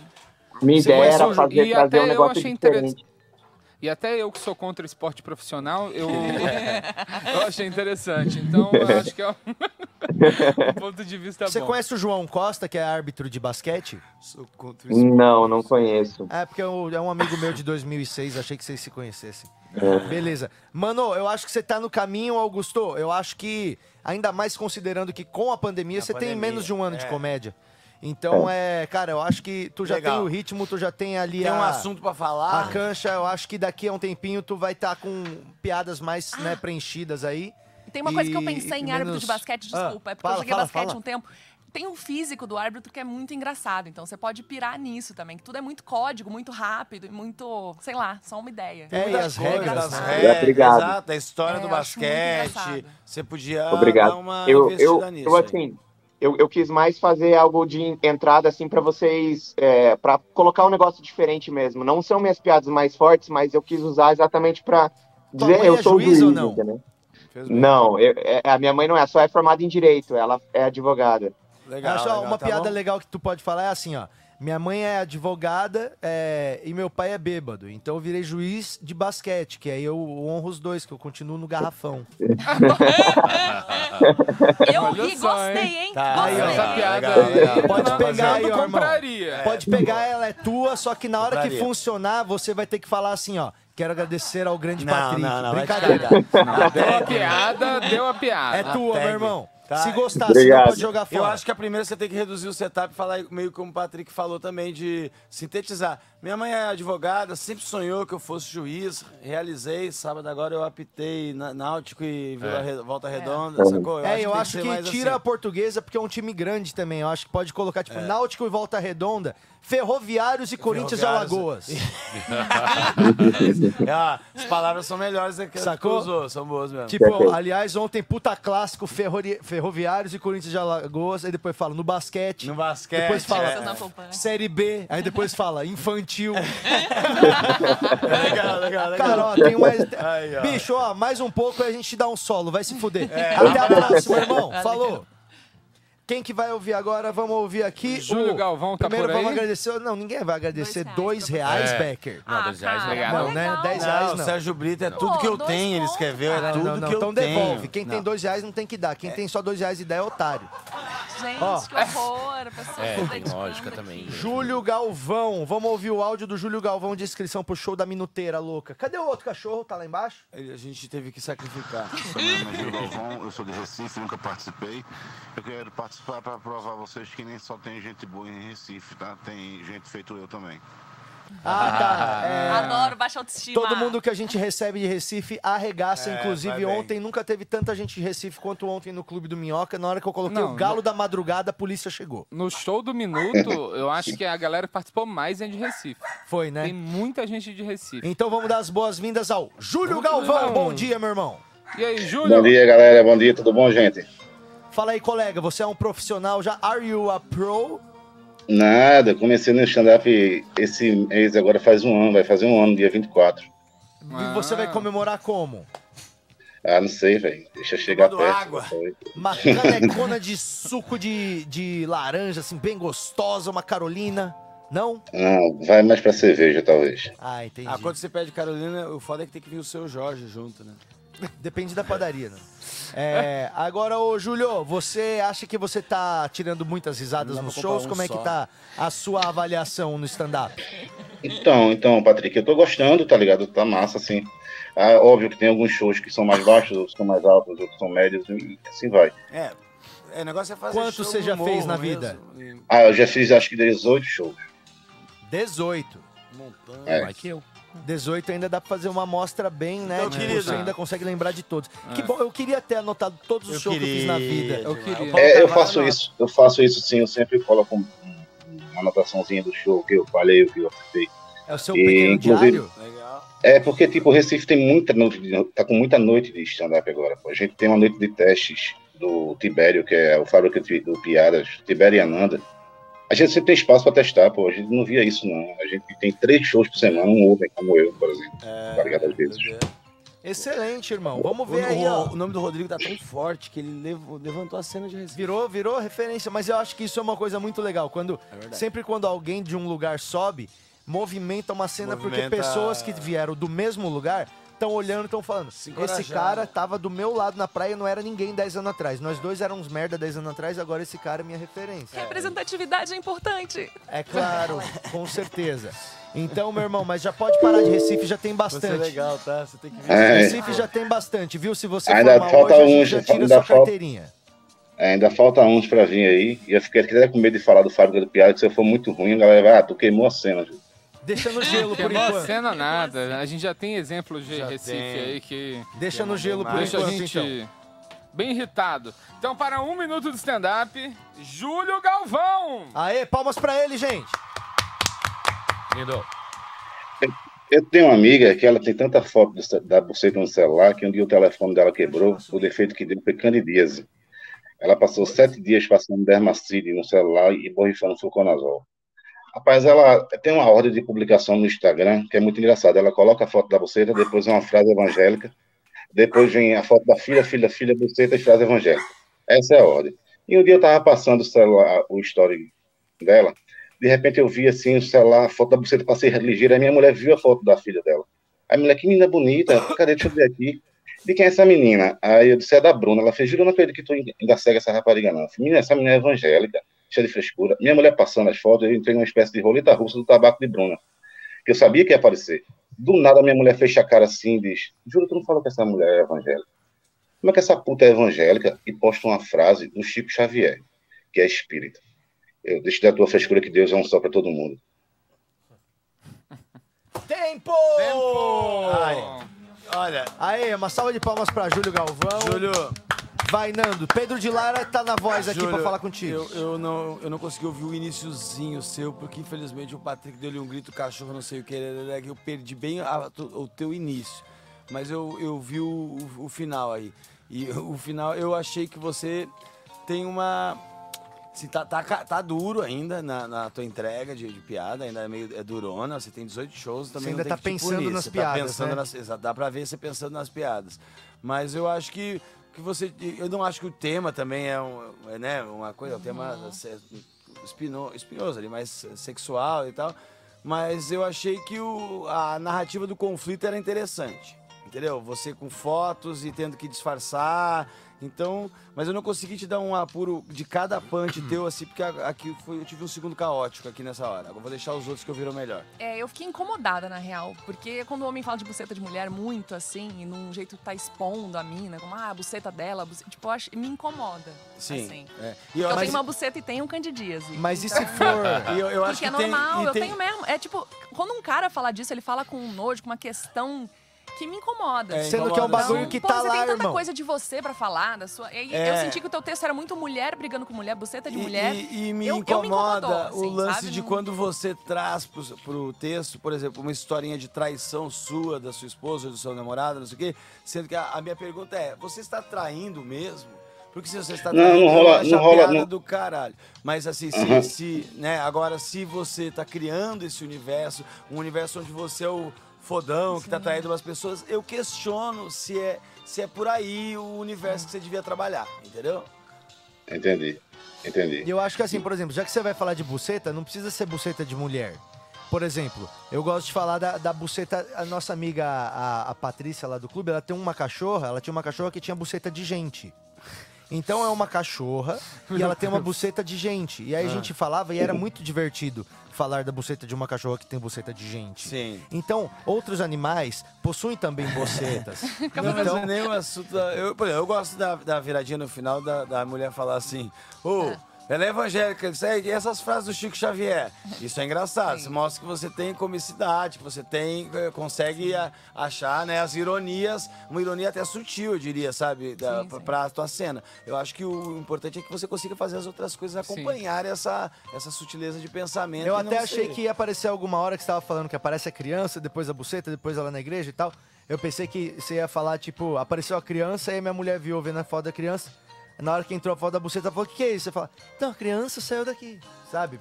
minha Se ideia conhece era o- fazer, e trazer até um eu negócio achei diferente. E até eu que sou contra esporte profissional, eu, eu achei interessante. Então, eu acho que é um, um ponto de vista Você bom. conhece o João Costa, que é árbitro de basquete? Sou contra o esporte. Não, não conheço. É, porque é um é um amigo meu de 2006, achei que vocês se conhecessem. É. Beleza. Mano, eu acho que você tá no caminho, Augusto. Eu acho que, ainda mais considerando que com a pandemia, A você tem pandemia, menos de um ano de é. comédia. Então, é. cara, eu acho que tu já Legal. tem o ritmo, tu já tem ali Tem a, um assunto pra a falar. cancha. Eu acho que daqui a um tempinho tu vai estar com piadas mais né, preenchidas aí. E Ah. Tem uma coisa que eu E- pensei em e árbitro menos- de basquete, Ah, desculpa. é porque fala, eu joguei fala, basquete fala. um tempo. Tem um físico do árbitro que é muito engraçado, então você pode pirar nisso também. Que tudo é muito código, muito rápido e muito, sei lá, só uma ideia. É, e coisas, as regras, as né? regras, Obrigado. Exato, a história É, do eu acho muito basquete. engraçado. Você podia dar Obrigado. Ah, uma Eu, investida eu, nisso. eu aí. assim, eu, eu quis mais fazer algo de entrada assim pra vocês, é, para colocar um negócio diferente mesmo. Não são minhas piadas mais fortes, mas eu quis usar exatamente pra Tua dizer mãe eu é sou juiz, juíza ou não? entendeu? Fez bem. Não, eu- é- a minha mãe não é, só é formada em direito, ela é advogada. Legal, Acho, ó, legal, uma tá piada bom? legal que tu pode falar é assim, ó. Minha mãe é advogada é, e meu pai é bêbado. Então eu virei juiz de basquete, que aí eu honro os dois, que eu continuo no garrafão. Eu ri, gostei, hein? Tá, Aí, gostei. ó. Essa piada. legal, legal. Pode Não, pegar aí, eu ó, irmão. compraria. Pode pegar, ela é tua, só que na hora que Compraria. funcionar, você vai ter que falar assim, ó. Quero agradecer ao grande Não, Patrick. não, não, vai te Brincadeira. cagar. Não, Deu a piada, deu a piada. É tua, Pegue. meu irmão. Tá. Se gostar, Obrigado. senão pode jogar fora. Eu acho que a primeira você tem que reduzir o setup e falar meio como o Patrick falou também, de sintetizar. Minha mãe é advogada, sempre sonhou que eu fosse juiz, realizei, sábado agora eu apitei na- Náutico e Vila Re- Volta Redonda, sacou? É, eu tem acho ser que, mais tira a assim. É. portuguesa, porque é um time grande também. Eu acho que pode colocar, tipo, Náutico e Volta Redonda, Ferroviários e Corinthians e Ferroviários. Alagoas. Ah, É, as palavras são melhores do que Sacou? Sacou? usou, são boas mesmo. tipo, aliás, ontem, puta clássico, Ferrori- Ferroviários e Corinthians de Alagoas. Aí depois fala, no basquete. No basquete, Depois fala, é. Vocês não acompanham. Série B. Aí depois fala, infantil. legal, legal, legal. Cara, ó, tem mais... Aí, ó. Bicho, ó, mais um pouco e a gente dá um solo. Vai se fuder. É, Até a próxima, irmão. Falou. Quem que vai ouvir agora? Vamos ouvir aqui. Júlio Galvão tá por Primeiro vamos aí? agradecer. Não, ninguém vai agradecer dois Dois reais, É. Becker. Não, dois Ah, reais, Ah, cara, legal. Não, né? legal. Dez reais. Não, não. o Sérgio Brito é tudo que eu dois tenho, ele pontos, escreveu, é Não, tudo não, não. que eu Então tenho. devolve. Quem tem Não. dois reais não tem que dar. Quem tem só dois reais e dá é otário. Gente, Ó. que horror. Pessoal É, se tem dedicando lógica aqui. também. Júlio Galvão. Vamos ouvir o áudio do Júlio Galvão de inscrição pro show da Minuteira Louca. Cadê o outro cachorro? Tá lá embaixo? Ele- A gente teve que sacrificar. Meu nome é Gil Galvão, eu sou de Recife, nunca participei. Eu quero participar para provar a vocês que nem só tem gente boa em Recife, tá? Tem gente feito eu também. Ah, tá. É, Adoro baixa autoestima. Todo mundo que a gente recebe de Recife arregaça. É, vai Inclusive, bem. ontem nunca teve tanta gente de Recife quanto ontem no Clube do Minhoca. Na hora que eu coloquei Não, o galo da madrugada, a polícia chegou. No show do Minuto, eu acho que a galera que participou mais é de Recife. Foi, né? Tem muita gente de Recife. Então vamos dar as boas-vindas ao Júlio Galvão. Galvão. Bom dia, meu irmão. E aí, Bom Júlio? dia, galera. Bom dia, tudo bom, gente? Fala aí, colega, você é um profissional já? Are you a pro? Nada, comecei no stand-up esse mês, agora faz um ano, vai fazer um ano, dia 24. E você vai comemorar como? Ah, não sei, velho. Deixa eu chegar Tomando perto. água. Uma canecona de suco de, de laranja, assim, bem gostosa, uma carolina. Não? Não, vai mais pra cerveja, talvez. Ah, entendi. Ah, quando você pede Carolina, o foda é que tem que vir o seu Jorge junto, né? Depende da padaria, né? É, agora, ô Júlio, você acha que você tá tirando muitas risadas Não dá nos pra comprar shows? um Como é que só. tá a sua avaliação no stand-up? Então, então, Patrick, eu tô gostando, tá ligado? Tá massa, assim. Ah, óbvio que tem alguns shows que são mais baixos, outros são mais altos, outros são médios, e assim vai. É. É, o negócio é fazer Quanto show você no já morro fez na mesmo, vida? em Ah, eu já fiz acho que 18 shows. 18. Montanha. É. Vai que eu. 18 ainda dá pra fazer uma amostra bem, né? Então, Tipo, querido. você ainda consegue lembrar de todos. Que bom, eu queria ter anotado todos os shows que eu fiz na vida. Eu queria. É, eu faço isso, eu faço isso sim, eu sempre coloco um- um- uma anotações do show que eu falei, o que eu fiz. É o seu E, pequeno inclusive- diário? Legal. É porque, tipo, o Recife tem muita noite, de- tá com muita noite de stand-up agora. pô. A gente tem uma noite de testes do Tibério, que é o fábrica de- do Piadas, Tibério e Ananda. A gente sempre tem espaço pra testar, pô. A gente não via isso, não. A gente tem três shows por semana, um open como eu, por exemplo. tá ligado? Às vezes. Excelente, irmão. Vamos O, ver aí, ó. o- o nome do Rodrigo tá tão forte que ele levo- levantou a cena de Recife. Virou, virou referência, mas eu acho que isso é uma coisa muito legal. Quando, É verdade. sempre quando alguém de um lugar sobe, movimenta uma cena porque Movimenta- pessoas que vieram do mesmo lugar estão olhando, estão falando. encorajaram. Esse cara tava do meu lado na praia, e não era ninguém 10 anos atrás. Nós dois éramos merda 10 anos atrás, agora esse cara é minha referência. Representatividade é importante. É claro, com certeza. Então, meu irmão, mas já pode parar de Recife, já tem Você é bastante. legal, tá? Você tem que vir. É. Recife já tem bastante, viu? Se você Ainda for mal falta hoje, um, a gente já só tira ainda sua falta- carteirinha. É, Ainda falta uns pra vir aí. E eu fiquei até com medo de falar do Fábrica do Piada, que se eu for muito ruim, a galera vai, ah, tu queimou a cena, viu? Deixa no gelo por Queimou a enquanto. cena nada. A gente já tem exemplos de Recife tem. aí que Deixa no gelo por deixa a enquanto, gente então. bem irritado. Então, para um minuto de stand-up, Júlio Galvão! Aê, palmas pra ele, gente. Lindo. Eu tenho uma amiga que ela tem tanta foto do ce- da buceta no celular que um dia o telefone dela quebrou, o defeito que deu foi candidíase. Ela passou sete dias passando dermacide no celular e borrifando fluconazol. Rapaz, ela tem uma ordem de publicação no Instagram que é muito engraçada. Ela coloca a foto da buceta, depois uma frase evangélica, depois vem a foto da filha, filha, filha, buceta e frase evangélica. Essa é a ordem. E um dia eu tava passando o celular, o story dela, De repente eu vi assim, o celular, a foto da buceta passei ligeira, a minha mulher viu a foto da filha dela. Aí a mulher, que menina bonita, cadê? Deixa eu ver aqui. De quem é essa menina? Aí eu disse, é da Bruna. Ela fez, juro, eu não acredito que tu ainda segue essa rapariga, não. Eu falei, Menina, essa menina é evangélica, cheia de frescura. Minha mulher passando as fotos, eu entrei numa espécie de roleta russa do tabaco de Bruna. Que eu sabia que ia aparecer. Do nada, minha mulher fecha a cara assim e diz, juro, tu não falou que essa mulher é evangélica. Como é que essa puta é evangélica e posta uma frase do Chico Xavier, que é espírita? Eu deixo da tua frescura que Deus é um só para todo mundo. Tempo! Ai. Olha. Aí, uma salva de palmas pra Júlio Galvão. Júlio. Vai, Nando. Pedro de Lara tá na voz aqui Júlio, pra falar contigo. Eu, eu não, eu não consegui ouvir o iniciozinho seu, porque infelizmente o Patrick deu-lhe um grito, cachorro, não sei o que. Eu perdi bem a- o teu início. Mas eu, eu vi o, o- o final aí. E o final, eu achei que você tem uma. Se tá, tá, ca- tá duro ainda na, na tua entrega de, de piada, ainda é meio é durona, você tem 18 shows também. Você ainda não tem tá que te pensando punir, nas você piadas, Tá pensando né? nas- exato, dá pra ver você pensando nas piadas. Mas eu acho que, que você. Eu não acho que o tema também é, um, é, né, uma coisa, o tema Uhum. é espino, espinhoso ali, mais sexual e tal. Mas eu achei que o- a narrativa do conflito era interessante. Entendeu? Você com fotos e tendo que disfarçar. Então, mas eu não consegui te dar um apuro de cada punch teu, assim, porque a- aqui foi, eu tive um segundo caótico aqui nessa hora. Agora vou deixar os outros que ouviram melhor. É, eu fiquei incomodada, na real, porque quando o homem fala de buceta de mulher muito assim, e num jeito que tá expondo a mina, como, ah, a buceta dela, a buce- tipo, eu acho- me incomoda. Sim. assim. é. eu mas- tenho uma buceta e tenho um candidíase. Mas e Então- se for? E eu- eu acho Porque é que tem- normal, e eu tem- tenho mesmo. É tipo, quando um cara fala disso, ele fala com um nojo, com uma questão que me incomoda. Então, É, Sendo que é um incomoda, bagulho sim. que Pô, tá você lá, tem tanta irmão. coisa de você pra falar, da sua. e- e Eu É. senti que o teu texto era muito mulher brigando com mulher, buceta de E- mulher. E, e me Eu- eu incomoda incomodou, o assim, lance sabe? de Não- quando você traz pro, pro texto, por exemplo, uma historinha de traição sua, da sua esposa, do seu namorado, não sei o quê, sendo que a, a minha pergunta é: você está traindo mesmo? Porque se você está Não, traindo, não rola- eu acho não a rola, piada não. do caralho. Mas assim, se, Uhum. se, né, agora se você está criando esse universo, um universo onde você é o fodão que está traindo umas pessoas, eu questiono se é, se é por aí o universo que você devia trabalhar, entendeu? Entendi, entendi. E eu acho que assim, por exemplo, já que você vai falar de buceta, não precisa ser buceta de mulher. Por exemplo, eu gosto de falar da, da buceta. A nossa amiga, a, a Patrícia lá do clube, ela tem uma cachorra, ela tinha uma cachorra que tinha buceta de gente. Então é uma cachorra e ela tem uma buceta de gente. E aí a Ah. gente falava e era muito divertido falar da buceta de uma cachorra que tem buceta de gente. Sim. Então, outros animais possuem também bucetas. Não, mas não é nem o assunto. da- eu, por exemplo, eu gosto da, da viradinha no final da, da mulher falar assim: Ô, ela é evangélica, isso aí, e essas frases do Chico Xavier. Isso é engraçado. Isso mostra que você tem comicidade, que você tem, eh, consegue a- achar né, as ironias, uma ironia até sutil, eu diria, sabe? Da, pra, pra tua cena. Eu acho que o importante é que você consiga fazer as outras coisas acompanhar essa, essa sutileza de pensamento. Eu e não até achei ser- que ia aparecer alguma hora que você tava falando que aparece a criança, depois a buceta, depois ela na igreja e tal. Eu pensei que você ia falar, tipo, apareceu a criança e minha mulher viu vendo a foto da criança. Na hora que entrou a foto da buceta, ela falou, o que, que é isso? Você fala, então, a criança saiu daqui, sabe?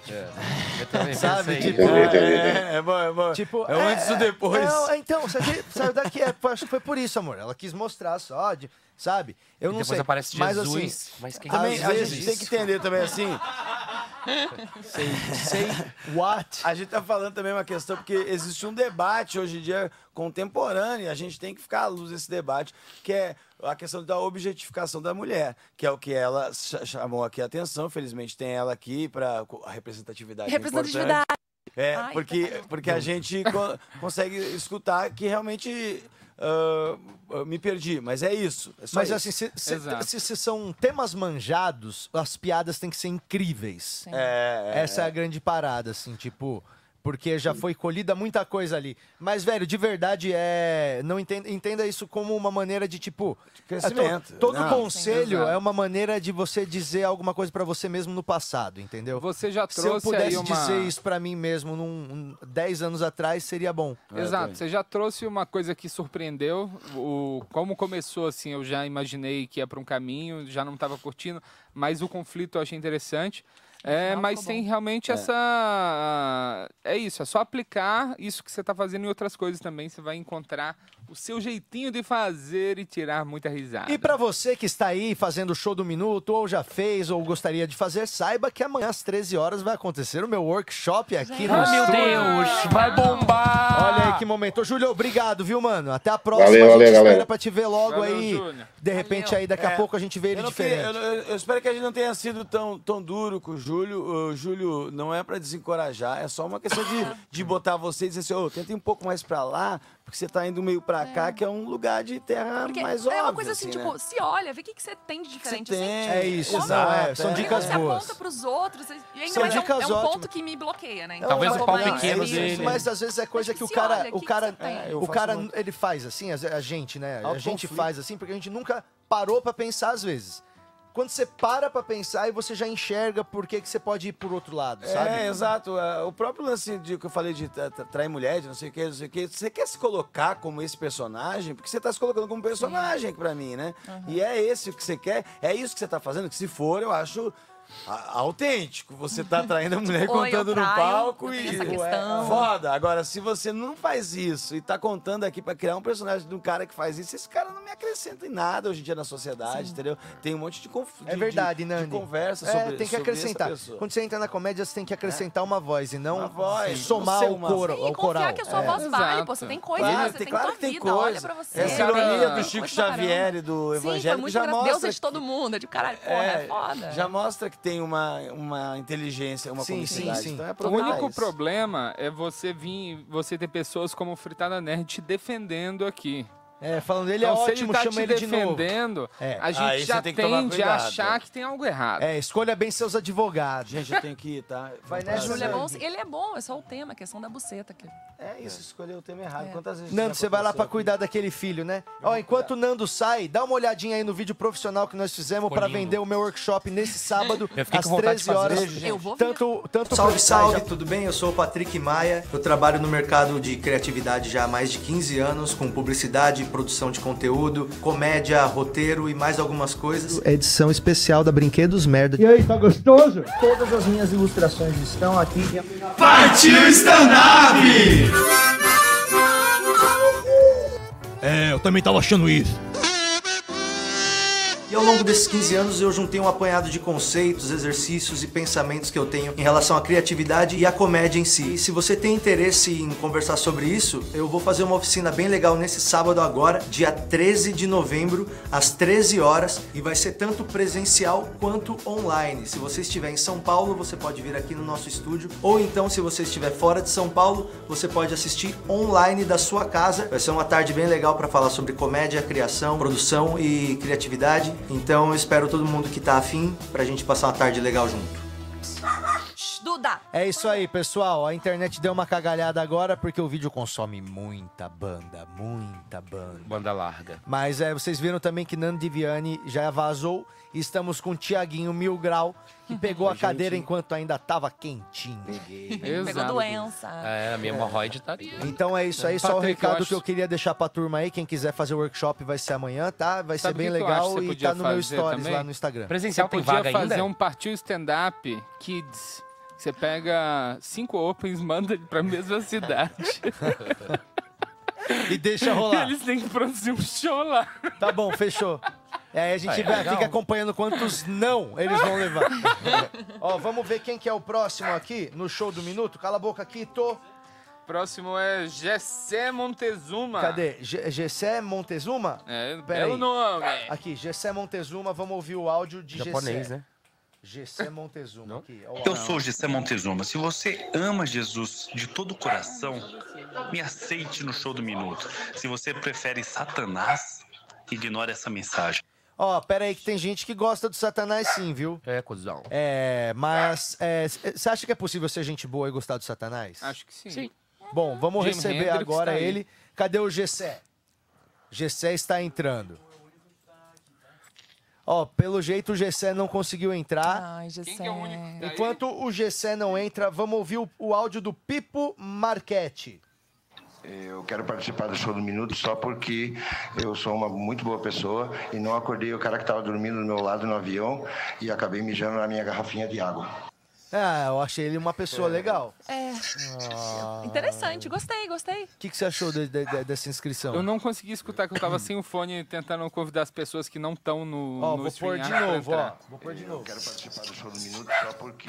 Eu também Sabe, pensei. tipo, Entendi, entendi, É, é bom, é bom. Tipo, é o antes e o depois. não, é, então, isso aqui saiu daqui, é, acho que foi por isso, amor. Ela quis mostrar só, de- sabe? Eu não Depois sei. aparece mas, Jesus, assim, mas quem também, Também, às a vezes, gente tem que entender também assim. Sei, sei. What? A gente tá falando também uma questão, porque existe um debate hoje em dia contemporâneo, e a gente tem que ficar à luz desse debate, que é a questão da objetificação da mulher, que é o que ela cha- chamou aqui a atenção. Felizmente tem ela aqui para a representatividade. é Representatividade. importante. É, Ai, tá porque, porque a gente co- consegue escutar que realmente ah, eu me perdi, mas é isso. é só Mas isso. assim, se, se- Exato. se- se são temas manjados, as piadas têm que ser incríveis. É, é, Essa é a grande parada, assim, tipo. Porque já foi colhida muita coisa ali. Mas, velho, de verdade é. Não entenda, entenda isso como uma maneira de, tipo. crescimento. é to- todo Não, conselho exato. é uma maneira de você dizer alguma coisa pra você mesmo no passado, entendeu? Você já Se eu trouxe aí pudesse uma... dizer isso pra mim mesmo num, um, 10 anos atrás, seria bom. Exato, você já trouxe uma coisa que surpreendeu. O, como começou, assim, eu já imaginei que ia para um caminho, já não estava curtindo, mas o conflito eu achei interessante. É, final mas ficou tem realmente tá essa. É isso, é só aplicar isso que você está fazendo em outras coisas também. Você vai encontrar O seu jeitinho de fazer e tirar muita risada. E pra você que está aí fazendo o show do minuto, ou já fez, ou gostaria de fazer, saiba que amanhã às 13 horas vai acontecer o meu workshop aqui no Ah, meu estúdio. Deus, vai bombar! Olha aí que momento. Ô, Júlio, obrigado, viu, mano? Até a próxima. Valeu, a gente valeu, espera galera. pra te ver logo Valeu, aí. Júnior. De repente aí, daqui a É, pouco a gente vê ele eu não diferente. queria- eu, eu- eu espero que a gente não tenha sido tão, tão duro com o Júlio. O Júlio, não é pra desencorajar, é só uma questão de, de botar você e dizer assim, ô, tenta ir um pouco mais pra lá, porque você tá indo meio pra cá, que é um lugar de terra Porque mais é óbvia. uma coisa assim, tipo, né? se olha, vê o que, que você tem de diferente. assim, tem? tipo, É isso, como- não, é, são Porque dicas você boas. aponta pros outros, e ainda São mais é um- dicas é um, ótimas. ponto que me bloqueia, né? Então, Talvez tá eu o vou pau lá, pequeno é isso. dele. Mas às vezes é coisa Mas que o se cara, olha, o que cara, que você tá tem? É, eu o faço cara muito. ele faz assim, às ve- a gente, né? A gente Autoconflito. faz assim porque a gente nunca parou pra pensar às vezes. Quando você para pra pensar e você já enxerga por que que você pode ir por outro lado, sabe? É, exato. É, O próprio lance de, que eu falei de tra- tra- trair mulher, de não sei o que, não sei o que. Você quer se colocar como esse personagem? Porque você tá se colocando como personagem pra mim, né? E é esse o que você quer, é isso que você tá fazendo, que se for, eu acho a- autêntico. Você tá traindo a mulher e Ou eu contando no traio, palco eu e tenho essa Ué, questão. foda. Agora, se você não faz isso e tá contando aqui pra criar um personagem de um cara que faz isso, esse cara não me acrescenta em nada hoje em dia na sociedade, entendeu? Tem um monte de conflito. É verdade, de, de Nandi. conversa É, sobre tem sobre que essa acrescentar. pessoa. Quando você entra na comédia, você tem que acrescentar uma voz e não Uma voz, somar não ser o uma- coro, E confiar ao coral. que a sua É. voz vale, pô. Exato. Você tem coisa, Claro, você tem, tem claro tua que tem vida, olha coisa. pra você. Essa cara. ironia do Tem Chico coisa pra caramba. Xavier e do Sim, foi Evangelho que muito já engraçado. Deus é mostra. de todo mundo, é de caralho, porra, é, é, foda. Já mostra que tem uma, uma inteligência, uma Sim, comicidade. sim, sim. Então é O aproveitar único isso. problema é você vir, você ter pessoas como o Fritada Nerd te defendendo aqui. É, falando ele é Então, se ótimo, ele tá chama te ele de novo. defendendo, É. a gente Aí você já tem que tomar tende a cuidado. achar que tem algo errado. É, escolha bem seus advogados. Gente, eu tenho que ir, tá? Vai, né, Vamos Júlio é Júlia? lá. bom, ele é bom, é só o tema, a questão da buceta. Que... É isso, escolher o tema É. errado. Quantas vezes Nando, já você vai lá pra aconteceu cuidar daquele filho, né? Ó, enquanto o Nando sai, dá uma olhadinha aí no vídeo profissional que nós fizemos Ficou pra lindo. um. vender o meu workshop nesse sábado, Eu fiquei às com vontade de 13 fazer horas. isso, gente. Eu vou vir. tanto, tanto Salve, salve, tudo bem? Eu sou o Patrick Maia. Eu trabalho no mercado de criatividade já há mais de 15 anos, com publicidade, produção de conteúdo, comédia, roteiro e mais algumas coisas. Edição especial da Brinquedos Merda. E aí, tá gostoso? Todas as minhas ilustrações estão aqui. E ao longo desses 15 anos eu juntei um apanhado de conceitos, exercícios e pensamentos que eu tenho em relação à criatividade e à comédia em si. E se você tem interesse em conversar sobre isso, eu vou fazer uma oficina bem legal nesse sábado agora, dia 13 de novembro, às 13 horas, e vai ser tanto presencial quanto online. Se você estiver em São Paulo, você pode vir aqui no nosso estúdio, ou então se você estiver fora de São Paulo, você pode assistir online da sua casa. Vai ser uma tarde bem legal para falar sobre comédia, criação, produção e criatividade. Então eu espero todo mundo que tá afim pra gente passar uma tarde legal junto. Shh, Duda! É isso aí, pessoal. A internet deu uma cagalhada agora porque o vídeo consome muita banda, muita banda. Banda larga. Mas é, vocês viram também que Nando Diviani já vazou. E Estamos com o Tiaguinho Mil Grau, que pegou a cadeira enquanto ainda estava quentinho. Pegou Exato. doença. É, a minha hemorroide estaria. Então é isso aí, só o Patrick, eu recado acho- que eu queria deixar pra turma aí. Quem quiser fazer o workshop vai ser amanhã, tá? Vai ser Sabe o bem que que eu acho que legal você e podia tá no meu fazer stories também? lá no Instagram. Você Presencial tem podia vaga fazer ainda? um partiu stand-up kids. Você pega cinco opens, manda pra mesma cidade. E e deixa rolar. eles têm que produzir um show lá. Tá bom, fechou. É, aí a gente Aí, vai- legal. fica acompanhando quantos não eles vão levar. Ó, vamos ver quem que é o próximo aqui no show do minuto. Cala a boca aqui, tô. Próximo é Gessé Montezuma. Cadê? Ge- Gessé Montezuma? É, Peraí. belo nome. Aqui, Gessé Montezuma, vamos ouvir o áudio de Japonês, Gessé. né? Então Gessé Montezuma aqui. ó Eu o áudio. sou Gessé Montezuma. Se você ama Jesus de todo o coração, me aceite no show do minuto. Se você prefere Satanás, ignore essa mensagem. Ó, pera aí que tem gente que gosta do Satanás sim, viu? É, cuzão. É, mas você acha que é possível ser gente boa e gostar do Satanás? Acho que sim. Sim. Bom, vamos Jimi receber Hendrix agora tá aí. ele. Cadê o Gessé? Gessé está entrando. Ó, pelo jeito o Gessé não conseguiu entrar. Ai, Gessé. Quem que é o único que tá aí? Enquanto o Gessé não entra, vamos ouvir o, o áudio do Pipo Marchetti. Eu quero participar do show do minuto só porque eu sou uma muito boa pessoa e não acordei o cara que estava dormindo do meu lado no avião e acabei mijando na minha garrafinha de água. Ah, eu achei ele uma pessoa legal. É. Ah. Interessante, gostei, gostei. O que, que você achou de- de- de- dessa inscrição? Eu não consegui escutar, que eu tava sem o fone tentando convidar as pessoas que não Tá. estão no. Ó, no vou pôr StreamYard de pra novo, ó. entrar. Vou pôr de novo. Eu quero participar do show do Minuto só porque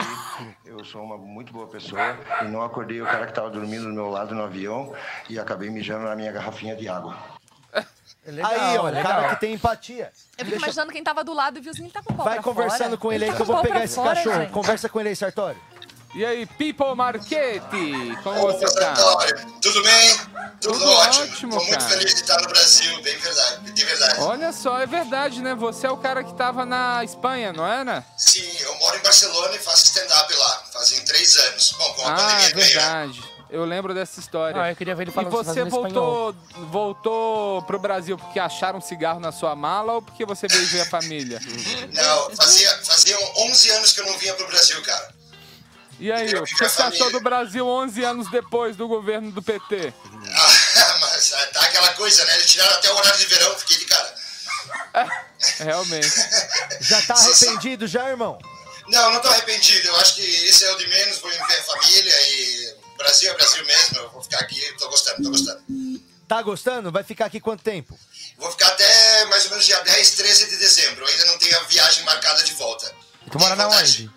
eu sou uma muito boa pessoa e não acordei o cara que estava dormindo do meu lado no avião e acabei mijando na minha garrafinha de água. aí, ó, legal. cara que tem empatia. Eu fico imaginando quem tava do lado e viu assim, ele tá com o pau Vai pra conversando fora. com ele aí tá que eu com o vou pau pegar pra esse fora, cachorro. gente. Conversa com ele aí, Sartori. E aí, People Marchetti, como você tá? Tudo bem? Tudo, Tudo ótimo, ótimo. Tô muito cara. feliz de estar no Brasil, bem verdade, de verdade. Olha só, é verdade, né? Você é o cara que tava na Espanha, não é, né? era? Sim, eu moro em Barcelona e faço stand-up lá, fazem três anos. Bom, com a Ah, pandemia veio, né? verdade. Eu lembro dessa história. Ah, eu queria ver ele falando E isso você fazendo voltou, voltou pro Brasil porque acharam um cigarro na sua mala ou porque você veio ver a família? Não, fazia, fazia 11 anos que eu não vinha pro Brasil, cara. E aí, o que você achou do Brasil 11 anos depois do governo do PT? Ah, mas ah, tá aquela coisa, né? Eles tiraram até o horário de verão, fiquei de cara. Realmente. Já tá arrependido, já, irmão? Não, não tô arrependido, eu acho que esse é o de menos, vou ver a família e Brasil é Brasil mesmo, eu vou ficar aqui, tô gostando, tô gostando. Tá gostando? Vai ficar aqui quanto tempo? Vou ficar até mais ou menos dia 10, 13 de dezembro, eu ainda não tenho a viagem marcada de volta. Tu mora na onde?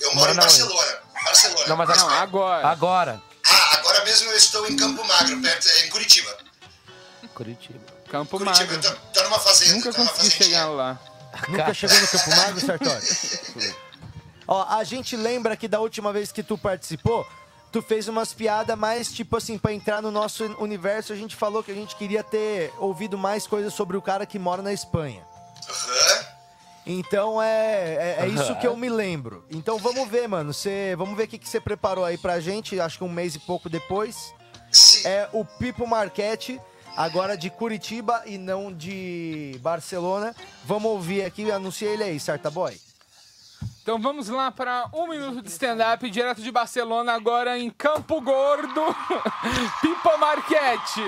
Eu Mora moro em na onde? Barcelona. Barcelona. um. Não, mas é Espanha. agora. Agora. Ah, agora mesmo eu estou em Campo Magro, perto, em Curitiba. Curitiba. Campo Curitiba, Magro. eu tô, tô numa fazenda. Nunca tô numa consegui chegar lá. Nunca chegou no Campo Magro, Sartori? Ó, a gente lembra que da última vez que tu participou, tu fez umas piadas mais, tipo assim, pra entrar no nosso universo, a gente falou que a gente queria ter ouvido mais coisas sobre o cara que mora na Espanha. Então é, é, é isso que eu me lembro. Então vamos ver, mano. Cê, vamos ver o que que você preparou aí pra gente, acho que um mês e pouco depois. É o Pipo Marquete, agora de Curitiba e não de Barcelona. Vamos ouvir aqui, anuncia ele aí, Sarta Boy. Então vamos lá para um minuto de stand-up direto de Barcelona, agora em Campo Gordo, Pipo Marquete.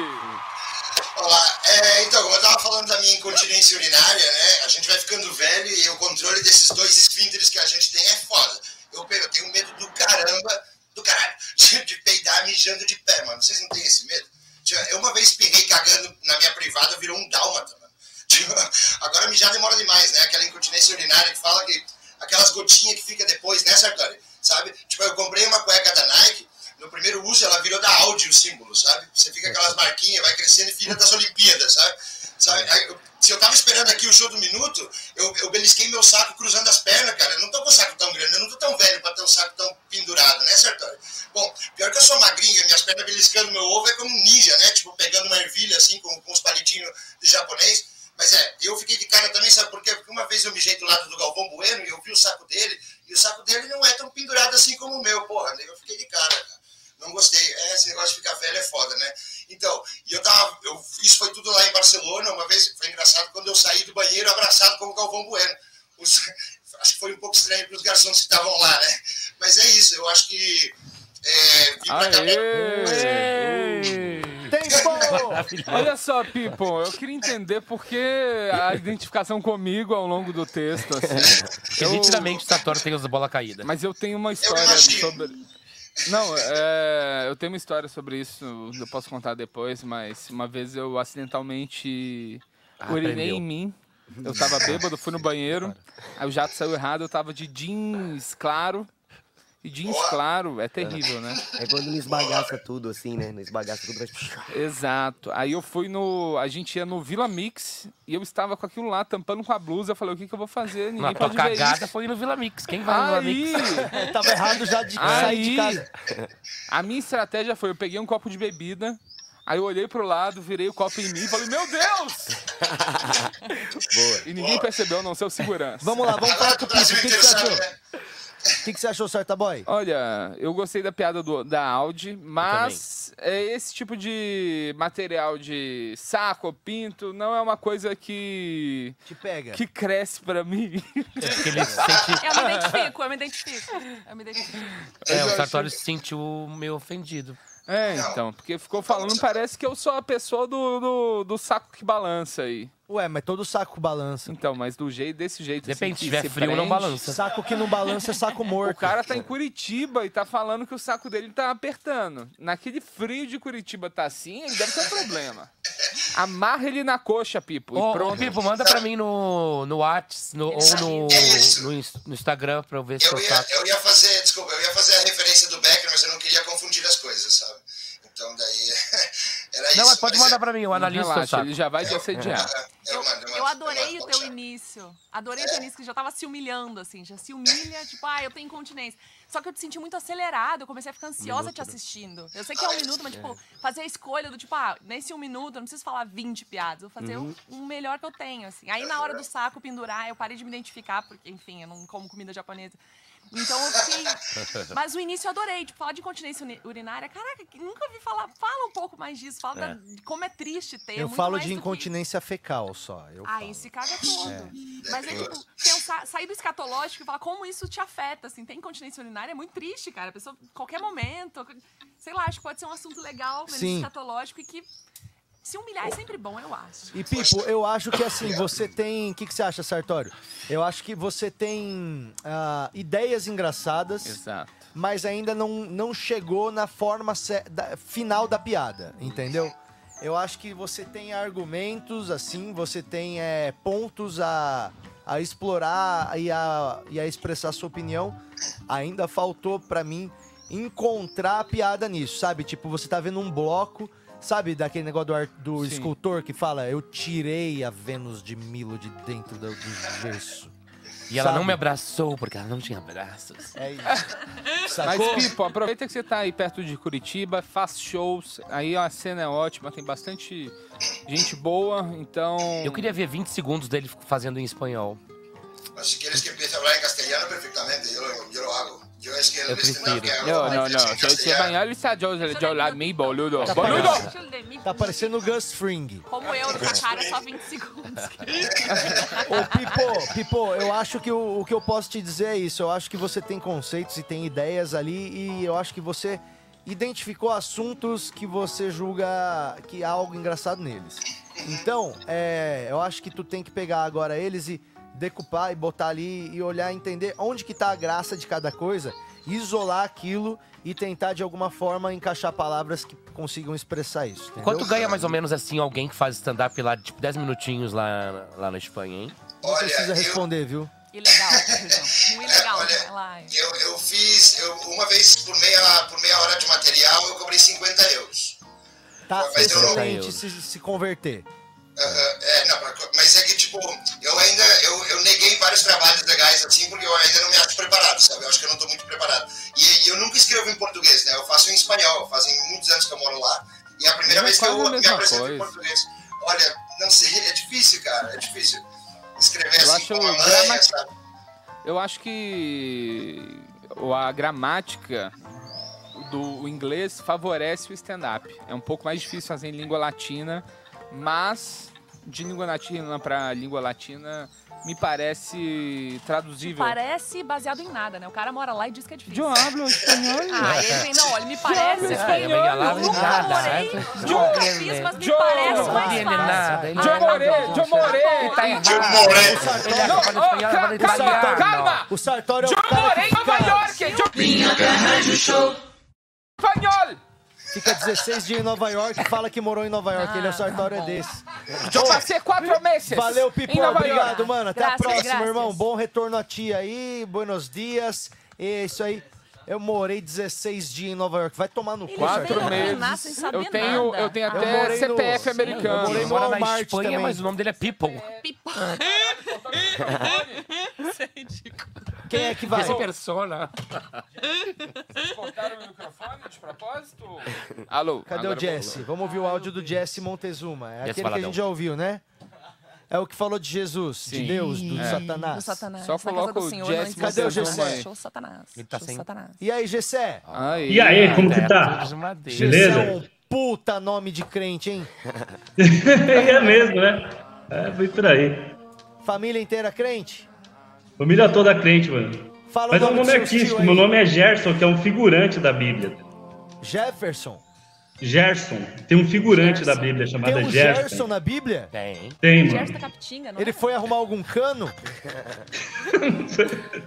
Olá, é, então, como eu tava falando da minha incontinência urinária, né? A gente vai ficando velho e o controle desses dois esfínteres que a gente tem é foda. Eu, pe- eu tenho medo do caramba, do caralho, de, de peidar mijando de pé, mano. Vocês não têm esse medo? Tinha- Eu uma vez pirrei cagando na minha privada, virou um dálmata, mano. Tipo, Agora mijar demora demais, né? Aquela incontinência urinária que fala que aquelas gotinhas que fica depois, né, Sartori? Sabe? Tipo, eu comprei uma cueca da Nike, no primeiro uso ela virou da áudio o símbolo, sabe? Você fica com aquelas marquinhas, vai crescendo e filha das Olimpíadas, sabe? Sabe? Aí, eu- se eu tava esperando aqui o show do minuto, eu, eu belisquei meu saco cruzando as pernas, cara. Eu não tô com o saco tão grande, eu não tô tão velho pra ter um saco tão pendurado, né, Sartori? Bom, pior que eu sou magrinho, minhas pernas beliscando meu ovo é como um ninja, né? Tipo, pegando uma ervilha assim com, com uns palitinhos de japonês. Mas é, eu fiquei de cara também, sabe por quê? Porque uma vez eu mijei do lado do Galvão Bueno e eu vi o saco dele, e o saco dele não é tão pendurado assim como o meu, porra. né? Eu fiquei de cara, cara. Não gostei. É, esse negócio de ficar velho é foda, né? Então, e eu tava. Eu, isso foi tudo lá em Barcelona, uma vez foi engraçado quando eu saí do banheiro abraçado com o Galvão Bueno. Os- acho que foi um pouco estranho para os garçons que estavam lá, né? Mas é isso, eu acho que. É, vim pra cá. Tempo! Olha só, Pipo, eu queria entender por que a identificação comigo ao longo do texto. Assim. Porque nitidamente o Sartori tem as bolas caídas. Mas eu tenho uma história sobre. Não, é, eu tenho uma história sobre isso, eu posso contar depois, mas uma vez eu acidentalmente Ah, urinei aprendeu. em mim. Eu tava bêbado, fui no banheiro, aí o jato saiu errado, eu tava de jeans claro. E jeans claro é terrível, né? É quando não esbagaça tudo, assim, né? Não esbagaça tudo, faz... Exato. Aí eu fui no. A gente ia no Vila Mix e eu estava com aquilo lá, tampando com a blusa. Eu falei, o que, que eu vou fazer? Ninguém Não, a tua pode ver cagada isso. foi no Vila Mix. Quem vai no Vila Mix? Aí- Tava errado já de sair de casa. A minha estratégia foi: eu peguei um copo de bebida, aí eu olhei pro lado, virei o copo em mim e falei, meu Deus! Boa. E ninguém percebeu, a não seu segurança. Vamos lá, vamos falar com o Pipo. O que, que você achou? O que, que você achou, Sarta Boy? Olha, eu gostei da piada do- da Audi, mas é esse tipo de material de saco, pinto, não é uma coisa que. Te pega. Que cresce pra mim. É É, Eu me identifico, eu me identifico. Eu me identifico. É, o Sartori se sentiu meio ofendido. É, então, porque ficou falando, parece que eu sou a pessoa do, do, do saco que balança aí. Ué, mas todo saco balança. Então, mas do jeito desse jeito. assim, Depende, se tiver frio, não balança. Saco que não balança é saco morto. O cara tá em Curitiba e tá falando que o saco dele tá apertando. Naquele frio de Curitiba tá assim, ele deve ter um problema. Amarra ele na coxa, Pipo. Ô, e ô, pronto. Pipo, manda pra mim no, no Whats no- ou no, no, Ins- no Instagram pra eu ver se eu Eu ia, saco. eu ia fazer, desculpa, eu ia fazer a referência do Becker, mas eu não queria confundir as coisas, sabe? Então daí era isso. Não, mas pode mas mandar pra mim, eu analiso o seu relaxa, saco. ele já vai te Eu- assediar. Eu, mando, eu Eu mando. adorei o teu início. Adorei o teu início, que já tava se humilhando, assim. Já se humilha, tipo, ah, eu tenho incontinência. Só que eu te senti muito acelerado, eu comecei a ficar ansiosa Minuto, te né? assistindo. Eu sei que é um minuto, mas, tipo, fazer a escolha do tipo, ah, nesse um minuto, eu não preciso falar 20 piadas, vou fazer Uhum. o, o melhor que eu tenho, assim. Aí, na hora do saco pendurar, eu parei de me identificar, porque, enfim, eu não como comida japonesa. Então, eu fiquei... Mas o início eu adorei, tipo, falar de incontinência uni- urinária. Caraca, que- nunca ouvi falar. Fala um pouco mais disso, fala É. da- de como é triste ter. eu muito falo mais de do que- incontinência fecal só. Eu ah, isso se caga todo. É. Mas é tipo, pensar, sair do escatológico e falar como isso te afeta, assim, tem incontinência urinária é muito triste, cara. A pessoa, qualquer momento, sei lá, acho que pode ser um assunto legal, menos Sim. escatológico e que se humilhar é sempre bom, eu acho. E Pipo, eu acho que assim, você tem. O que, que você acha, Sartório? Eu acho que você tem ah, ideias engraçadas. Exato. Mas ainda não, não chegou na forma ce- da- final da piada, entendeu? Eu acho que você tem argumentos, assim, você tem eh, pontos a, a explorar e a, e a expressar sua opinião. Ainda faltou pra mim encontrar a piada nisso, sabe? Tipo, você tá vendo um bloco, sabe, daquele negócio do, ar- do escultor que fala: Eu tirei a Vênus de Milo de dentro do, do gesso. E ela não Sabe? me abraçou porque ela não tinha abraços. É isso. Sacou? Mas, Pipo, aproveita que você tá aí perto de Curitiba, faz shows. Aí a cena é ótima, tem bastante gente boa, então. Eu queria ver 20 segundos dele fazendo em espanhol. Mas si quieres que empiece a hablar en castellano perfectamente, yo lo, yo lo hago. Yo es que el Eu stand-up que hago Não, não, es en não. Se você castellano. amanhã ele está de de olhar mim, boludo. Tá Boludo! parecendo- Tá parecendo o Gus Fring. Como eu, na cara, só 20 segundos. Ô, Pipo, Pipo, eu acho que o, o que eu posso te dizer é isso. Eu acho que você tem conceitos e tem ideias ali e eu acho que você identificou assuntos que você julga que há algo engraçado neles. Então, é, eu acho que tu tem que pegar agora eles e decupar e botar ali e olhar, entender onde que tá a graça de cada coisa, isolar aquilo e tentar de alguma forma encaixar palavras que consigam expressar isso. entendeu? Quanto ganha mais ou menos assim alguém que faz stand-up lá, tipo 10 minutinhos lá, lá na Espanha, hein? Não precisa responder, viu? Ilegal, Sujão. Um ilegal. Olha, eu, eu fiz, eu, uma vez por meia, por meia hora de material, eu cobrei 50 euros. Tá Mas eu não- um- excelente se, se converter. Aham, é, não, pra- mas é que, tipo, eu ainda, eu, eu neguei vários trabalhos legais, assim, porque eu ainda não me acho preparado, sabe? Eu acho que eu não tô muito preparado. E, e eu nunca escrevo em português, né? Eu faço em espanhol, fazem muitos anos que eu moro lá. E é a primeira Mas vez que eu quase a me mesma apresento em coisa. português. Olha, não sei, é difícil, cara, é difícil. Escrever Eu assim acho um com a grama- manha, sabe? Eu acho que o- a gramática do inglês favorece o stand-up. É um pouco mais difícil fazer em língua latina, mas de língua latina para língua latina me parece traduzível. Parece baseado em nada, né? O cara mora lá e diz que é difícil. Eu hablo espanhol. Ah, ele vem, não, olha, me parece. é Espanhol. eu falei, Eu não nunca nada. morei, né? Yo- nunca fiz, mas me Yo- um parece Não mais entende fácil. nada, ele- é Ah, Eu morei, eu morei. Tá errado. Eu morei. Ele fala espanhol, Não, ó, fala ca- calma, italiano. calma. O Sartório é o Eu cara morei que em Nova fica, York. eu- Minha garra de show. Espanhol. fica 16 dias em Nova York e fala que morou em Nova York. Ele é o Sartório é desse. Eu passei Então quatro meses. Valeu, em Pipo. Nova Obrigado, York. mano. Até Graças, a próxima, graças. irmão. Bom retorno à tia aí. Buenos dias. É isso aí. Eu morei 16 dias em Nova York. Vai tomar no cu, Quatro Sartório. meses. Eu tenho, eu tenho Eu até morei no- CPF Sim, americano. eu morei no Mora na Walmart Espanha, também. mas o nome dele é People. Isso é ridículo. Quem é que vai? Esse persona. Vocês cortaram o microfone de propósito? Alô? Cadê agora o Jesse? voltou. Vamos ouvir o áudio do Jesse Montezuma. É Jesse aquele que a Valadão. gente já ouviu, né? É o que falou de Jesus, de Deus, do É. Satanás. Do Satanás. Só na casa coloca do o Senhor, Jesse antes do Cadê o Senhor. Jesse? Show Satanás. Ele tá Show Satanás. E aí, Gessé? Aí. É, E aí, como que tá? Gessé é Beleza? um puta nome de crente, hein? é mesmo, né? É, foi por aí. Família inteira crente? Família toda crente, mano. Fala Mas o é um nome nome do seu tio artístico. aí. Meu nome é Gerson, que é um figurante da Bíblia. Jefferson. Gerson. Tem um figurante da Bíblia Tem chamado um Gerson. Gerson na Bíblia? Tem. Tem, mano. Gerson da é? Capitinga, Ele foi arrumar algum cano?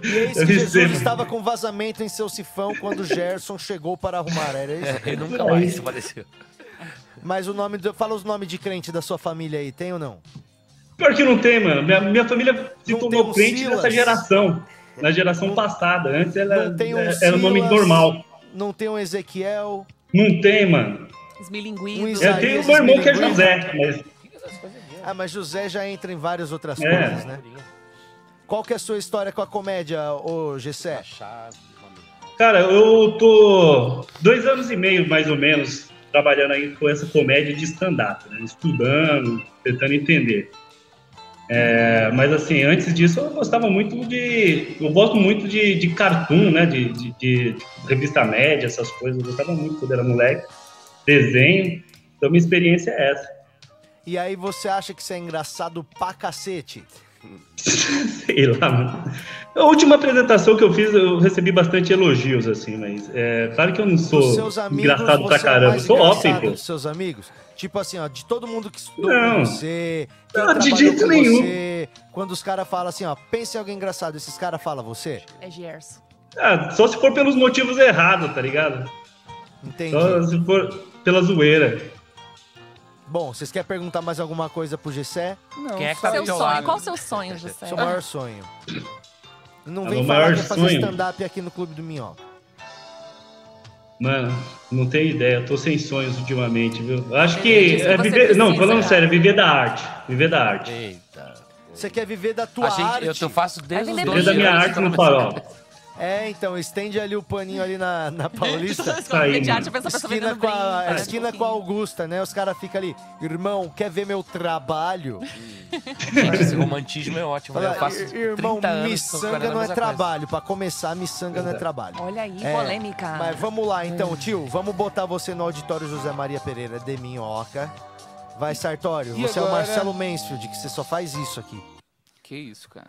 e eis que Deve Jesus ser. estava com vazamento em seu sifão quando Gerson chegou para arrumar. Era isso? Ele nunca mais apareceu. Mas o nome. Do... Fala os nomes de crente da sua família aí, tem ou não? Pior que não tem, mano. Minha, minha família se tem um tornou crente Silas? um nessa geração. Na geração passada. Antes ela, Não tem um era- era um nome Silas? normal. Não tem um Ezequiel. Não tem, mano. Esmilinguido. Eu tenho um irmão que é José, mas Ah, mas José já entra em várias outras É. coisas, né? Qual que é a sua história com a comédia, ô Gessé? Cara, eu tô dois anos e meio, mais ou menos, trabalhando aí com essa comédia de stand-up, né? estudando, tentando entender. É, mas assim, antes disso eu gostava muito de. Eu gosto muito de, de cartoon, né? De, de- de revista média, essas coisas. Eu gostava muito quando era moleque. Desenho. Então minha experiência é essa. E aí você acha que isso é engraçado pra cacete? Sei lá, mano. A última apresentação que eu fiz, eu recebi bastante elogios, assim, mas é claro que eu não sou Dos seus amigos, engraçado pra você é o caramba. mais sou open, engraçado pô. dos seus amigos? Tipo assim, ó, de todo mundo que estudou com Não. você, quem Não, de trabalhou jeito com nenhum. você, quando os caras falam assim, ó, pense em alguém engraçado, esses caras falam você? É Gerson. Ah, só se for pelos motivos errados, tá ligado? Entendi. Só se for pela zoeira. Bom, vocês querem perguntar mais alguma coisa pro Gessé? Não, seu sonho. Qual o seu sonho, José? Seu maior sonho. Não É vem o falar maior que é fazer sonho. stand-up aqui no Clube do Minhoca. Mano, não tem ideia, eu tô sem sonhos ultimamente, viu? Eu Acho Ele que. disse é que você viver- não, precisa, falando cara. sério, é viver da arte. Viver da arte. Você quer viver da tua A gente- arte? eu tô- faço desde os vender Viver da minha arte no farol. É, então, estende ali o paninho ali na, na Paulista. Tá aí, mano. a pessoa tá esquina vendendo com a, é, brinde, esquina com a Augusta, né? Os caras ficam ali, irmão, quer ver meu trabalho? Esse romantismo é ótimo. né? Fala, Eu faço "Ir- irmão, 30 anos miçanga não é trabalho. Pra começar, miçanga não é trabalho. Olha aí, É, polêmica. Mas vamos lá, então, tio. Vamos botar você no auditório José Maria Pereira de Minhoca. Vai, Sartório. E você é o agora? Marcelo Mansfield, que você só faz isso aqui. Que isso, cara.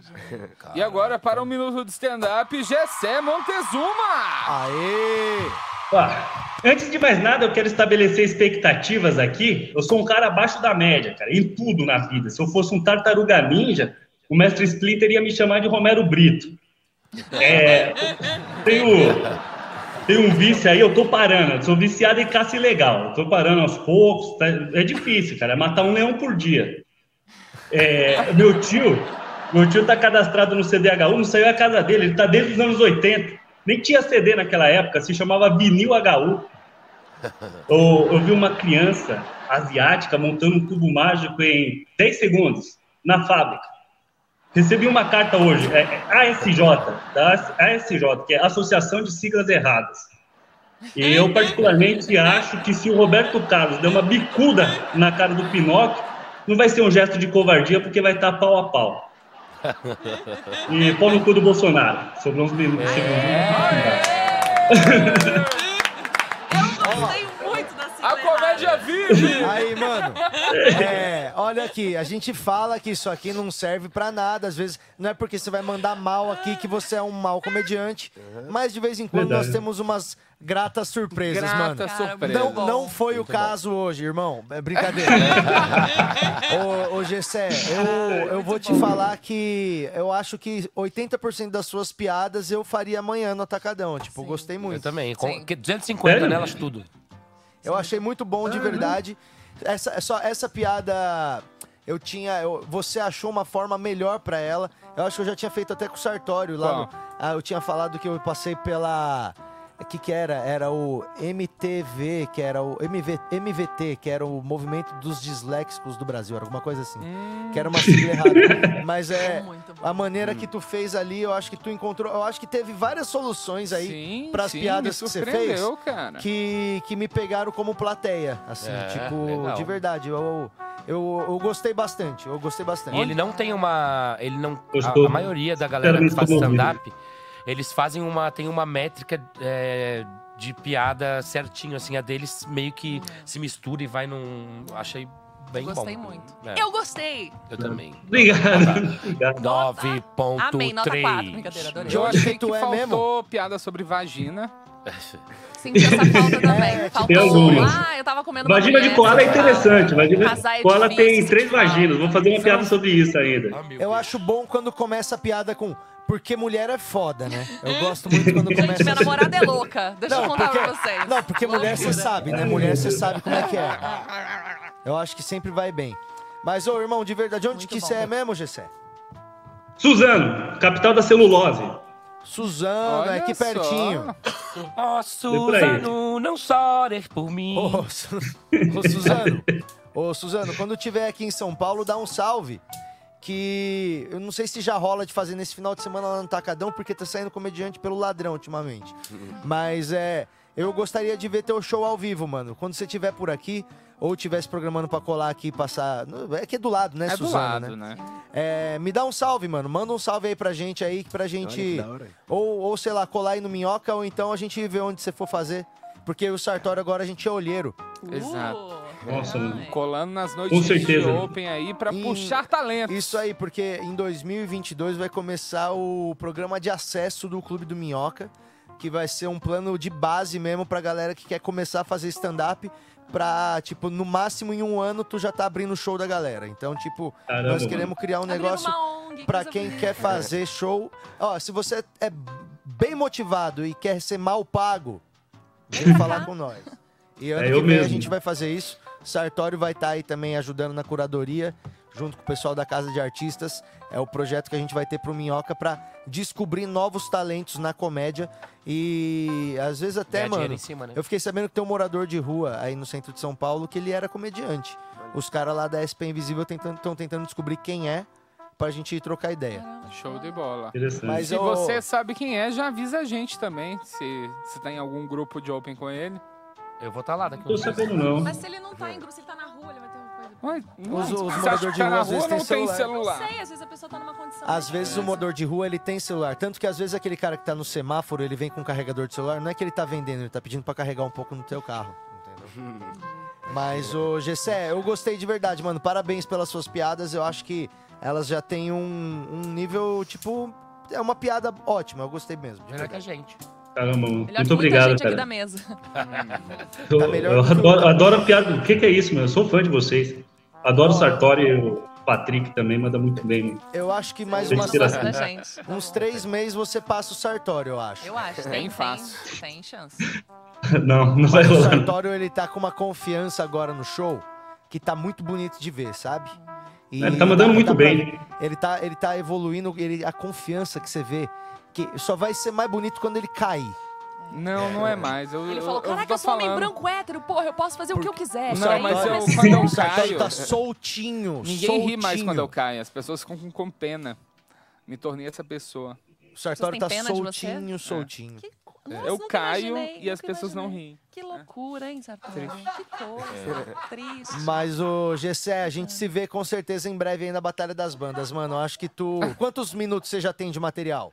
E agora, para um minuto de stand-up, Gessé Montezuma! Aê! Ó, antes de mais nada, eu quero estabelecer expectativas aqui. Eu sou um cara abaixo da média, cara, em tudo na vida. Se eu fosse um tartaruga ninja, o mestre Splinter ia me chamar de Romero Brito. É, tenho, tenho um vício aí, eu tô parando. Eu sou viciado em caça ilegal. Eu tô parando aos poucos. tá- é difícil, cara, é matar um leão por dia. É, meu tio, meu tio tá cadastrado no CDHU, não saiu a casa dele, ele tá desde os anos 80. Nem tinha CD naquela época, se chamava vinil HU. Eu, eu vi uma criança asiática montando um cubo mágico em 10 segundos na fábrica. Recebi uma carta hoje, é, é ASJ, da ASJ, que é Associação de Siglas Erradas. E eu, particularmente, acho que se o Roberto Carlos der uma bicuda na cara do Pinóquio, não vai ser um gesto de covardia, porque vai estar pau a pau. E pau no cu do Bolsonaro. Sobrou uns minutos. É. A comédia vive! Aí, mano. É, olha aqui, a gente fala que isso aqui não serve pra nada. Às vezes, não é porque você vai mandar mal aqui que você é um mau comediante. Mas de vez em quando Verdade. nós temos umas gratas surpresas, Grata mano. surpresa. Não, não foi o caso hoje, irmão. É brincadeira. ô, ô, Gessé, eu, eu vou te falar que eu acho que 80% das suas piadas eu faria amanhã no Atacadão. Tipo, gostei muito. Eu também. Com, que- 250 Sério? nelas tudo. Eu achei muito bom Uhum. de verdade. Essa, é só essa piada eu tinha. eu- você achou uma forma melhor pra ela. Eu acho que eu já tinha feito até com o Sartório lá. no- ah, eu tinha falado que eu passei pela. O que, que era? Era o MTV, que era o MV, MVT, que era o Movimento dos Disléxicos do Brasil, era alguma coisa assim. Hum. Que era uma sigla errada. Mas é. A maneira que tu fez ali, eu acho que tu encontrou. Eu acho que teve várias soluções aí Sim, para as sim, piadas me que você fez. surpreendeu, cara. Que, que me pegaram como plateia, assim, É, tipo, legal. de verdade. Eu, eu, eu gostei bastante, eu gostei bastante. E ele não tem uma. Ele não. Eu a- estou- A, maioria da galera que sinceramente, faz estou ouvindo. stand-up, eles fazem uma. Tem uma métrica é, de piada certinho, assim. A deles meio que se mistura e vai num. Achei bem Gostei bom. muito. É, Eu gostei. eu Né? também. Obrigado. Nove ponto Amei, nota três. quatro. Brincadeira, adorei. Eu achei que tu é faltou piada sobre vagina. Senti essa falta também. É, Faltou tem algumas. Ah, eu Né, tava comendo uma Vagina de mulher, koala sei é lá. interessante. Vagina Casar de é koala tem difícil. Hum. três vaginas. Vou fazer uma piada sobre isso ainda. Eu acho bom quando começa a piada com porque mulher é foda, né? Eu gosto muito quando começa. Gente, minha assim. namorada é louca. Deixa eu Não, contar pra porque- vocês. Não, porque mulher você Loucura. sabe, né? Mulher você sabe como é que é. Eu acho que sempre vai bem. Mas, ô, irmão, de verdade, onde que você é mesmo, Gessé? Suzano, capital da celulose. Suzano, é aqui pertinho. Ó, por aí. Suzano, não chorar por mim. Ô, Su- ô, Suzano. Ô, Suzano, quando tiver aqui em São Paulo, dá um salve. Que eu não sei se já rola de fazer nesse final de semana lá no Tacadão, porque tá saindo comediante pelo ladrão ultimamente. Mas é. Eu gostaria de ver teu show ao vivo, mano. Quando você tiver por aqui, ou tivesse programando pra colar aqui e passar. É que é do lado, né, É do Suzano? lado, né? É, me dá um salve, mano. Manda um salve aí pra gente aí, que pra que gente. da hora. Ou, ou, sei lá, colar aí no Minhoca, ou então a gente vê onde você for fazer. Porque o Sartório agora a gente é olheiro. Exato. Nossa, mano. Colando nas noites Com certeza. de Open aí pra E- puxar talento. Isso aí, porque em 2022 vai começar o programa de acesso do Clube do Minhoca, que vai ser um plano de base mesmo pra galera que quer começar a fazer stand-up. Pra, tipo, no máximo em um ano tu já tá abrindo o show da galera. Então, tipo, Caramba, nós mano. queremos criar um Tá Abrindo negócio uma ONG, pra coisa assim. quem bonita. quer fazer show. Ó, se você é bem motivado e quer ser mal pago, vem falar com nós. E ano É que eu vem a mesmo. gente vai fazer isso. Sartório vai estar aí também ajudando na curadoria, junto com o pessoal da Casa de Artistas. É o projeto que a gente vai ter pro Minhoca pra descobrir novos talentos na comédia. E às vezes até, Ganhar dinheiro mano, em cima, né? eu fiquei sabendo que tem um morador de rua aí no centro de São Paulo que ele era comediante. Os caras lá da SP Invisível estão tentando descobrir quem é pra gente trocar ideia. Show de bola. Interessante. Mas Mas se eu- você sabe quem é, já avisa a gente também. Se, se tá em algum grupo de Open com ele. Eu vou estar tá lá daqui uns dias. Mas se ele não tá em grupo, se ele tá na rua, ele vai ter uma coisa. Mas os você acha morador que de tá rua, na às vezes, rua tem não tem celular. celular. Não sei, às vezes a pessoa tá numa condição. Às vezes o morador de rua ele tem celular, tanto que às vezes aquele cara que tá no semáforo, ele vem com um carregador de celular, não é que ele tá vendendo, ele tá pedindo pra carregar um pouco no teu carro, entendeu? Mas o Gessé, eu gostei de verdade, mano. Parabéns pelas suas piadas. Eu acho que elas já têm um, um nível tipo é uma piada ótima. Eu gostei mesmo. de Melhor que a verdade. gente. Caramba, Melhor mano. muito que muita obrigado, gente aqui da cara. mesa. Eu, Tá melhor eu do que o- adoro, adoro a piada. O que, que é isso, mano? Eu sou fã de vocês. Adoro o Sartori e o Patrick também, manda muito bem. mano. Eu acho que mais Tem umas, que tirar essa. Da gente, uns três meses você passa o Sartório, eu acho. Eu acho, tem, tem, fácil. Tem chance. Não, não vai Mas o rolar. Sartório, ele tá com uma confiança agora no show que tá muito bonito de ver, sabe? Ele tá mandando muito pra- bem. Ele tá, ele tá evoluindo, ele, a confiança que você vê, que só vai ser mais bonito quando ele cair. Não, não é mais. Eu, Ele falou: eu, eu Caraca, tô eu sou um homem né?" falando. branco hétero, porra, eu posso fazer o que eu quiser. Não, Aí É, mas eu, comecei- quando eu O Sartório caio... tá soltinho, Ninguém ri mais soltinho. quando eu caio. As pessoas ficam com, com pena. Me tornei essa pessoa. É. O Sartório tá soltinho, soltinho. É. Nossa, Eu nunca caio imaginei, e as nunca pessoas não imaginei. riem. Que loucura, hein, Sartori? Triste. Que coisa. É. Triste. Mas o Gessé, a gente se vê com certeza em breve aí na Batalha das Bandas, mano. Eu acho que tu. Quantos minutos você já tem de material?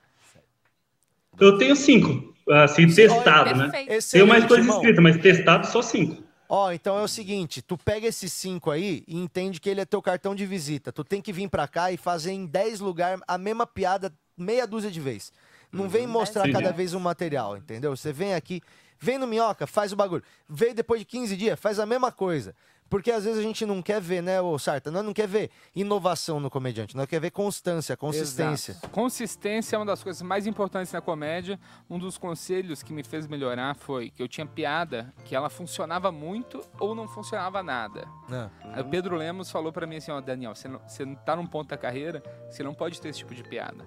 Eu tenho cinco, assim, testado, né? perfeito. Tenho mais Excelente, coisa irmão. escrita, mas testado Tá só cinco. Ó, então é o seguinte, tu pega esses cinco aí e entende que ele é teu cartão de visita. Tu tem que vir pra cá e fazer em 10 lugares a mesma piada meia dúzia de vez. Não vem mostrar Entendi. cada vez um material, entendeu? Você vem aqui, vem no Minhoca, faz o bagulho. Veio depois de 15 dias, faz a mesma coisa. Porque às vezes a gente não quer ver, né, ô Sarta? Nós não quer ver inovação no comediante, nós quer ver constância, consistência. Exato. Consistência é uma das coisas mais importantes na comédia. Um dos conselhos que me fez melhorar foi que eu tinha piada que ela funcionava muito ou não funcionava nada. Né? Aí o Pedro Lemos falou pra mim assim, ó, Daniel, você não, você não tá num ponto da carreira, você não pode ter esse tipo de piada.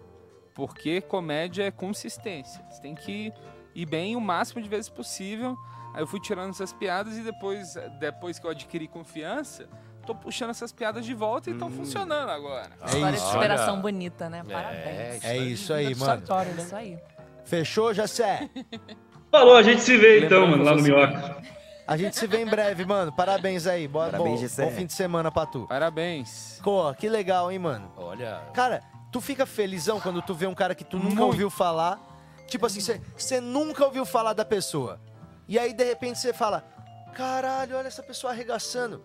Porque comédia é consistência. Você tem que ir bem o máximo de vezes possível. Aí eu fui tirando essas piadas e depois, depois que eu adquiri confiança, tô puxando essas piadas de volta e estão funcionando agora. Hum. É isso. História de superação bonita, né? Parabéns. É isso aí, Vida do mano. Sartori, né? Isso aí. Fechou, Jacé? Falou, a gente se vê então, mano, lá no Minhoca. A gente se vê em breve, mano. Parabéns aí. Boa, Parabéns, bom, Gessé. bom fim de semana pra tu. Parabéns. Pô, que legal, hein, mano? Olha. Cara, tu fica felizão quando tu vê um cara que tu nunca ouviu falar. Tipo assim, você nunca ouviu falar da pessoa. E aí, de repente, você fala: Caralho, olha essa pessoa arregaçando.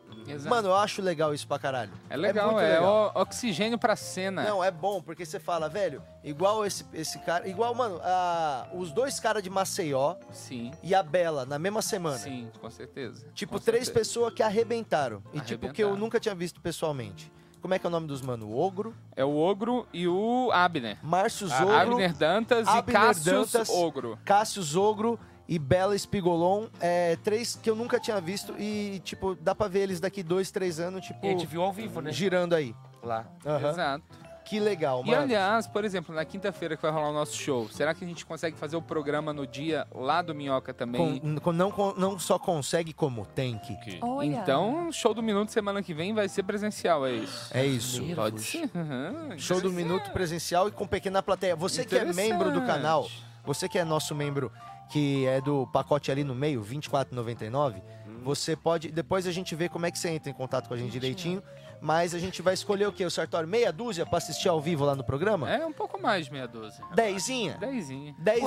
Mano, eu acho legal isso pra caralho. É legal, muito é, o- oxigênio pra cena. Não, é bom, porque você fala, velho, igual esse, esse cara. Igual, mano, a- os dois caras de Maceió e a Bela na mesma semana. Sim, com certeza. Tipo, com três certeza. pessoas que arrebentaram. E tipo, que eu Arrebentaram. nunca tinha visto pessoalmente. Como é que é o nome dos mano? O Ogro? É o Ogro e o Abner. Márcio A- Ogro. Abner Dantas e Cassius Ogro. Cássius Ogro e Bela Espigolon. É, três que eu nunca tinha visto. E, tipo, dá pra ver eles daqui dois, três anos, tipo. E a gente viu ao vivo, né? Girando aí. Lá. Aham. Exato. Que legal, E mano. aliás, por exemplo, na quinta-feira que vai rolar o nosso show, será que a gente consegue fazer o programa no dia lá do Minhoca também? Com- com- não, com- não só consegue, como tem que. Olha. Então, show do Minuto semana que vem vai ser presencial, é isso? É isso. Pode ser. Aham, Show do Minuto presencial e com pequena plateia. Você que é membro do canal, você que é nosso membro que é do pacote ali no meio, R$ 24,99, Hum. você pode. Depois a gente vê como é que você entra em contato com a gente direitinho. Mas a gente vai escolher o quê? O Sartório? Meia dúzia pra assistir ao vivo lá no programa? É um pouco mais de meia dúzia. Dezinha? Dezinha. Dezinha.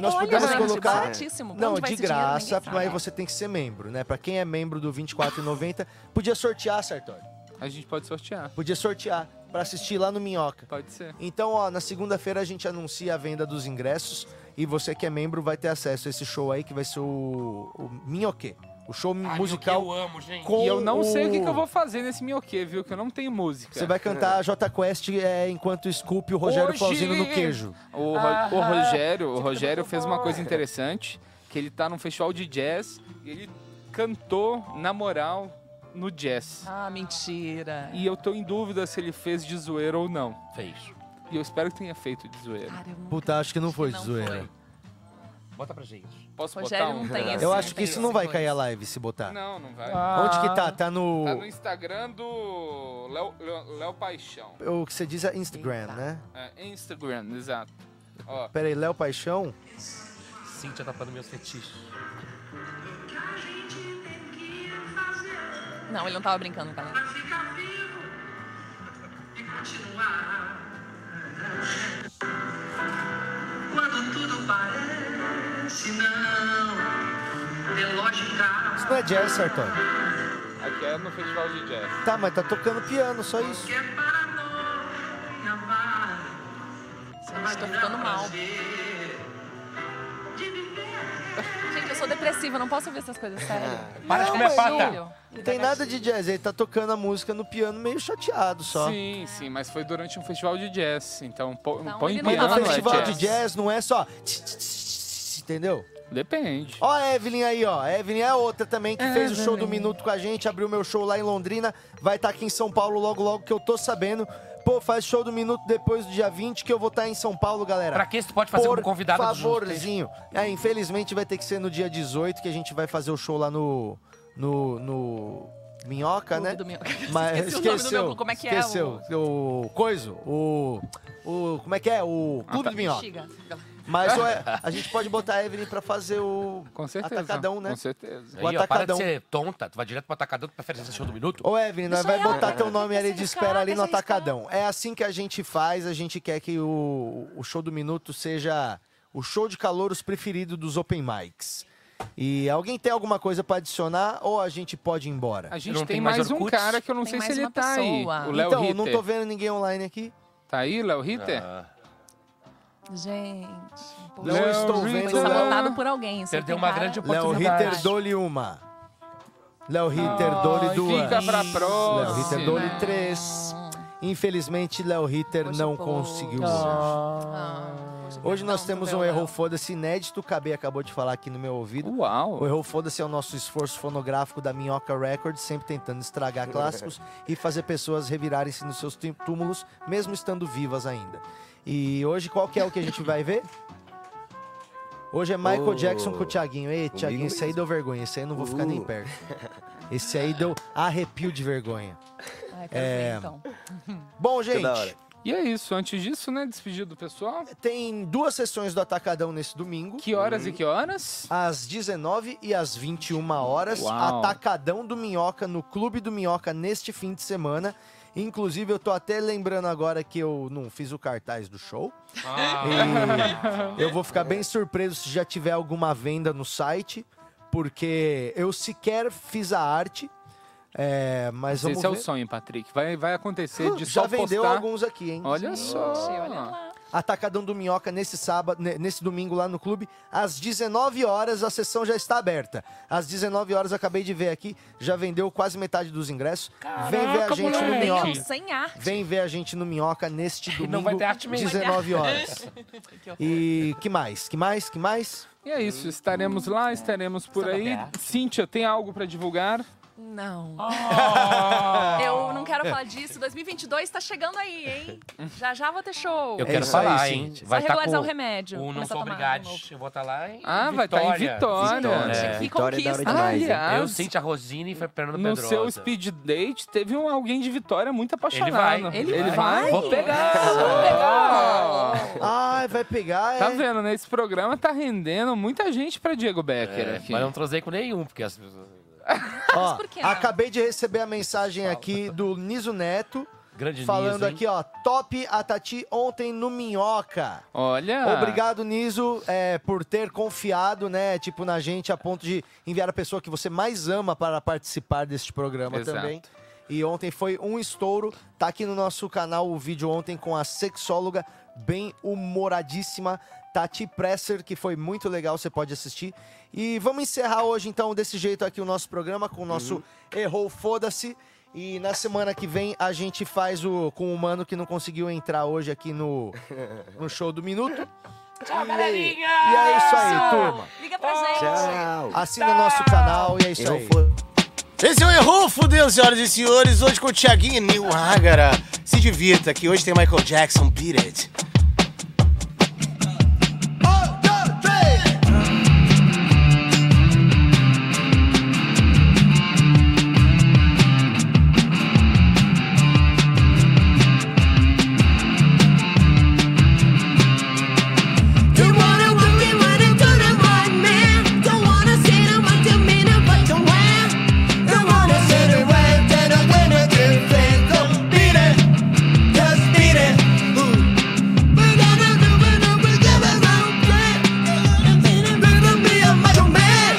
Nós Olha, podemos gente, colocar. baratíssimo. Pra Não, onde vai de esse dinheiro, graça, ninguém sabe. mas você tem que ser membro, né? Pra quem é membro do 24,90, podia sortear, Sartório. A gente pode sortear. Podia sortear pra assistir lá no Minhoca. Pode ser. Então, ó, na segunda-feira a gente anuncia a venda dos ingressos e você que é membro vai ter acesso a esse show aí que vai ser o, o Minhoquê. O show musical. eu amo, gente. com e eu não sei o que, que eu o- vou fazer nesse minhoquê, viu? Que eu não tenho música. Você vai cantar a J Quest é, enquanto esculpe o Rogério Hoje- Flauzino no queijo. O, Ro- o Rogério, o Rogério fez uma coisa interessante, que ele tá num festival de jazz e ele cantou na moral no jazz. Ah, mentira. E eu tô em dúvida se ele fez de zoeira ou não. Fez. E eu espero que tenha feito de zoeira. Puta, acho que não foi, zoeira. Bota pra gente. Posso Rogério botar um? não tem Eu acho que isso não vai cair a live se botar. Não, não vai. tá. Onde que tá? Tá no. Tá no Instagram do Léo- Léo Léo Paixão. O que você diz é Instagram, né? É, Instagram, exato. Ó, Pera aí, Léo Paixão? Cíntia tá tapando meus fetiches. Não, ele não tava brincando, galera. Quando tudo parece não ter lógica. Isso não é jazz, Sartori. aqui é no festival de jazz. Tá, mas tá tocando piano, só isso. Gente, tô ficando mal. Gente, eu sou depressiva, não posso ver essas coisas, sério. Ah, Para de Não, comer mas pata. juro. Não tem nada de jazz, ele tá tocando a música no piano meio chateado só. Sim, sim, mas foi durante um festival de jazz, então pô- Então, põe ele Mas piano, no é festival de jazz. jazz não é só. Entendeu? Depende. Ó, a Evelyn aí, ó. A Evelyn é a outra também que fez o show do Evelyn. Minuto com a gente, abriu meu show lá em Londrina, vai estar aqui em São Paulo logo, logo que eu tô sabendo. Pô, faz show do Minuto depois do dia 20 que eu vou estar em São Paulo, galera. Pra que se tu pode fazer Por como convidada do Justo, hein? favorzinho. É, infelizmente vai ter que ser no dia 18 que a gente vai fazer o show lá no... no, no... Minhoca, Clube né? do Minhoca. Mas Esqueci o nome do esqueceu, meu clube, como é que é esqueceu. é? O... Coiso, o... o... Como é que é? Ah, O tá. Clube do Minhoca. Bexiga. Mas ué, a gente pode botar a Evelyn pra fazer o Com certeza, atacadão, né? com certeza. O Aí, ó, para de atacadão. ser tonta, tu vai direto pro atacadão, tu prefere assistir o show do minuto? Ô, Evelyn, nós vai botar teu nome é ali de deixa espera ali no deixa atacadão. É assim que a gente faz, a gente quer que o, o show do minuto seja o show de calouros preferido dos open mics. E alguém tem alguma coisa pra adicionar ou a gente pode ir embora? A gente Não tem tem mais mais um Orkuts? cara que eu não Tem sei se mais ele uma tá aí, pessoa. o Léo Então, Ritter. não tô vendo ninguém online aqui. Tá aí, Léo Ritter? Gente. um pô. Não estou Foi vendo. tá sabotado por alguém. isso tem cara- Léo Ritter, dole uma. Léo Ritter, dole Ai, duas. fica pra Léo Ritter, próxima. dole três. Infelizmente, Léo Ritter não conseguiu. Ah. Ah. Hoje nós temos um erro foda-se inédito, o KB acabou de falar aqui no meu ouvido. Uau! O erro foda-se é o nosso esforço fonográfico da Minhoca Records, sempre tentando estragar clássicos e fazer pessoas revirarem-se nos seus tú- túmulos, mesmo estando vivas ainda. E hoje qual que é o que a gente vai ver? Hoje é Michael Oh. Jackson com o Thiaguinho. Ei, Comigo Thiaguinho, esse aí mesmo. deu vergonha, esse aí eu não vou ficar nem Uh. perto. Esse aí deu arrepio de vergonha. Ai, quero ver, É, então. Bom, Que da hora. gente. E é isso, antes disso, né? Despedir do pessoal. Tem duas sessões do Atacadão nesse domingo. Uhum. Que horas e que horas? Às 19 e às 21 horas. Uau. Atacadão do Minhoca no Clube do Minhoca neste fim de semana. Inclusive, eu tô até lembrando agora que eu não fiz o cartaz do show. Ah. Ah. E eu vou ficar bem surpreso se já tiver alguma venda no site. Porque eu sequer fiz a arte. É, mas Esse vamos é o ver. sonho, Patrick. Vai, vai acontecer de Já só vendeu postar- alguns aqui, hein? Olha só. Atacadão do Minhoca nesse sábado, ne- nesse domingo lá no clube, às 19 horas a sessão já está aberta. Às 19 horas acabei de ver aqui, já vendeu quase metade dos ingressos. Vem ver a Caraca, gente no moleque. Minhoca. Não, sem arte. Vem ver a gente no Minhoca neste domingo, vai ter arte mesmo. 19 horas. E que mais? Que mais? Que mais? E é isso, estaremos lá, estaremos por aí. Cíntia, tem algo pra divulgar? Não. Ah. Eu não É. quero falar disso. 2022 tá chegando aí, hein? Já já vou ter show. Eu quero falar, hein? Vai tá regularizar com o remédio. O Não Começar a Sou tomar Obrigado. de novo. Eu vou estar lá em né? Ah, vai tá em Vitória. Vitória. Que Vitória é da hora conquista. demais, hein? Eu, Aliás, Cintia Rosini e Fernando No Pedrosa. seu speed date, teve um alguém de Vitória muito apaixonado. vai. Ele vai. Vou pegar. Vou pegar. Ai, vai pegar, é. Tá vendo, né? Esse programa tá rendendo muita gente pra Diego Becker É, aqui. mas eu não transei com nenhum, porque as pessoas... Ó, acabei de receber a mensagem aqui do Niso Neto. Grande Falando Niso, hein? aqui, ó, top a Tati ontem no Minhoca. Olha. Obrigado, Niso, é, por ter confiado, né, tipo, na gente a ponto de enviar a pessoa que você mais ama para participar deste programa Exato. também. E ontem foi um estouro. Tá aqui no nosso canal o vídeo ontem com a sexóloga bem humoradíssima Tati Presser, que foi muito legal, você pode assistir. E vamos encerrar hoje então desse jeito aqui o nosso programa com o nosso Uhum. Errou Foda-se. E na semana que vem a gente faz o com o mano que não conseguiu entrar hoje aqui no, no show do minuto. Tchau, E- galerinha! E é isso aí, turma. Liga pra gente. Assina nosso canal e é isso aí. Esse é o Errou, fudeu, senhoras e senhores. Hoje com o Thiaguinho e Nil Ágara. Se divirta, que hoje tem Michael Jackson, Beat It. Don't wanna work and wanna go to one man. Don't wanna sit and want to meet and want to wear. Don't wanna sit and wait, then I'm gonna do things. Go beat it, just beat it. Ooh. We're gonna do it, and we're gonna run it. We're gonna be a macho man.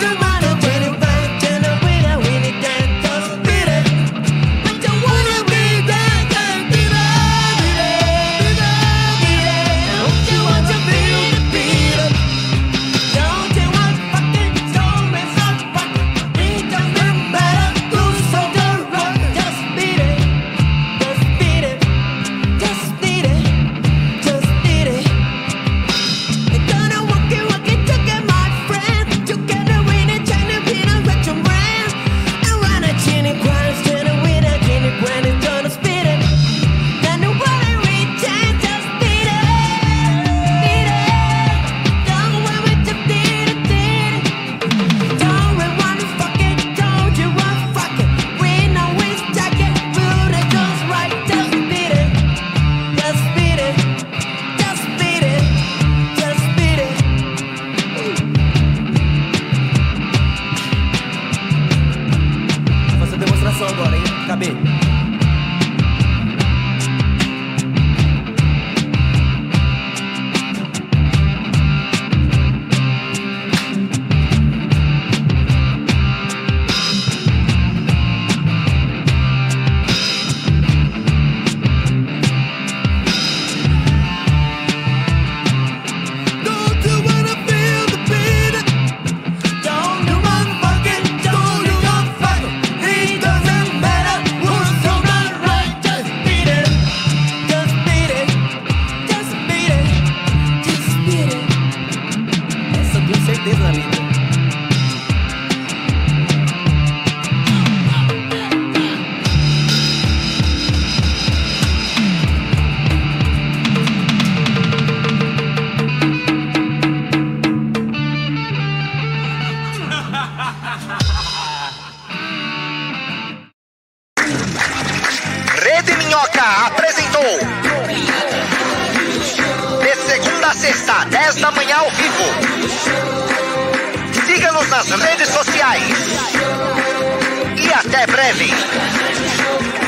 Don't wanna win it, but then I'm gonna win it, then just beat it. But don't wanna be that guy, beat it, beat it, beat it. Gonna spit it. Then the water returns, just beat it. Vou fazer demonstração agora, hein? Acabei. Rede Minhoca apresentou. De segunda a sexta, 10 da manhã ao vivo. Siga-nos nas redes sociais. E até breve.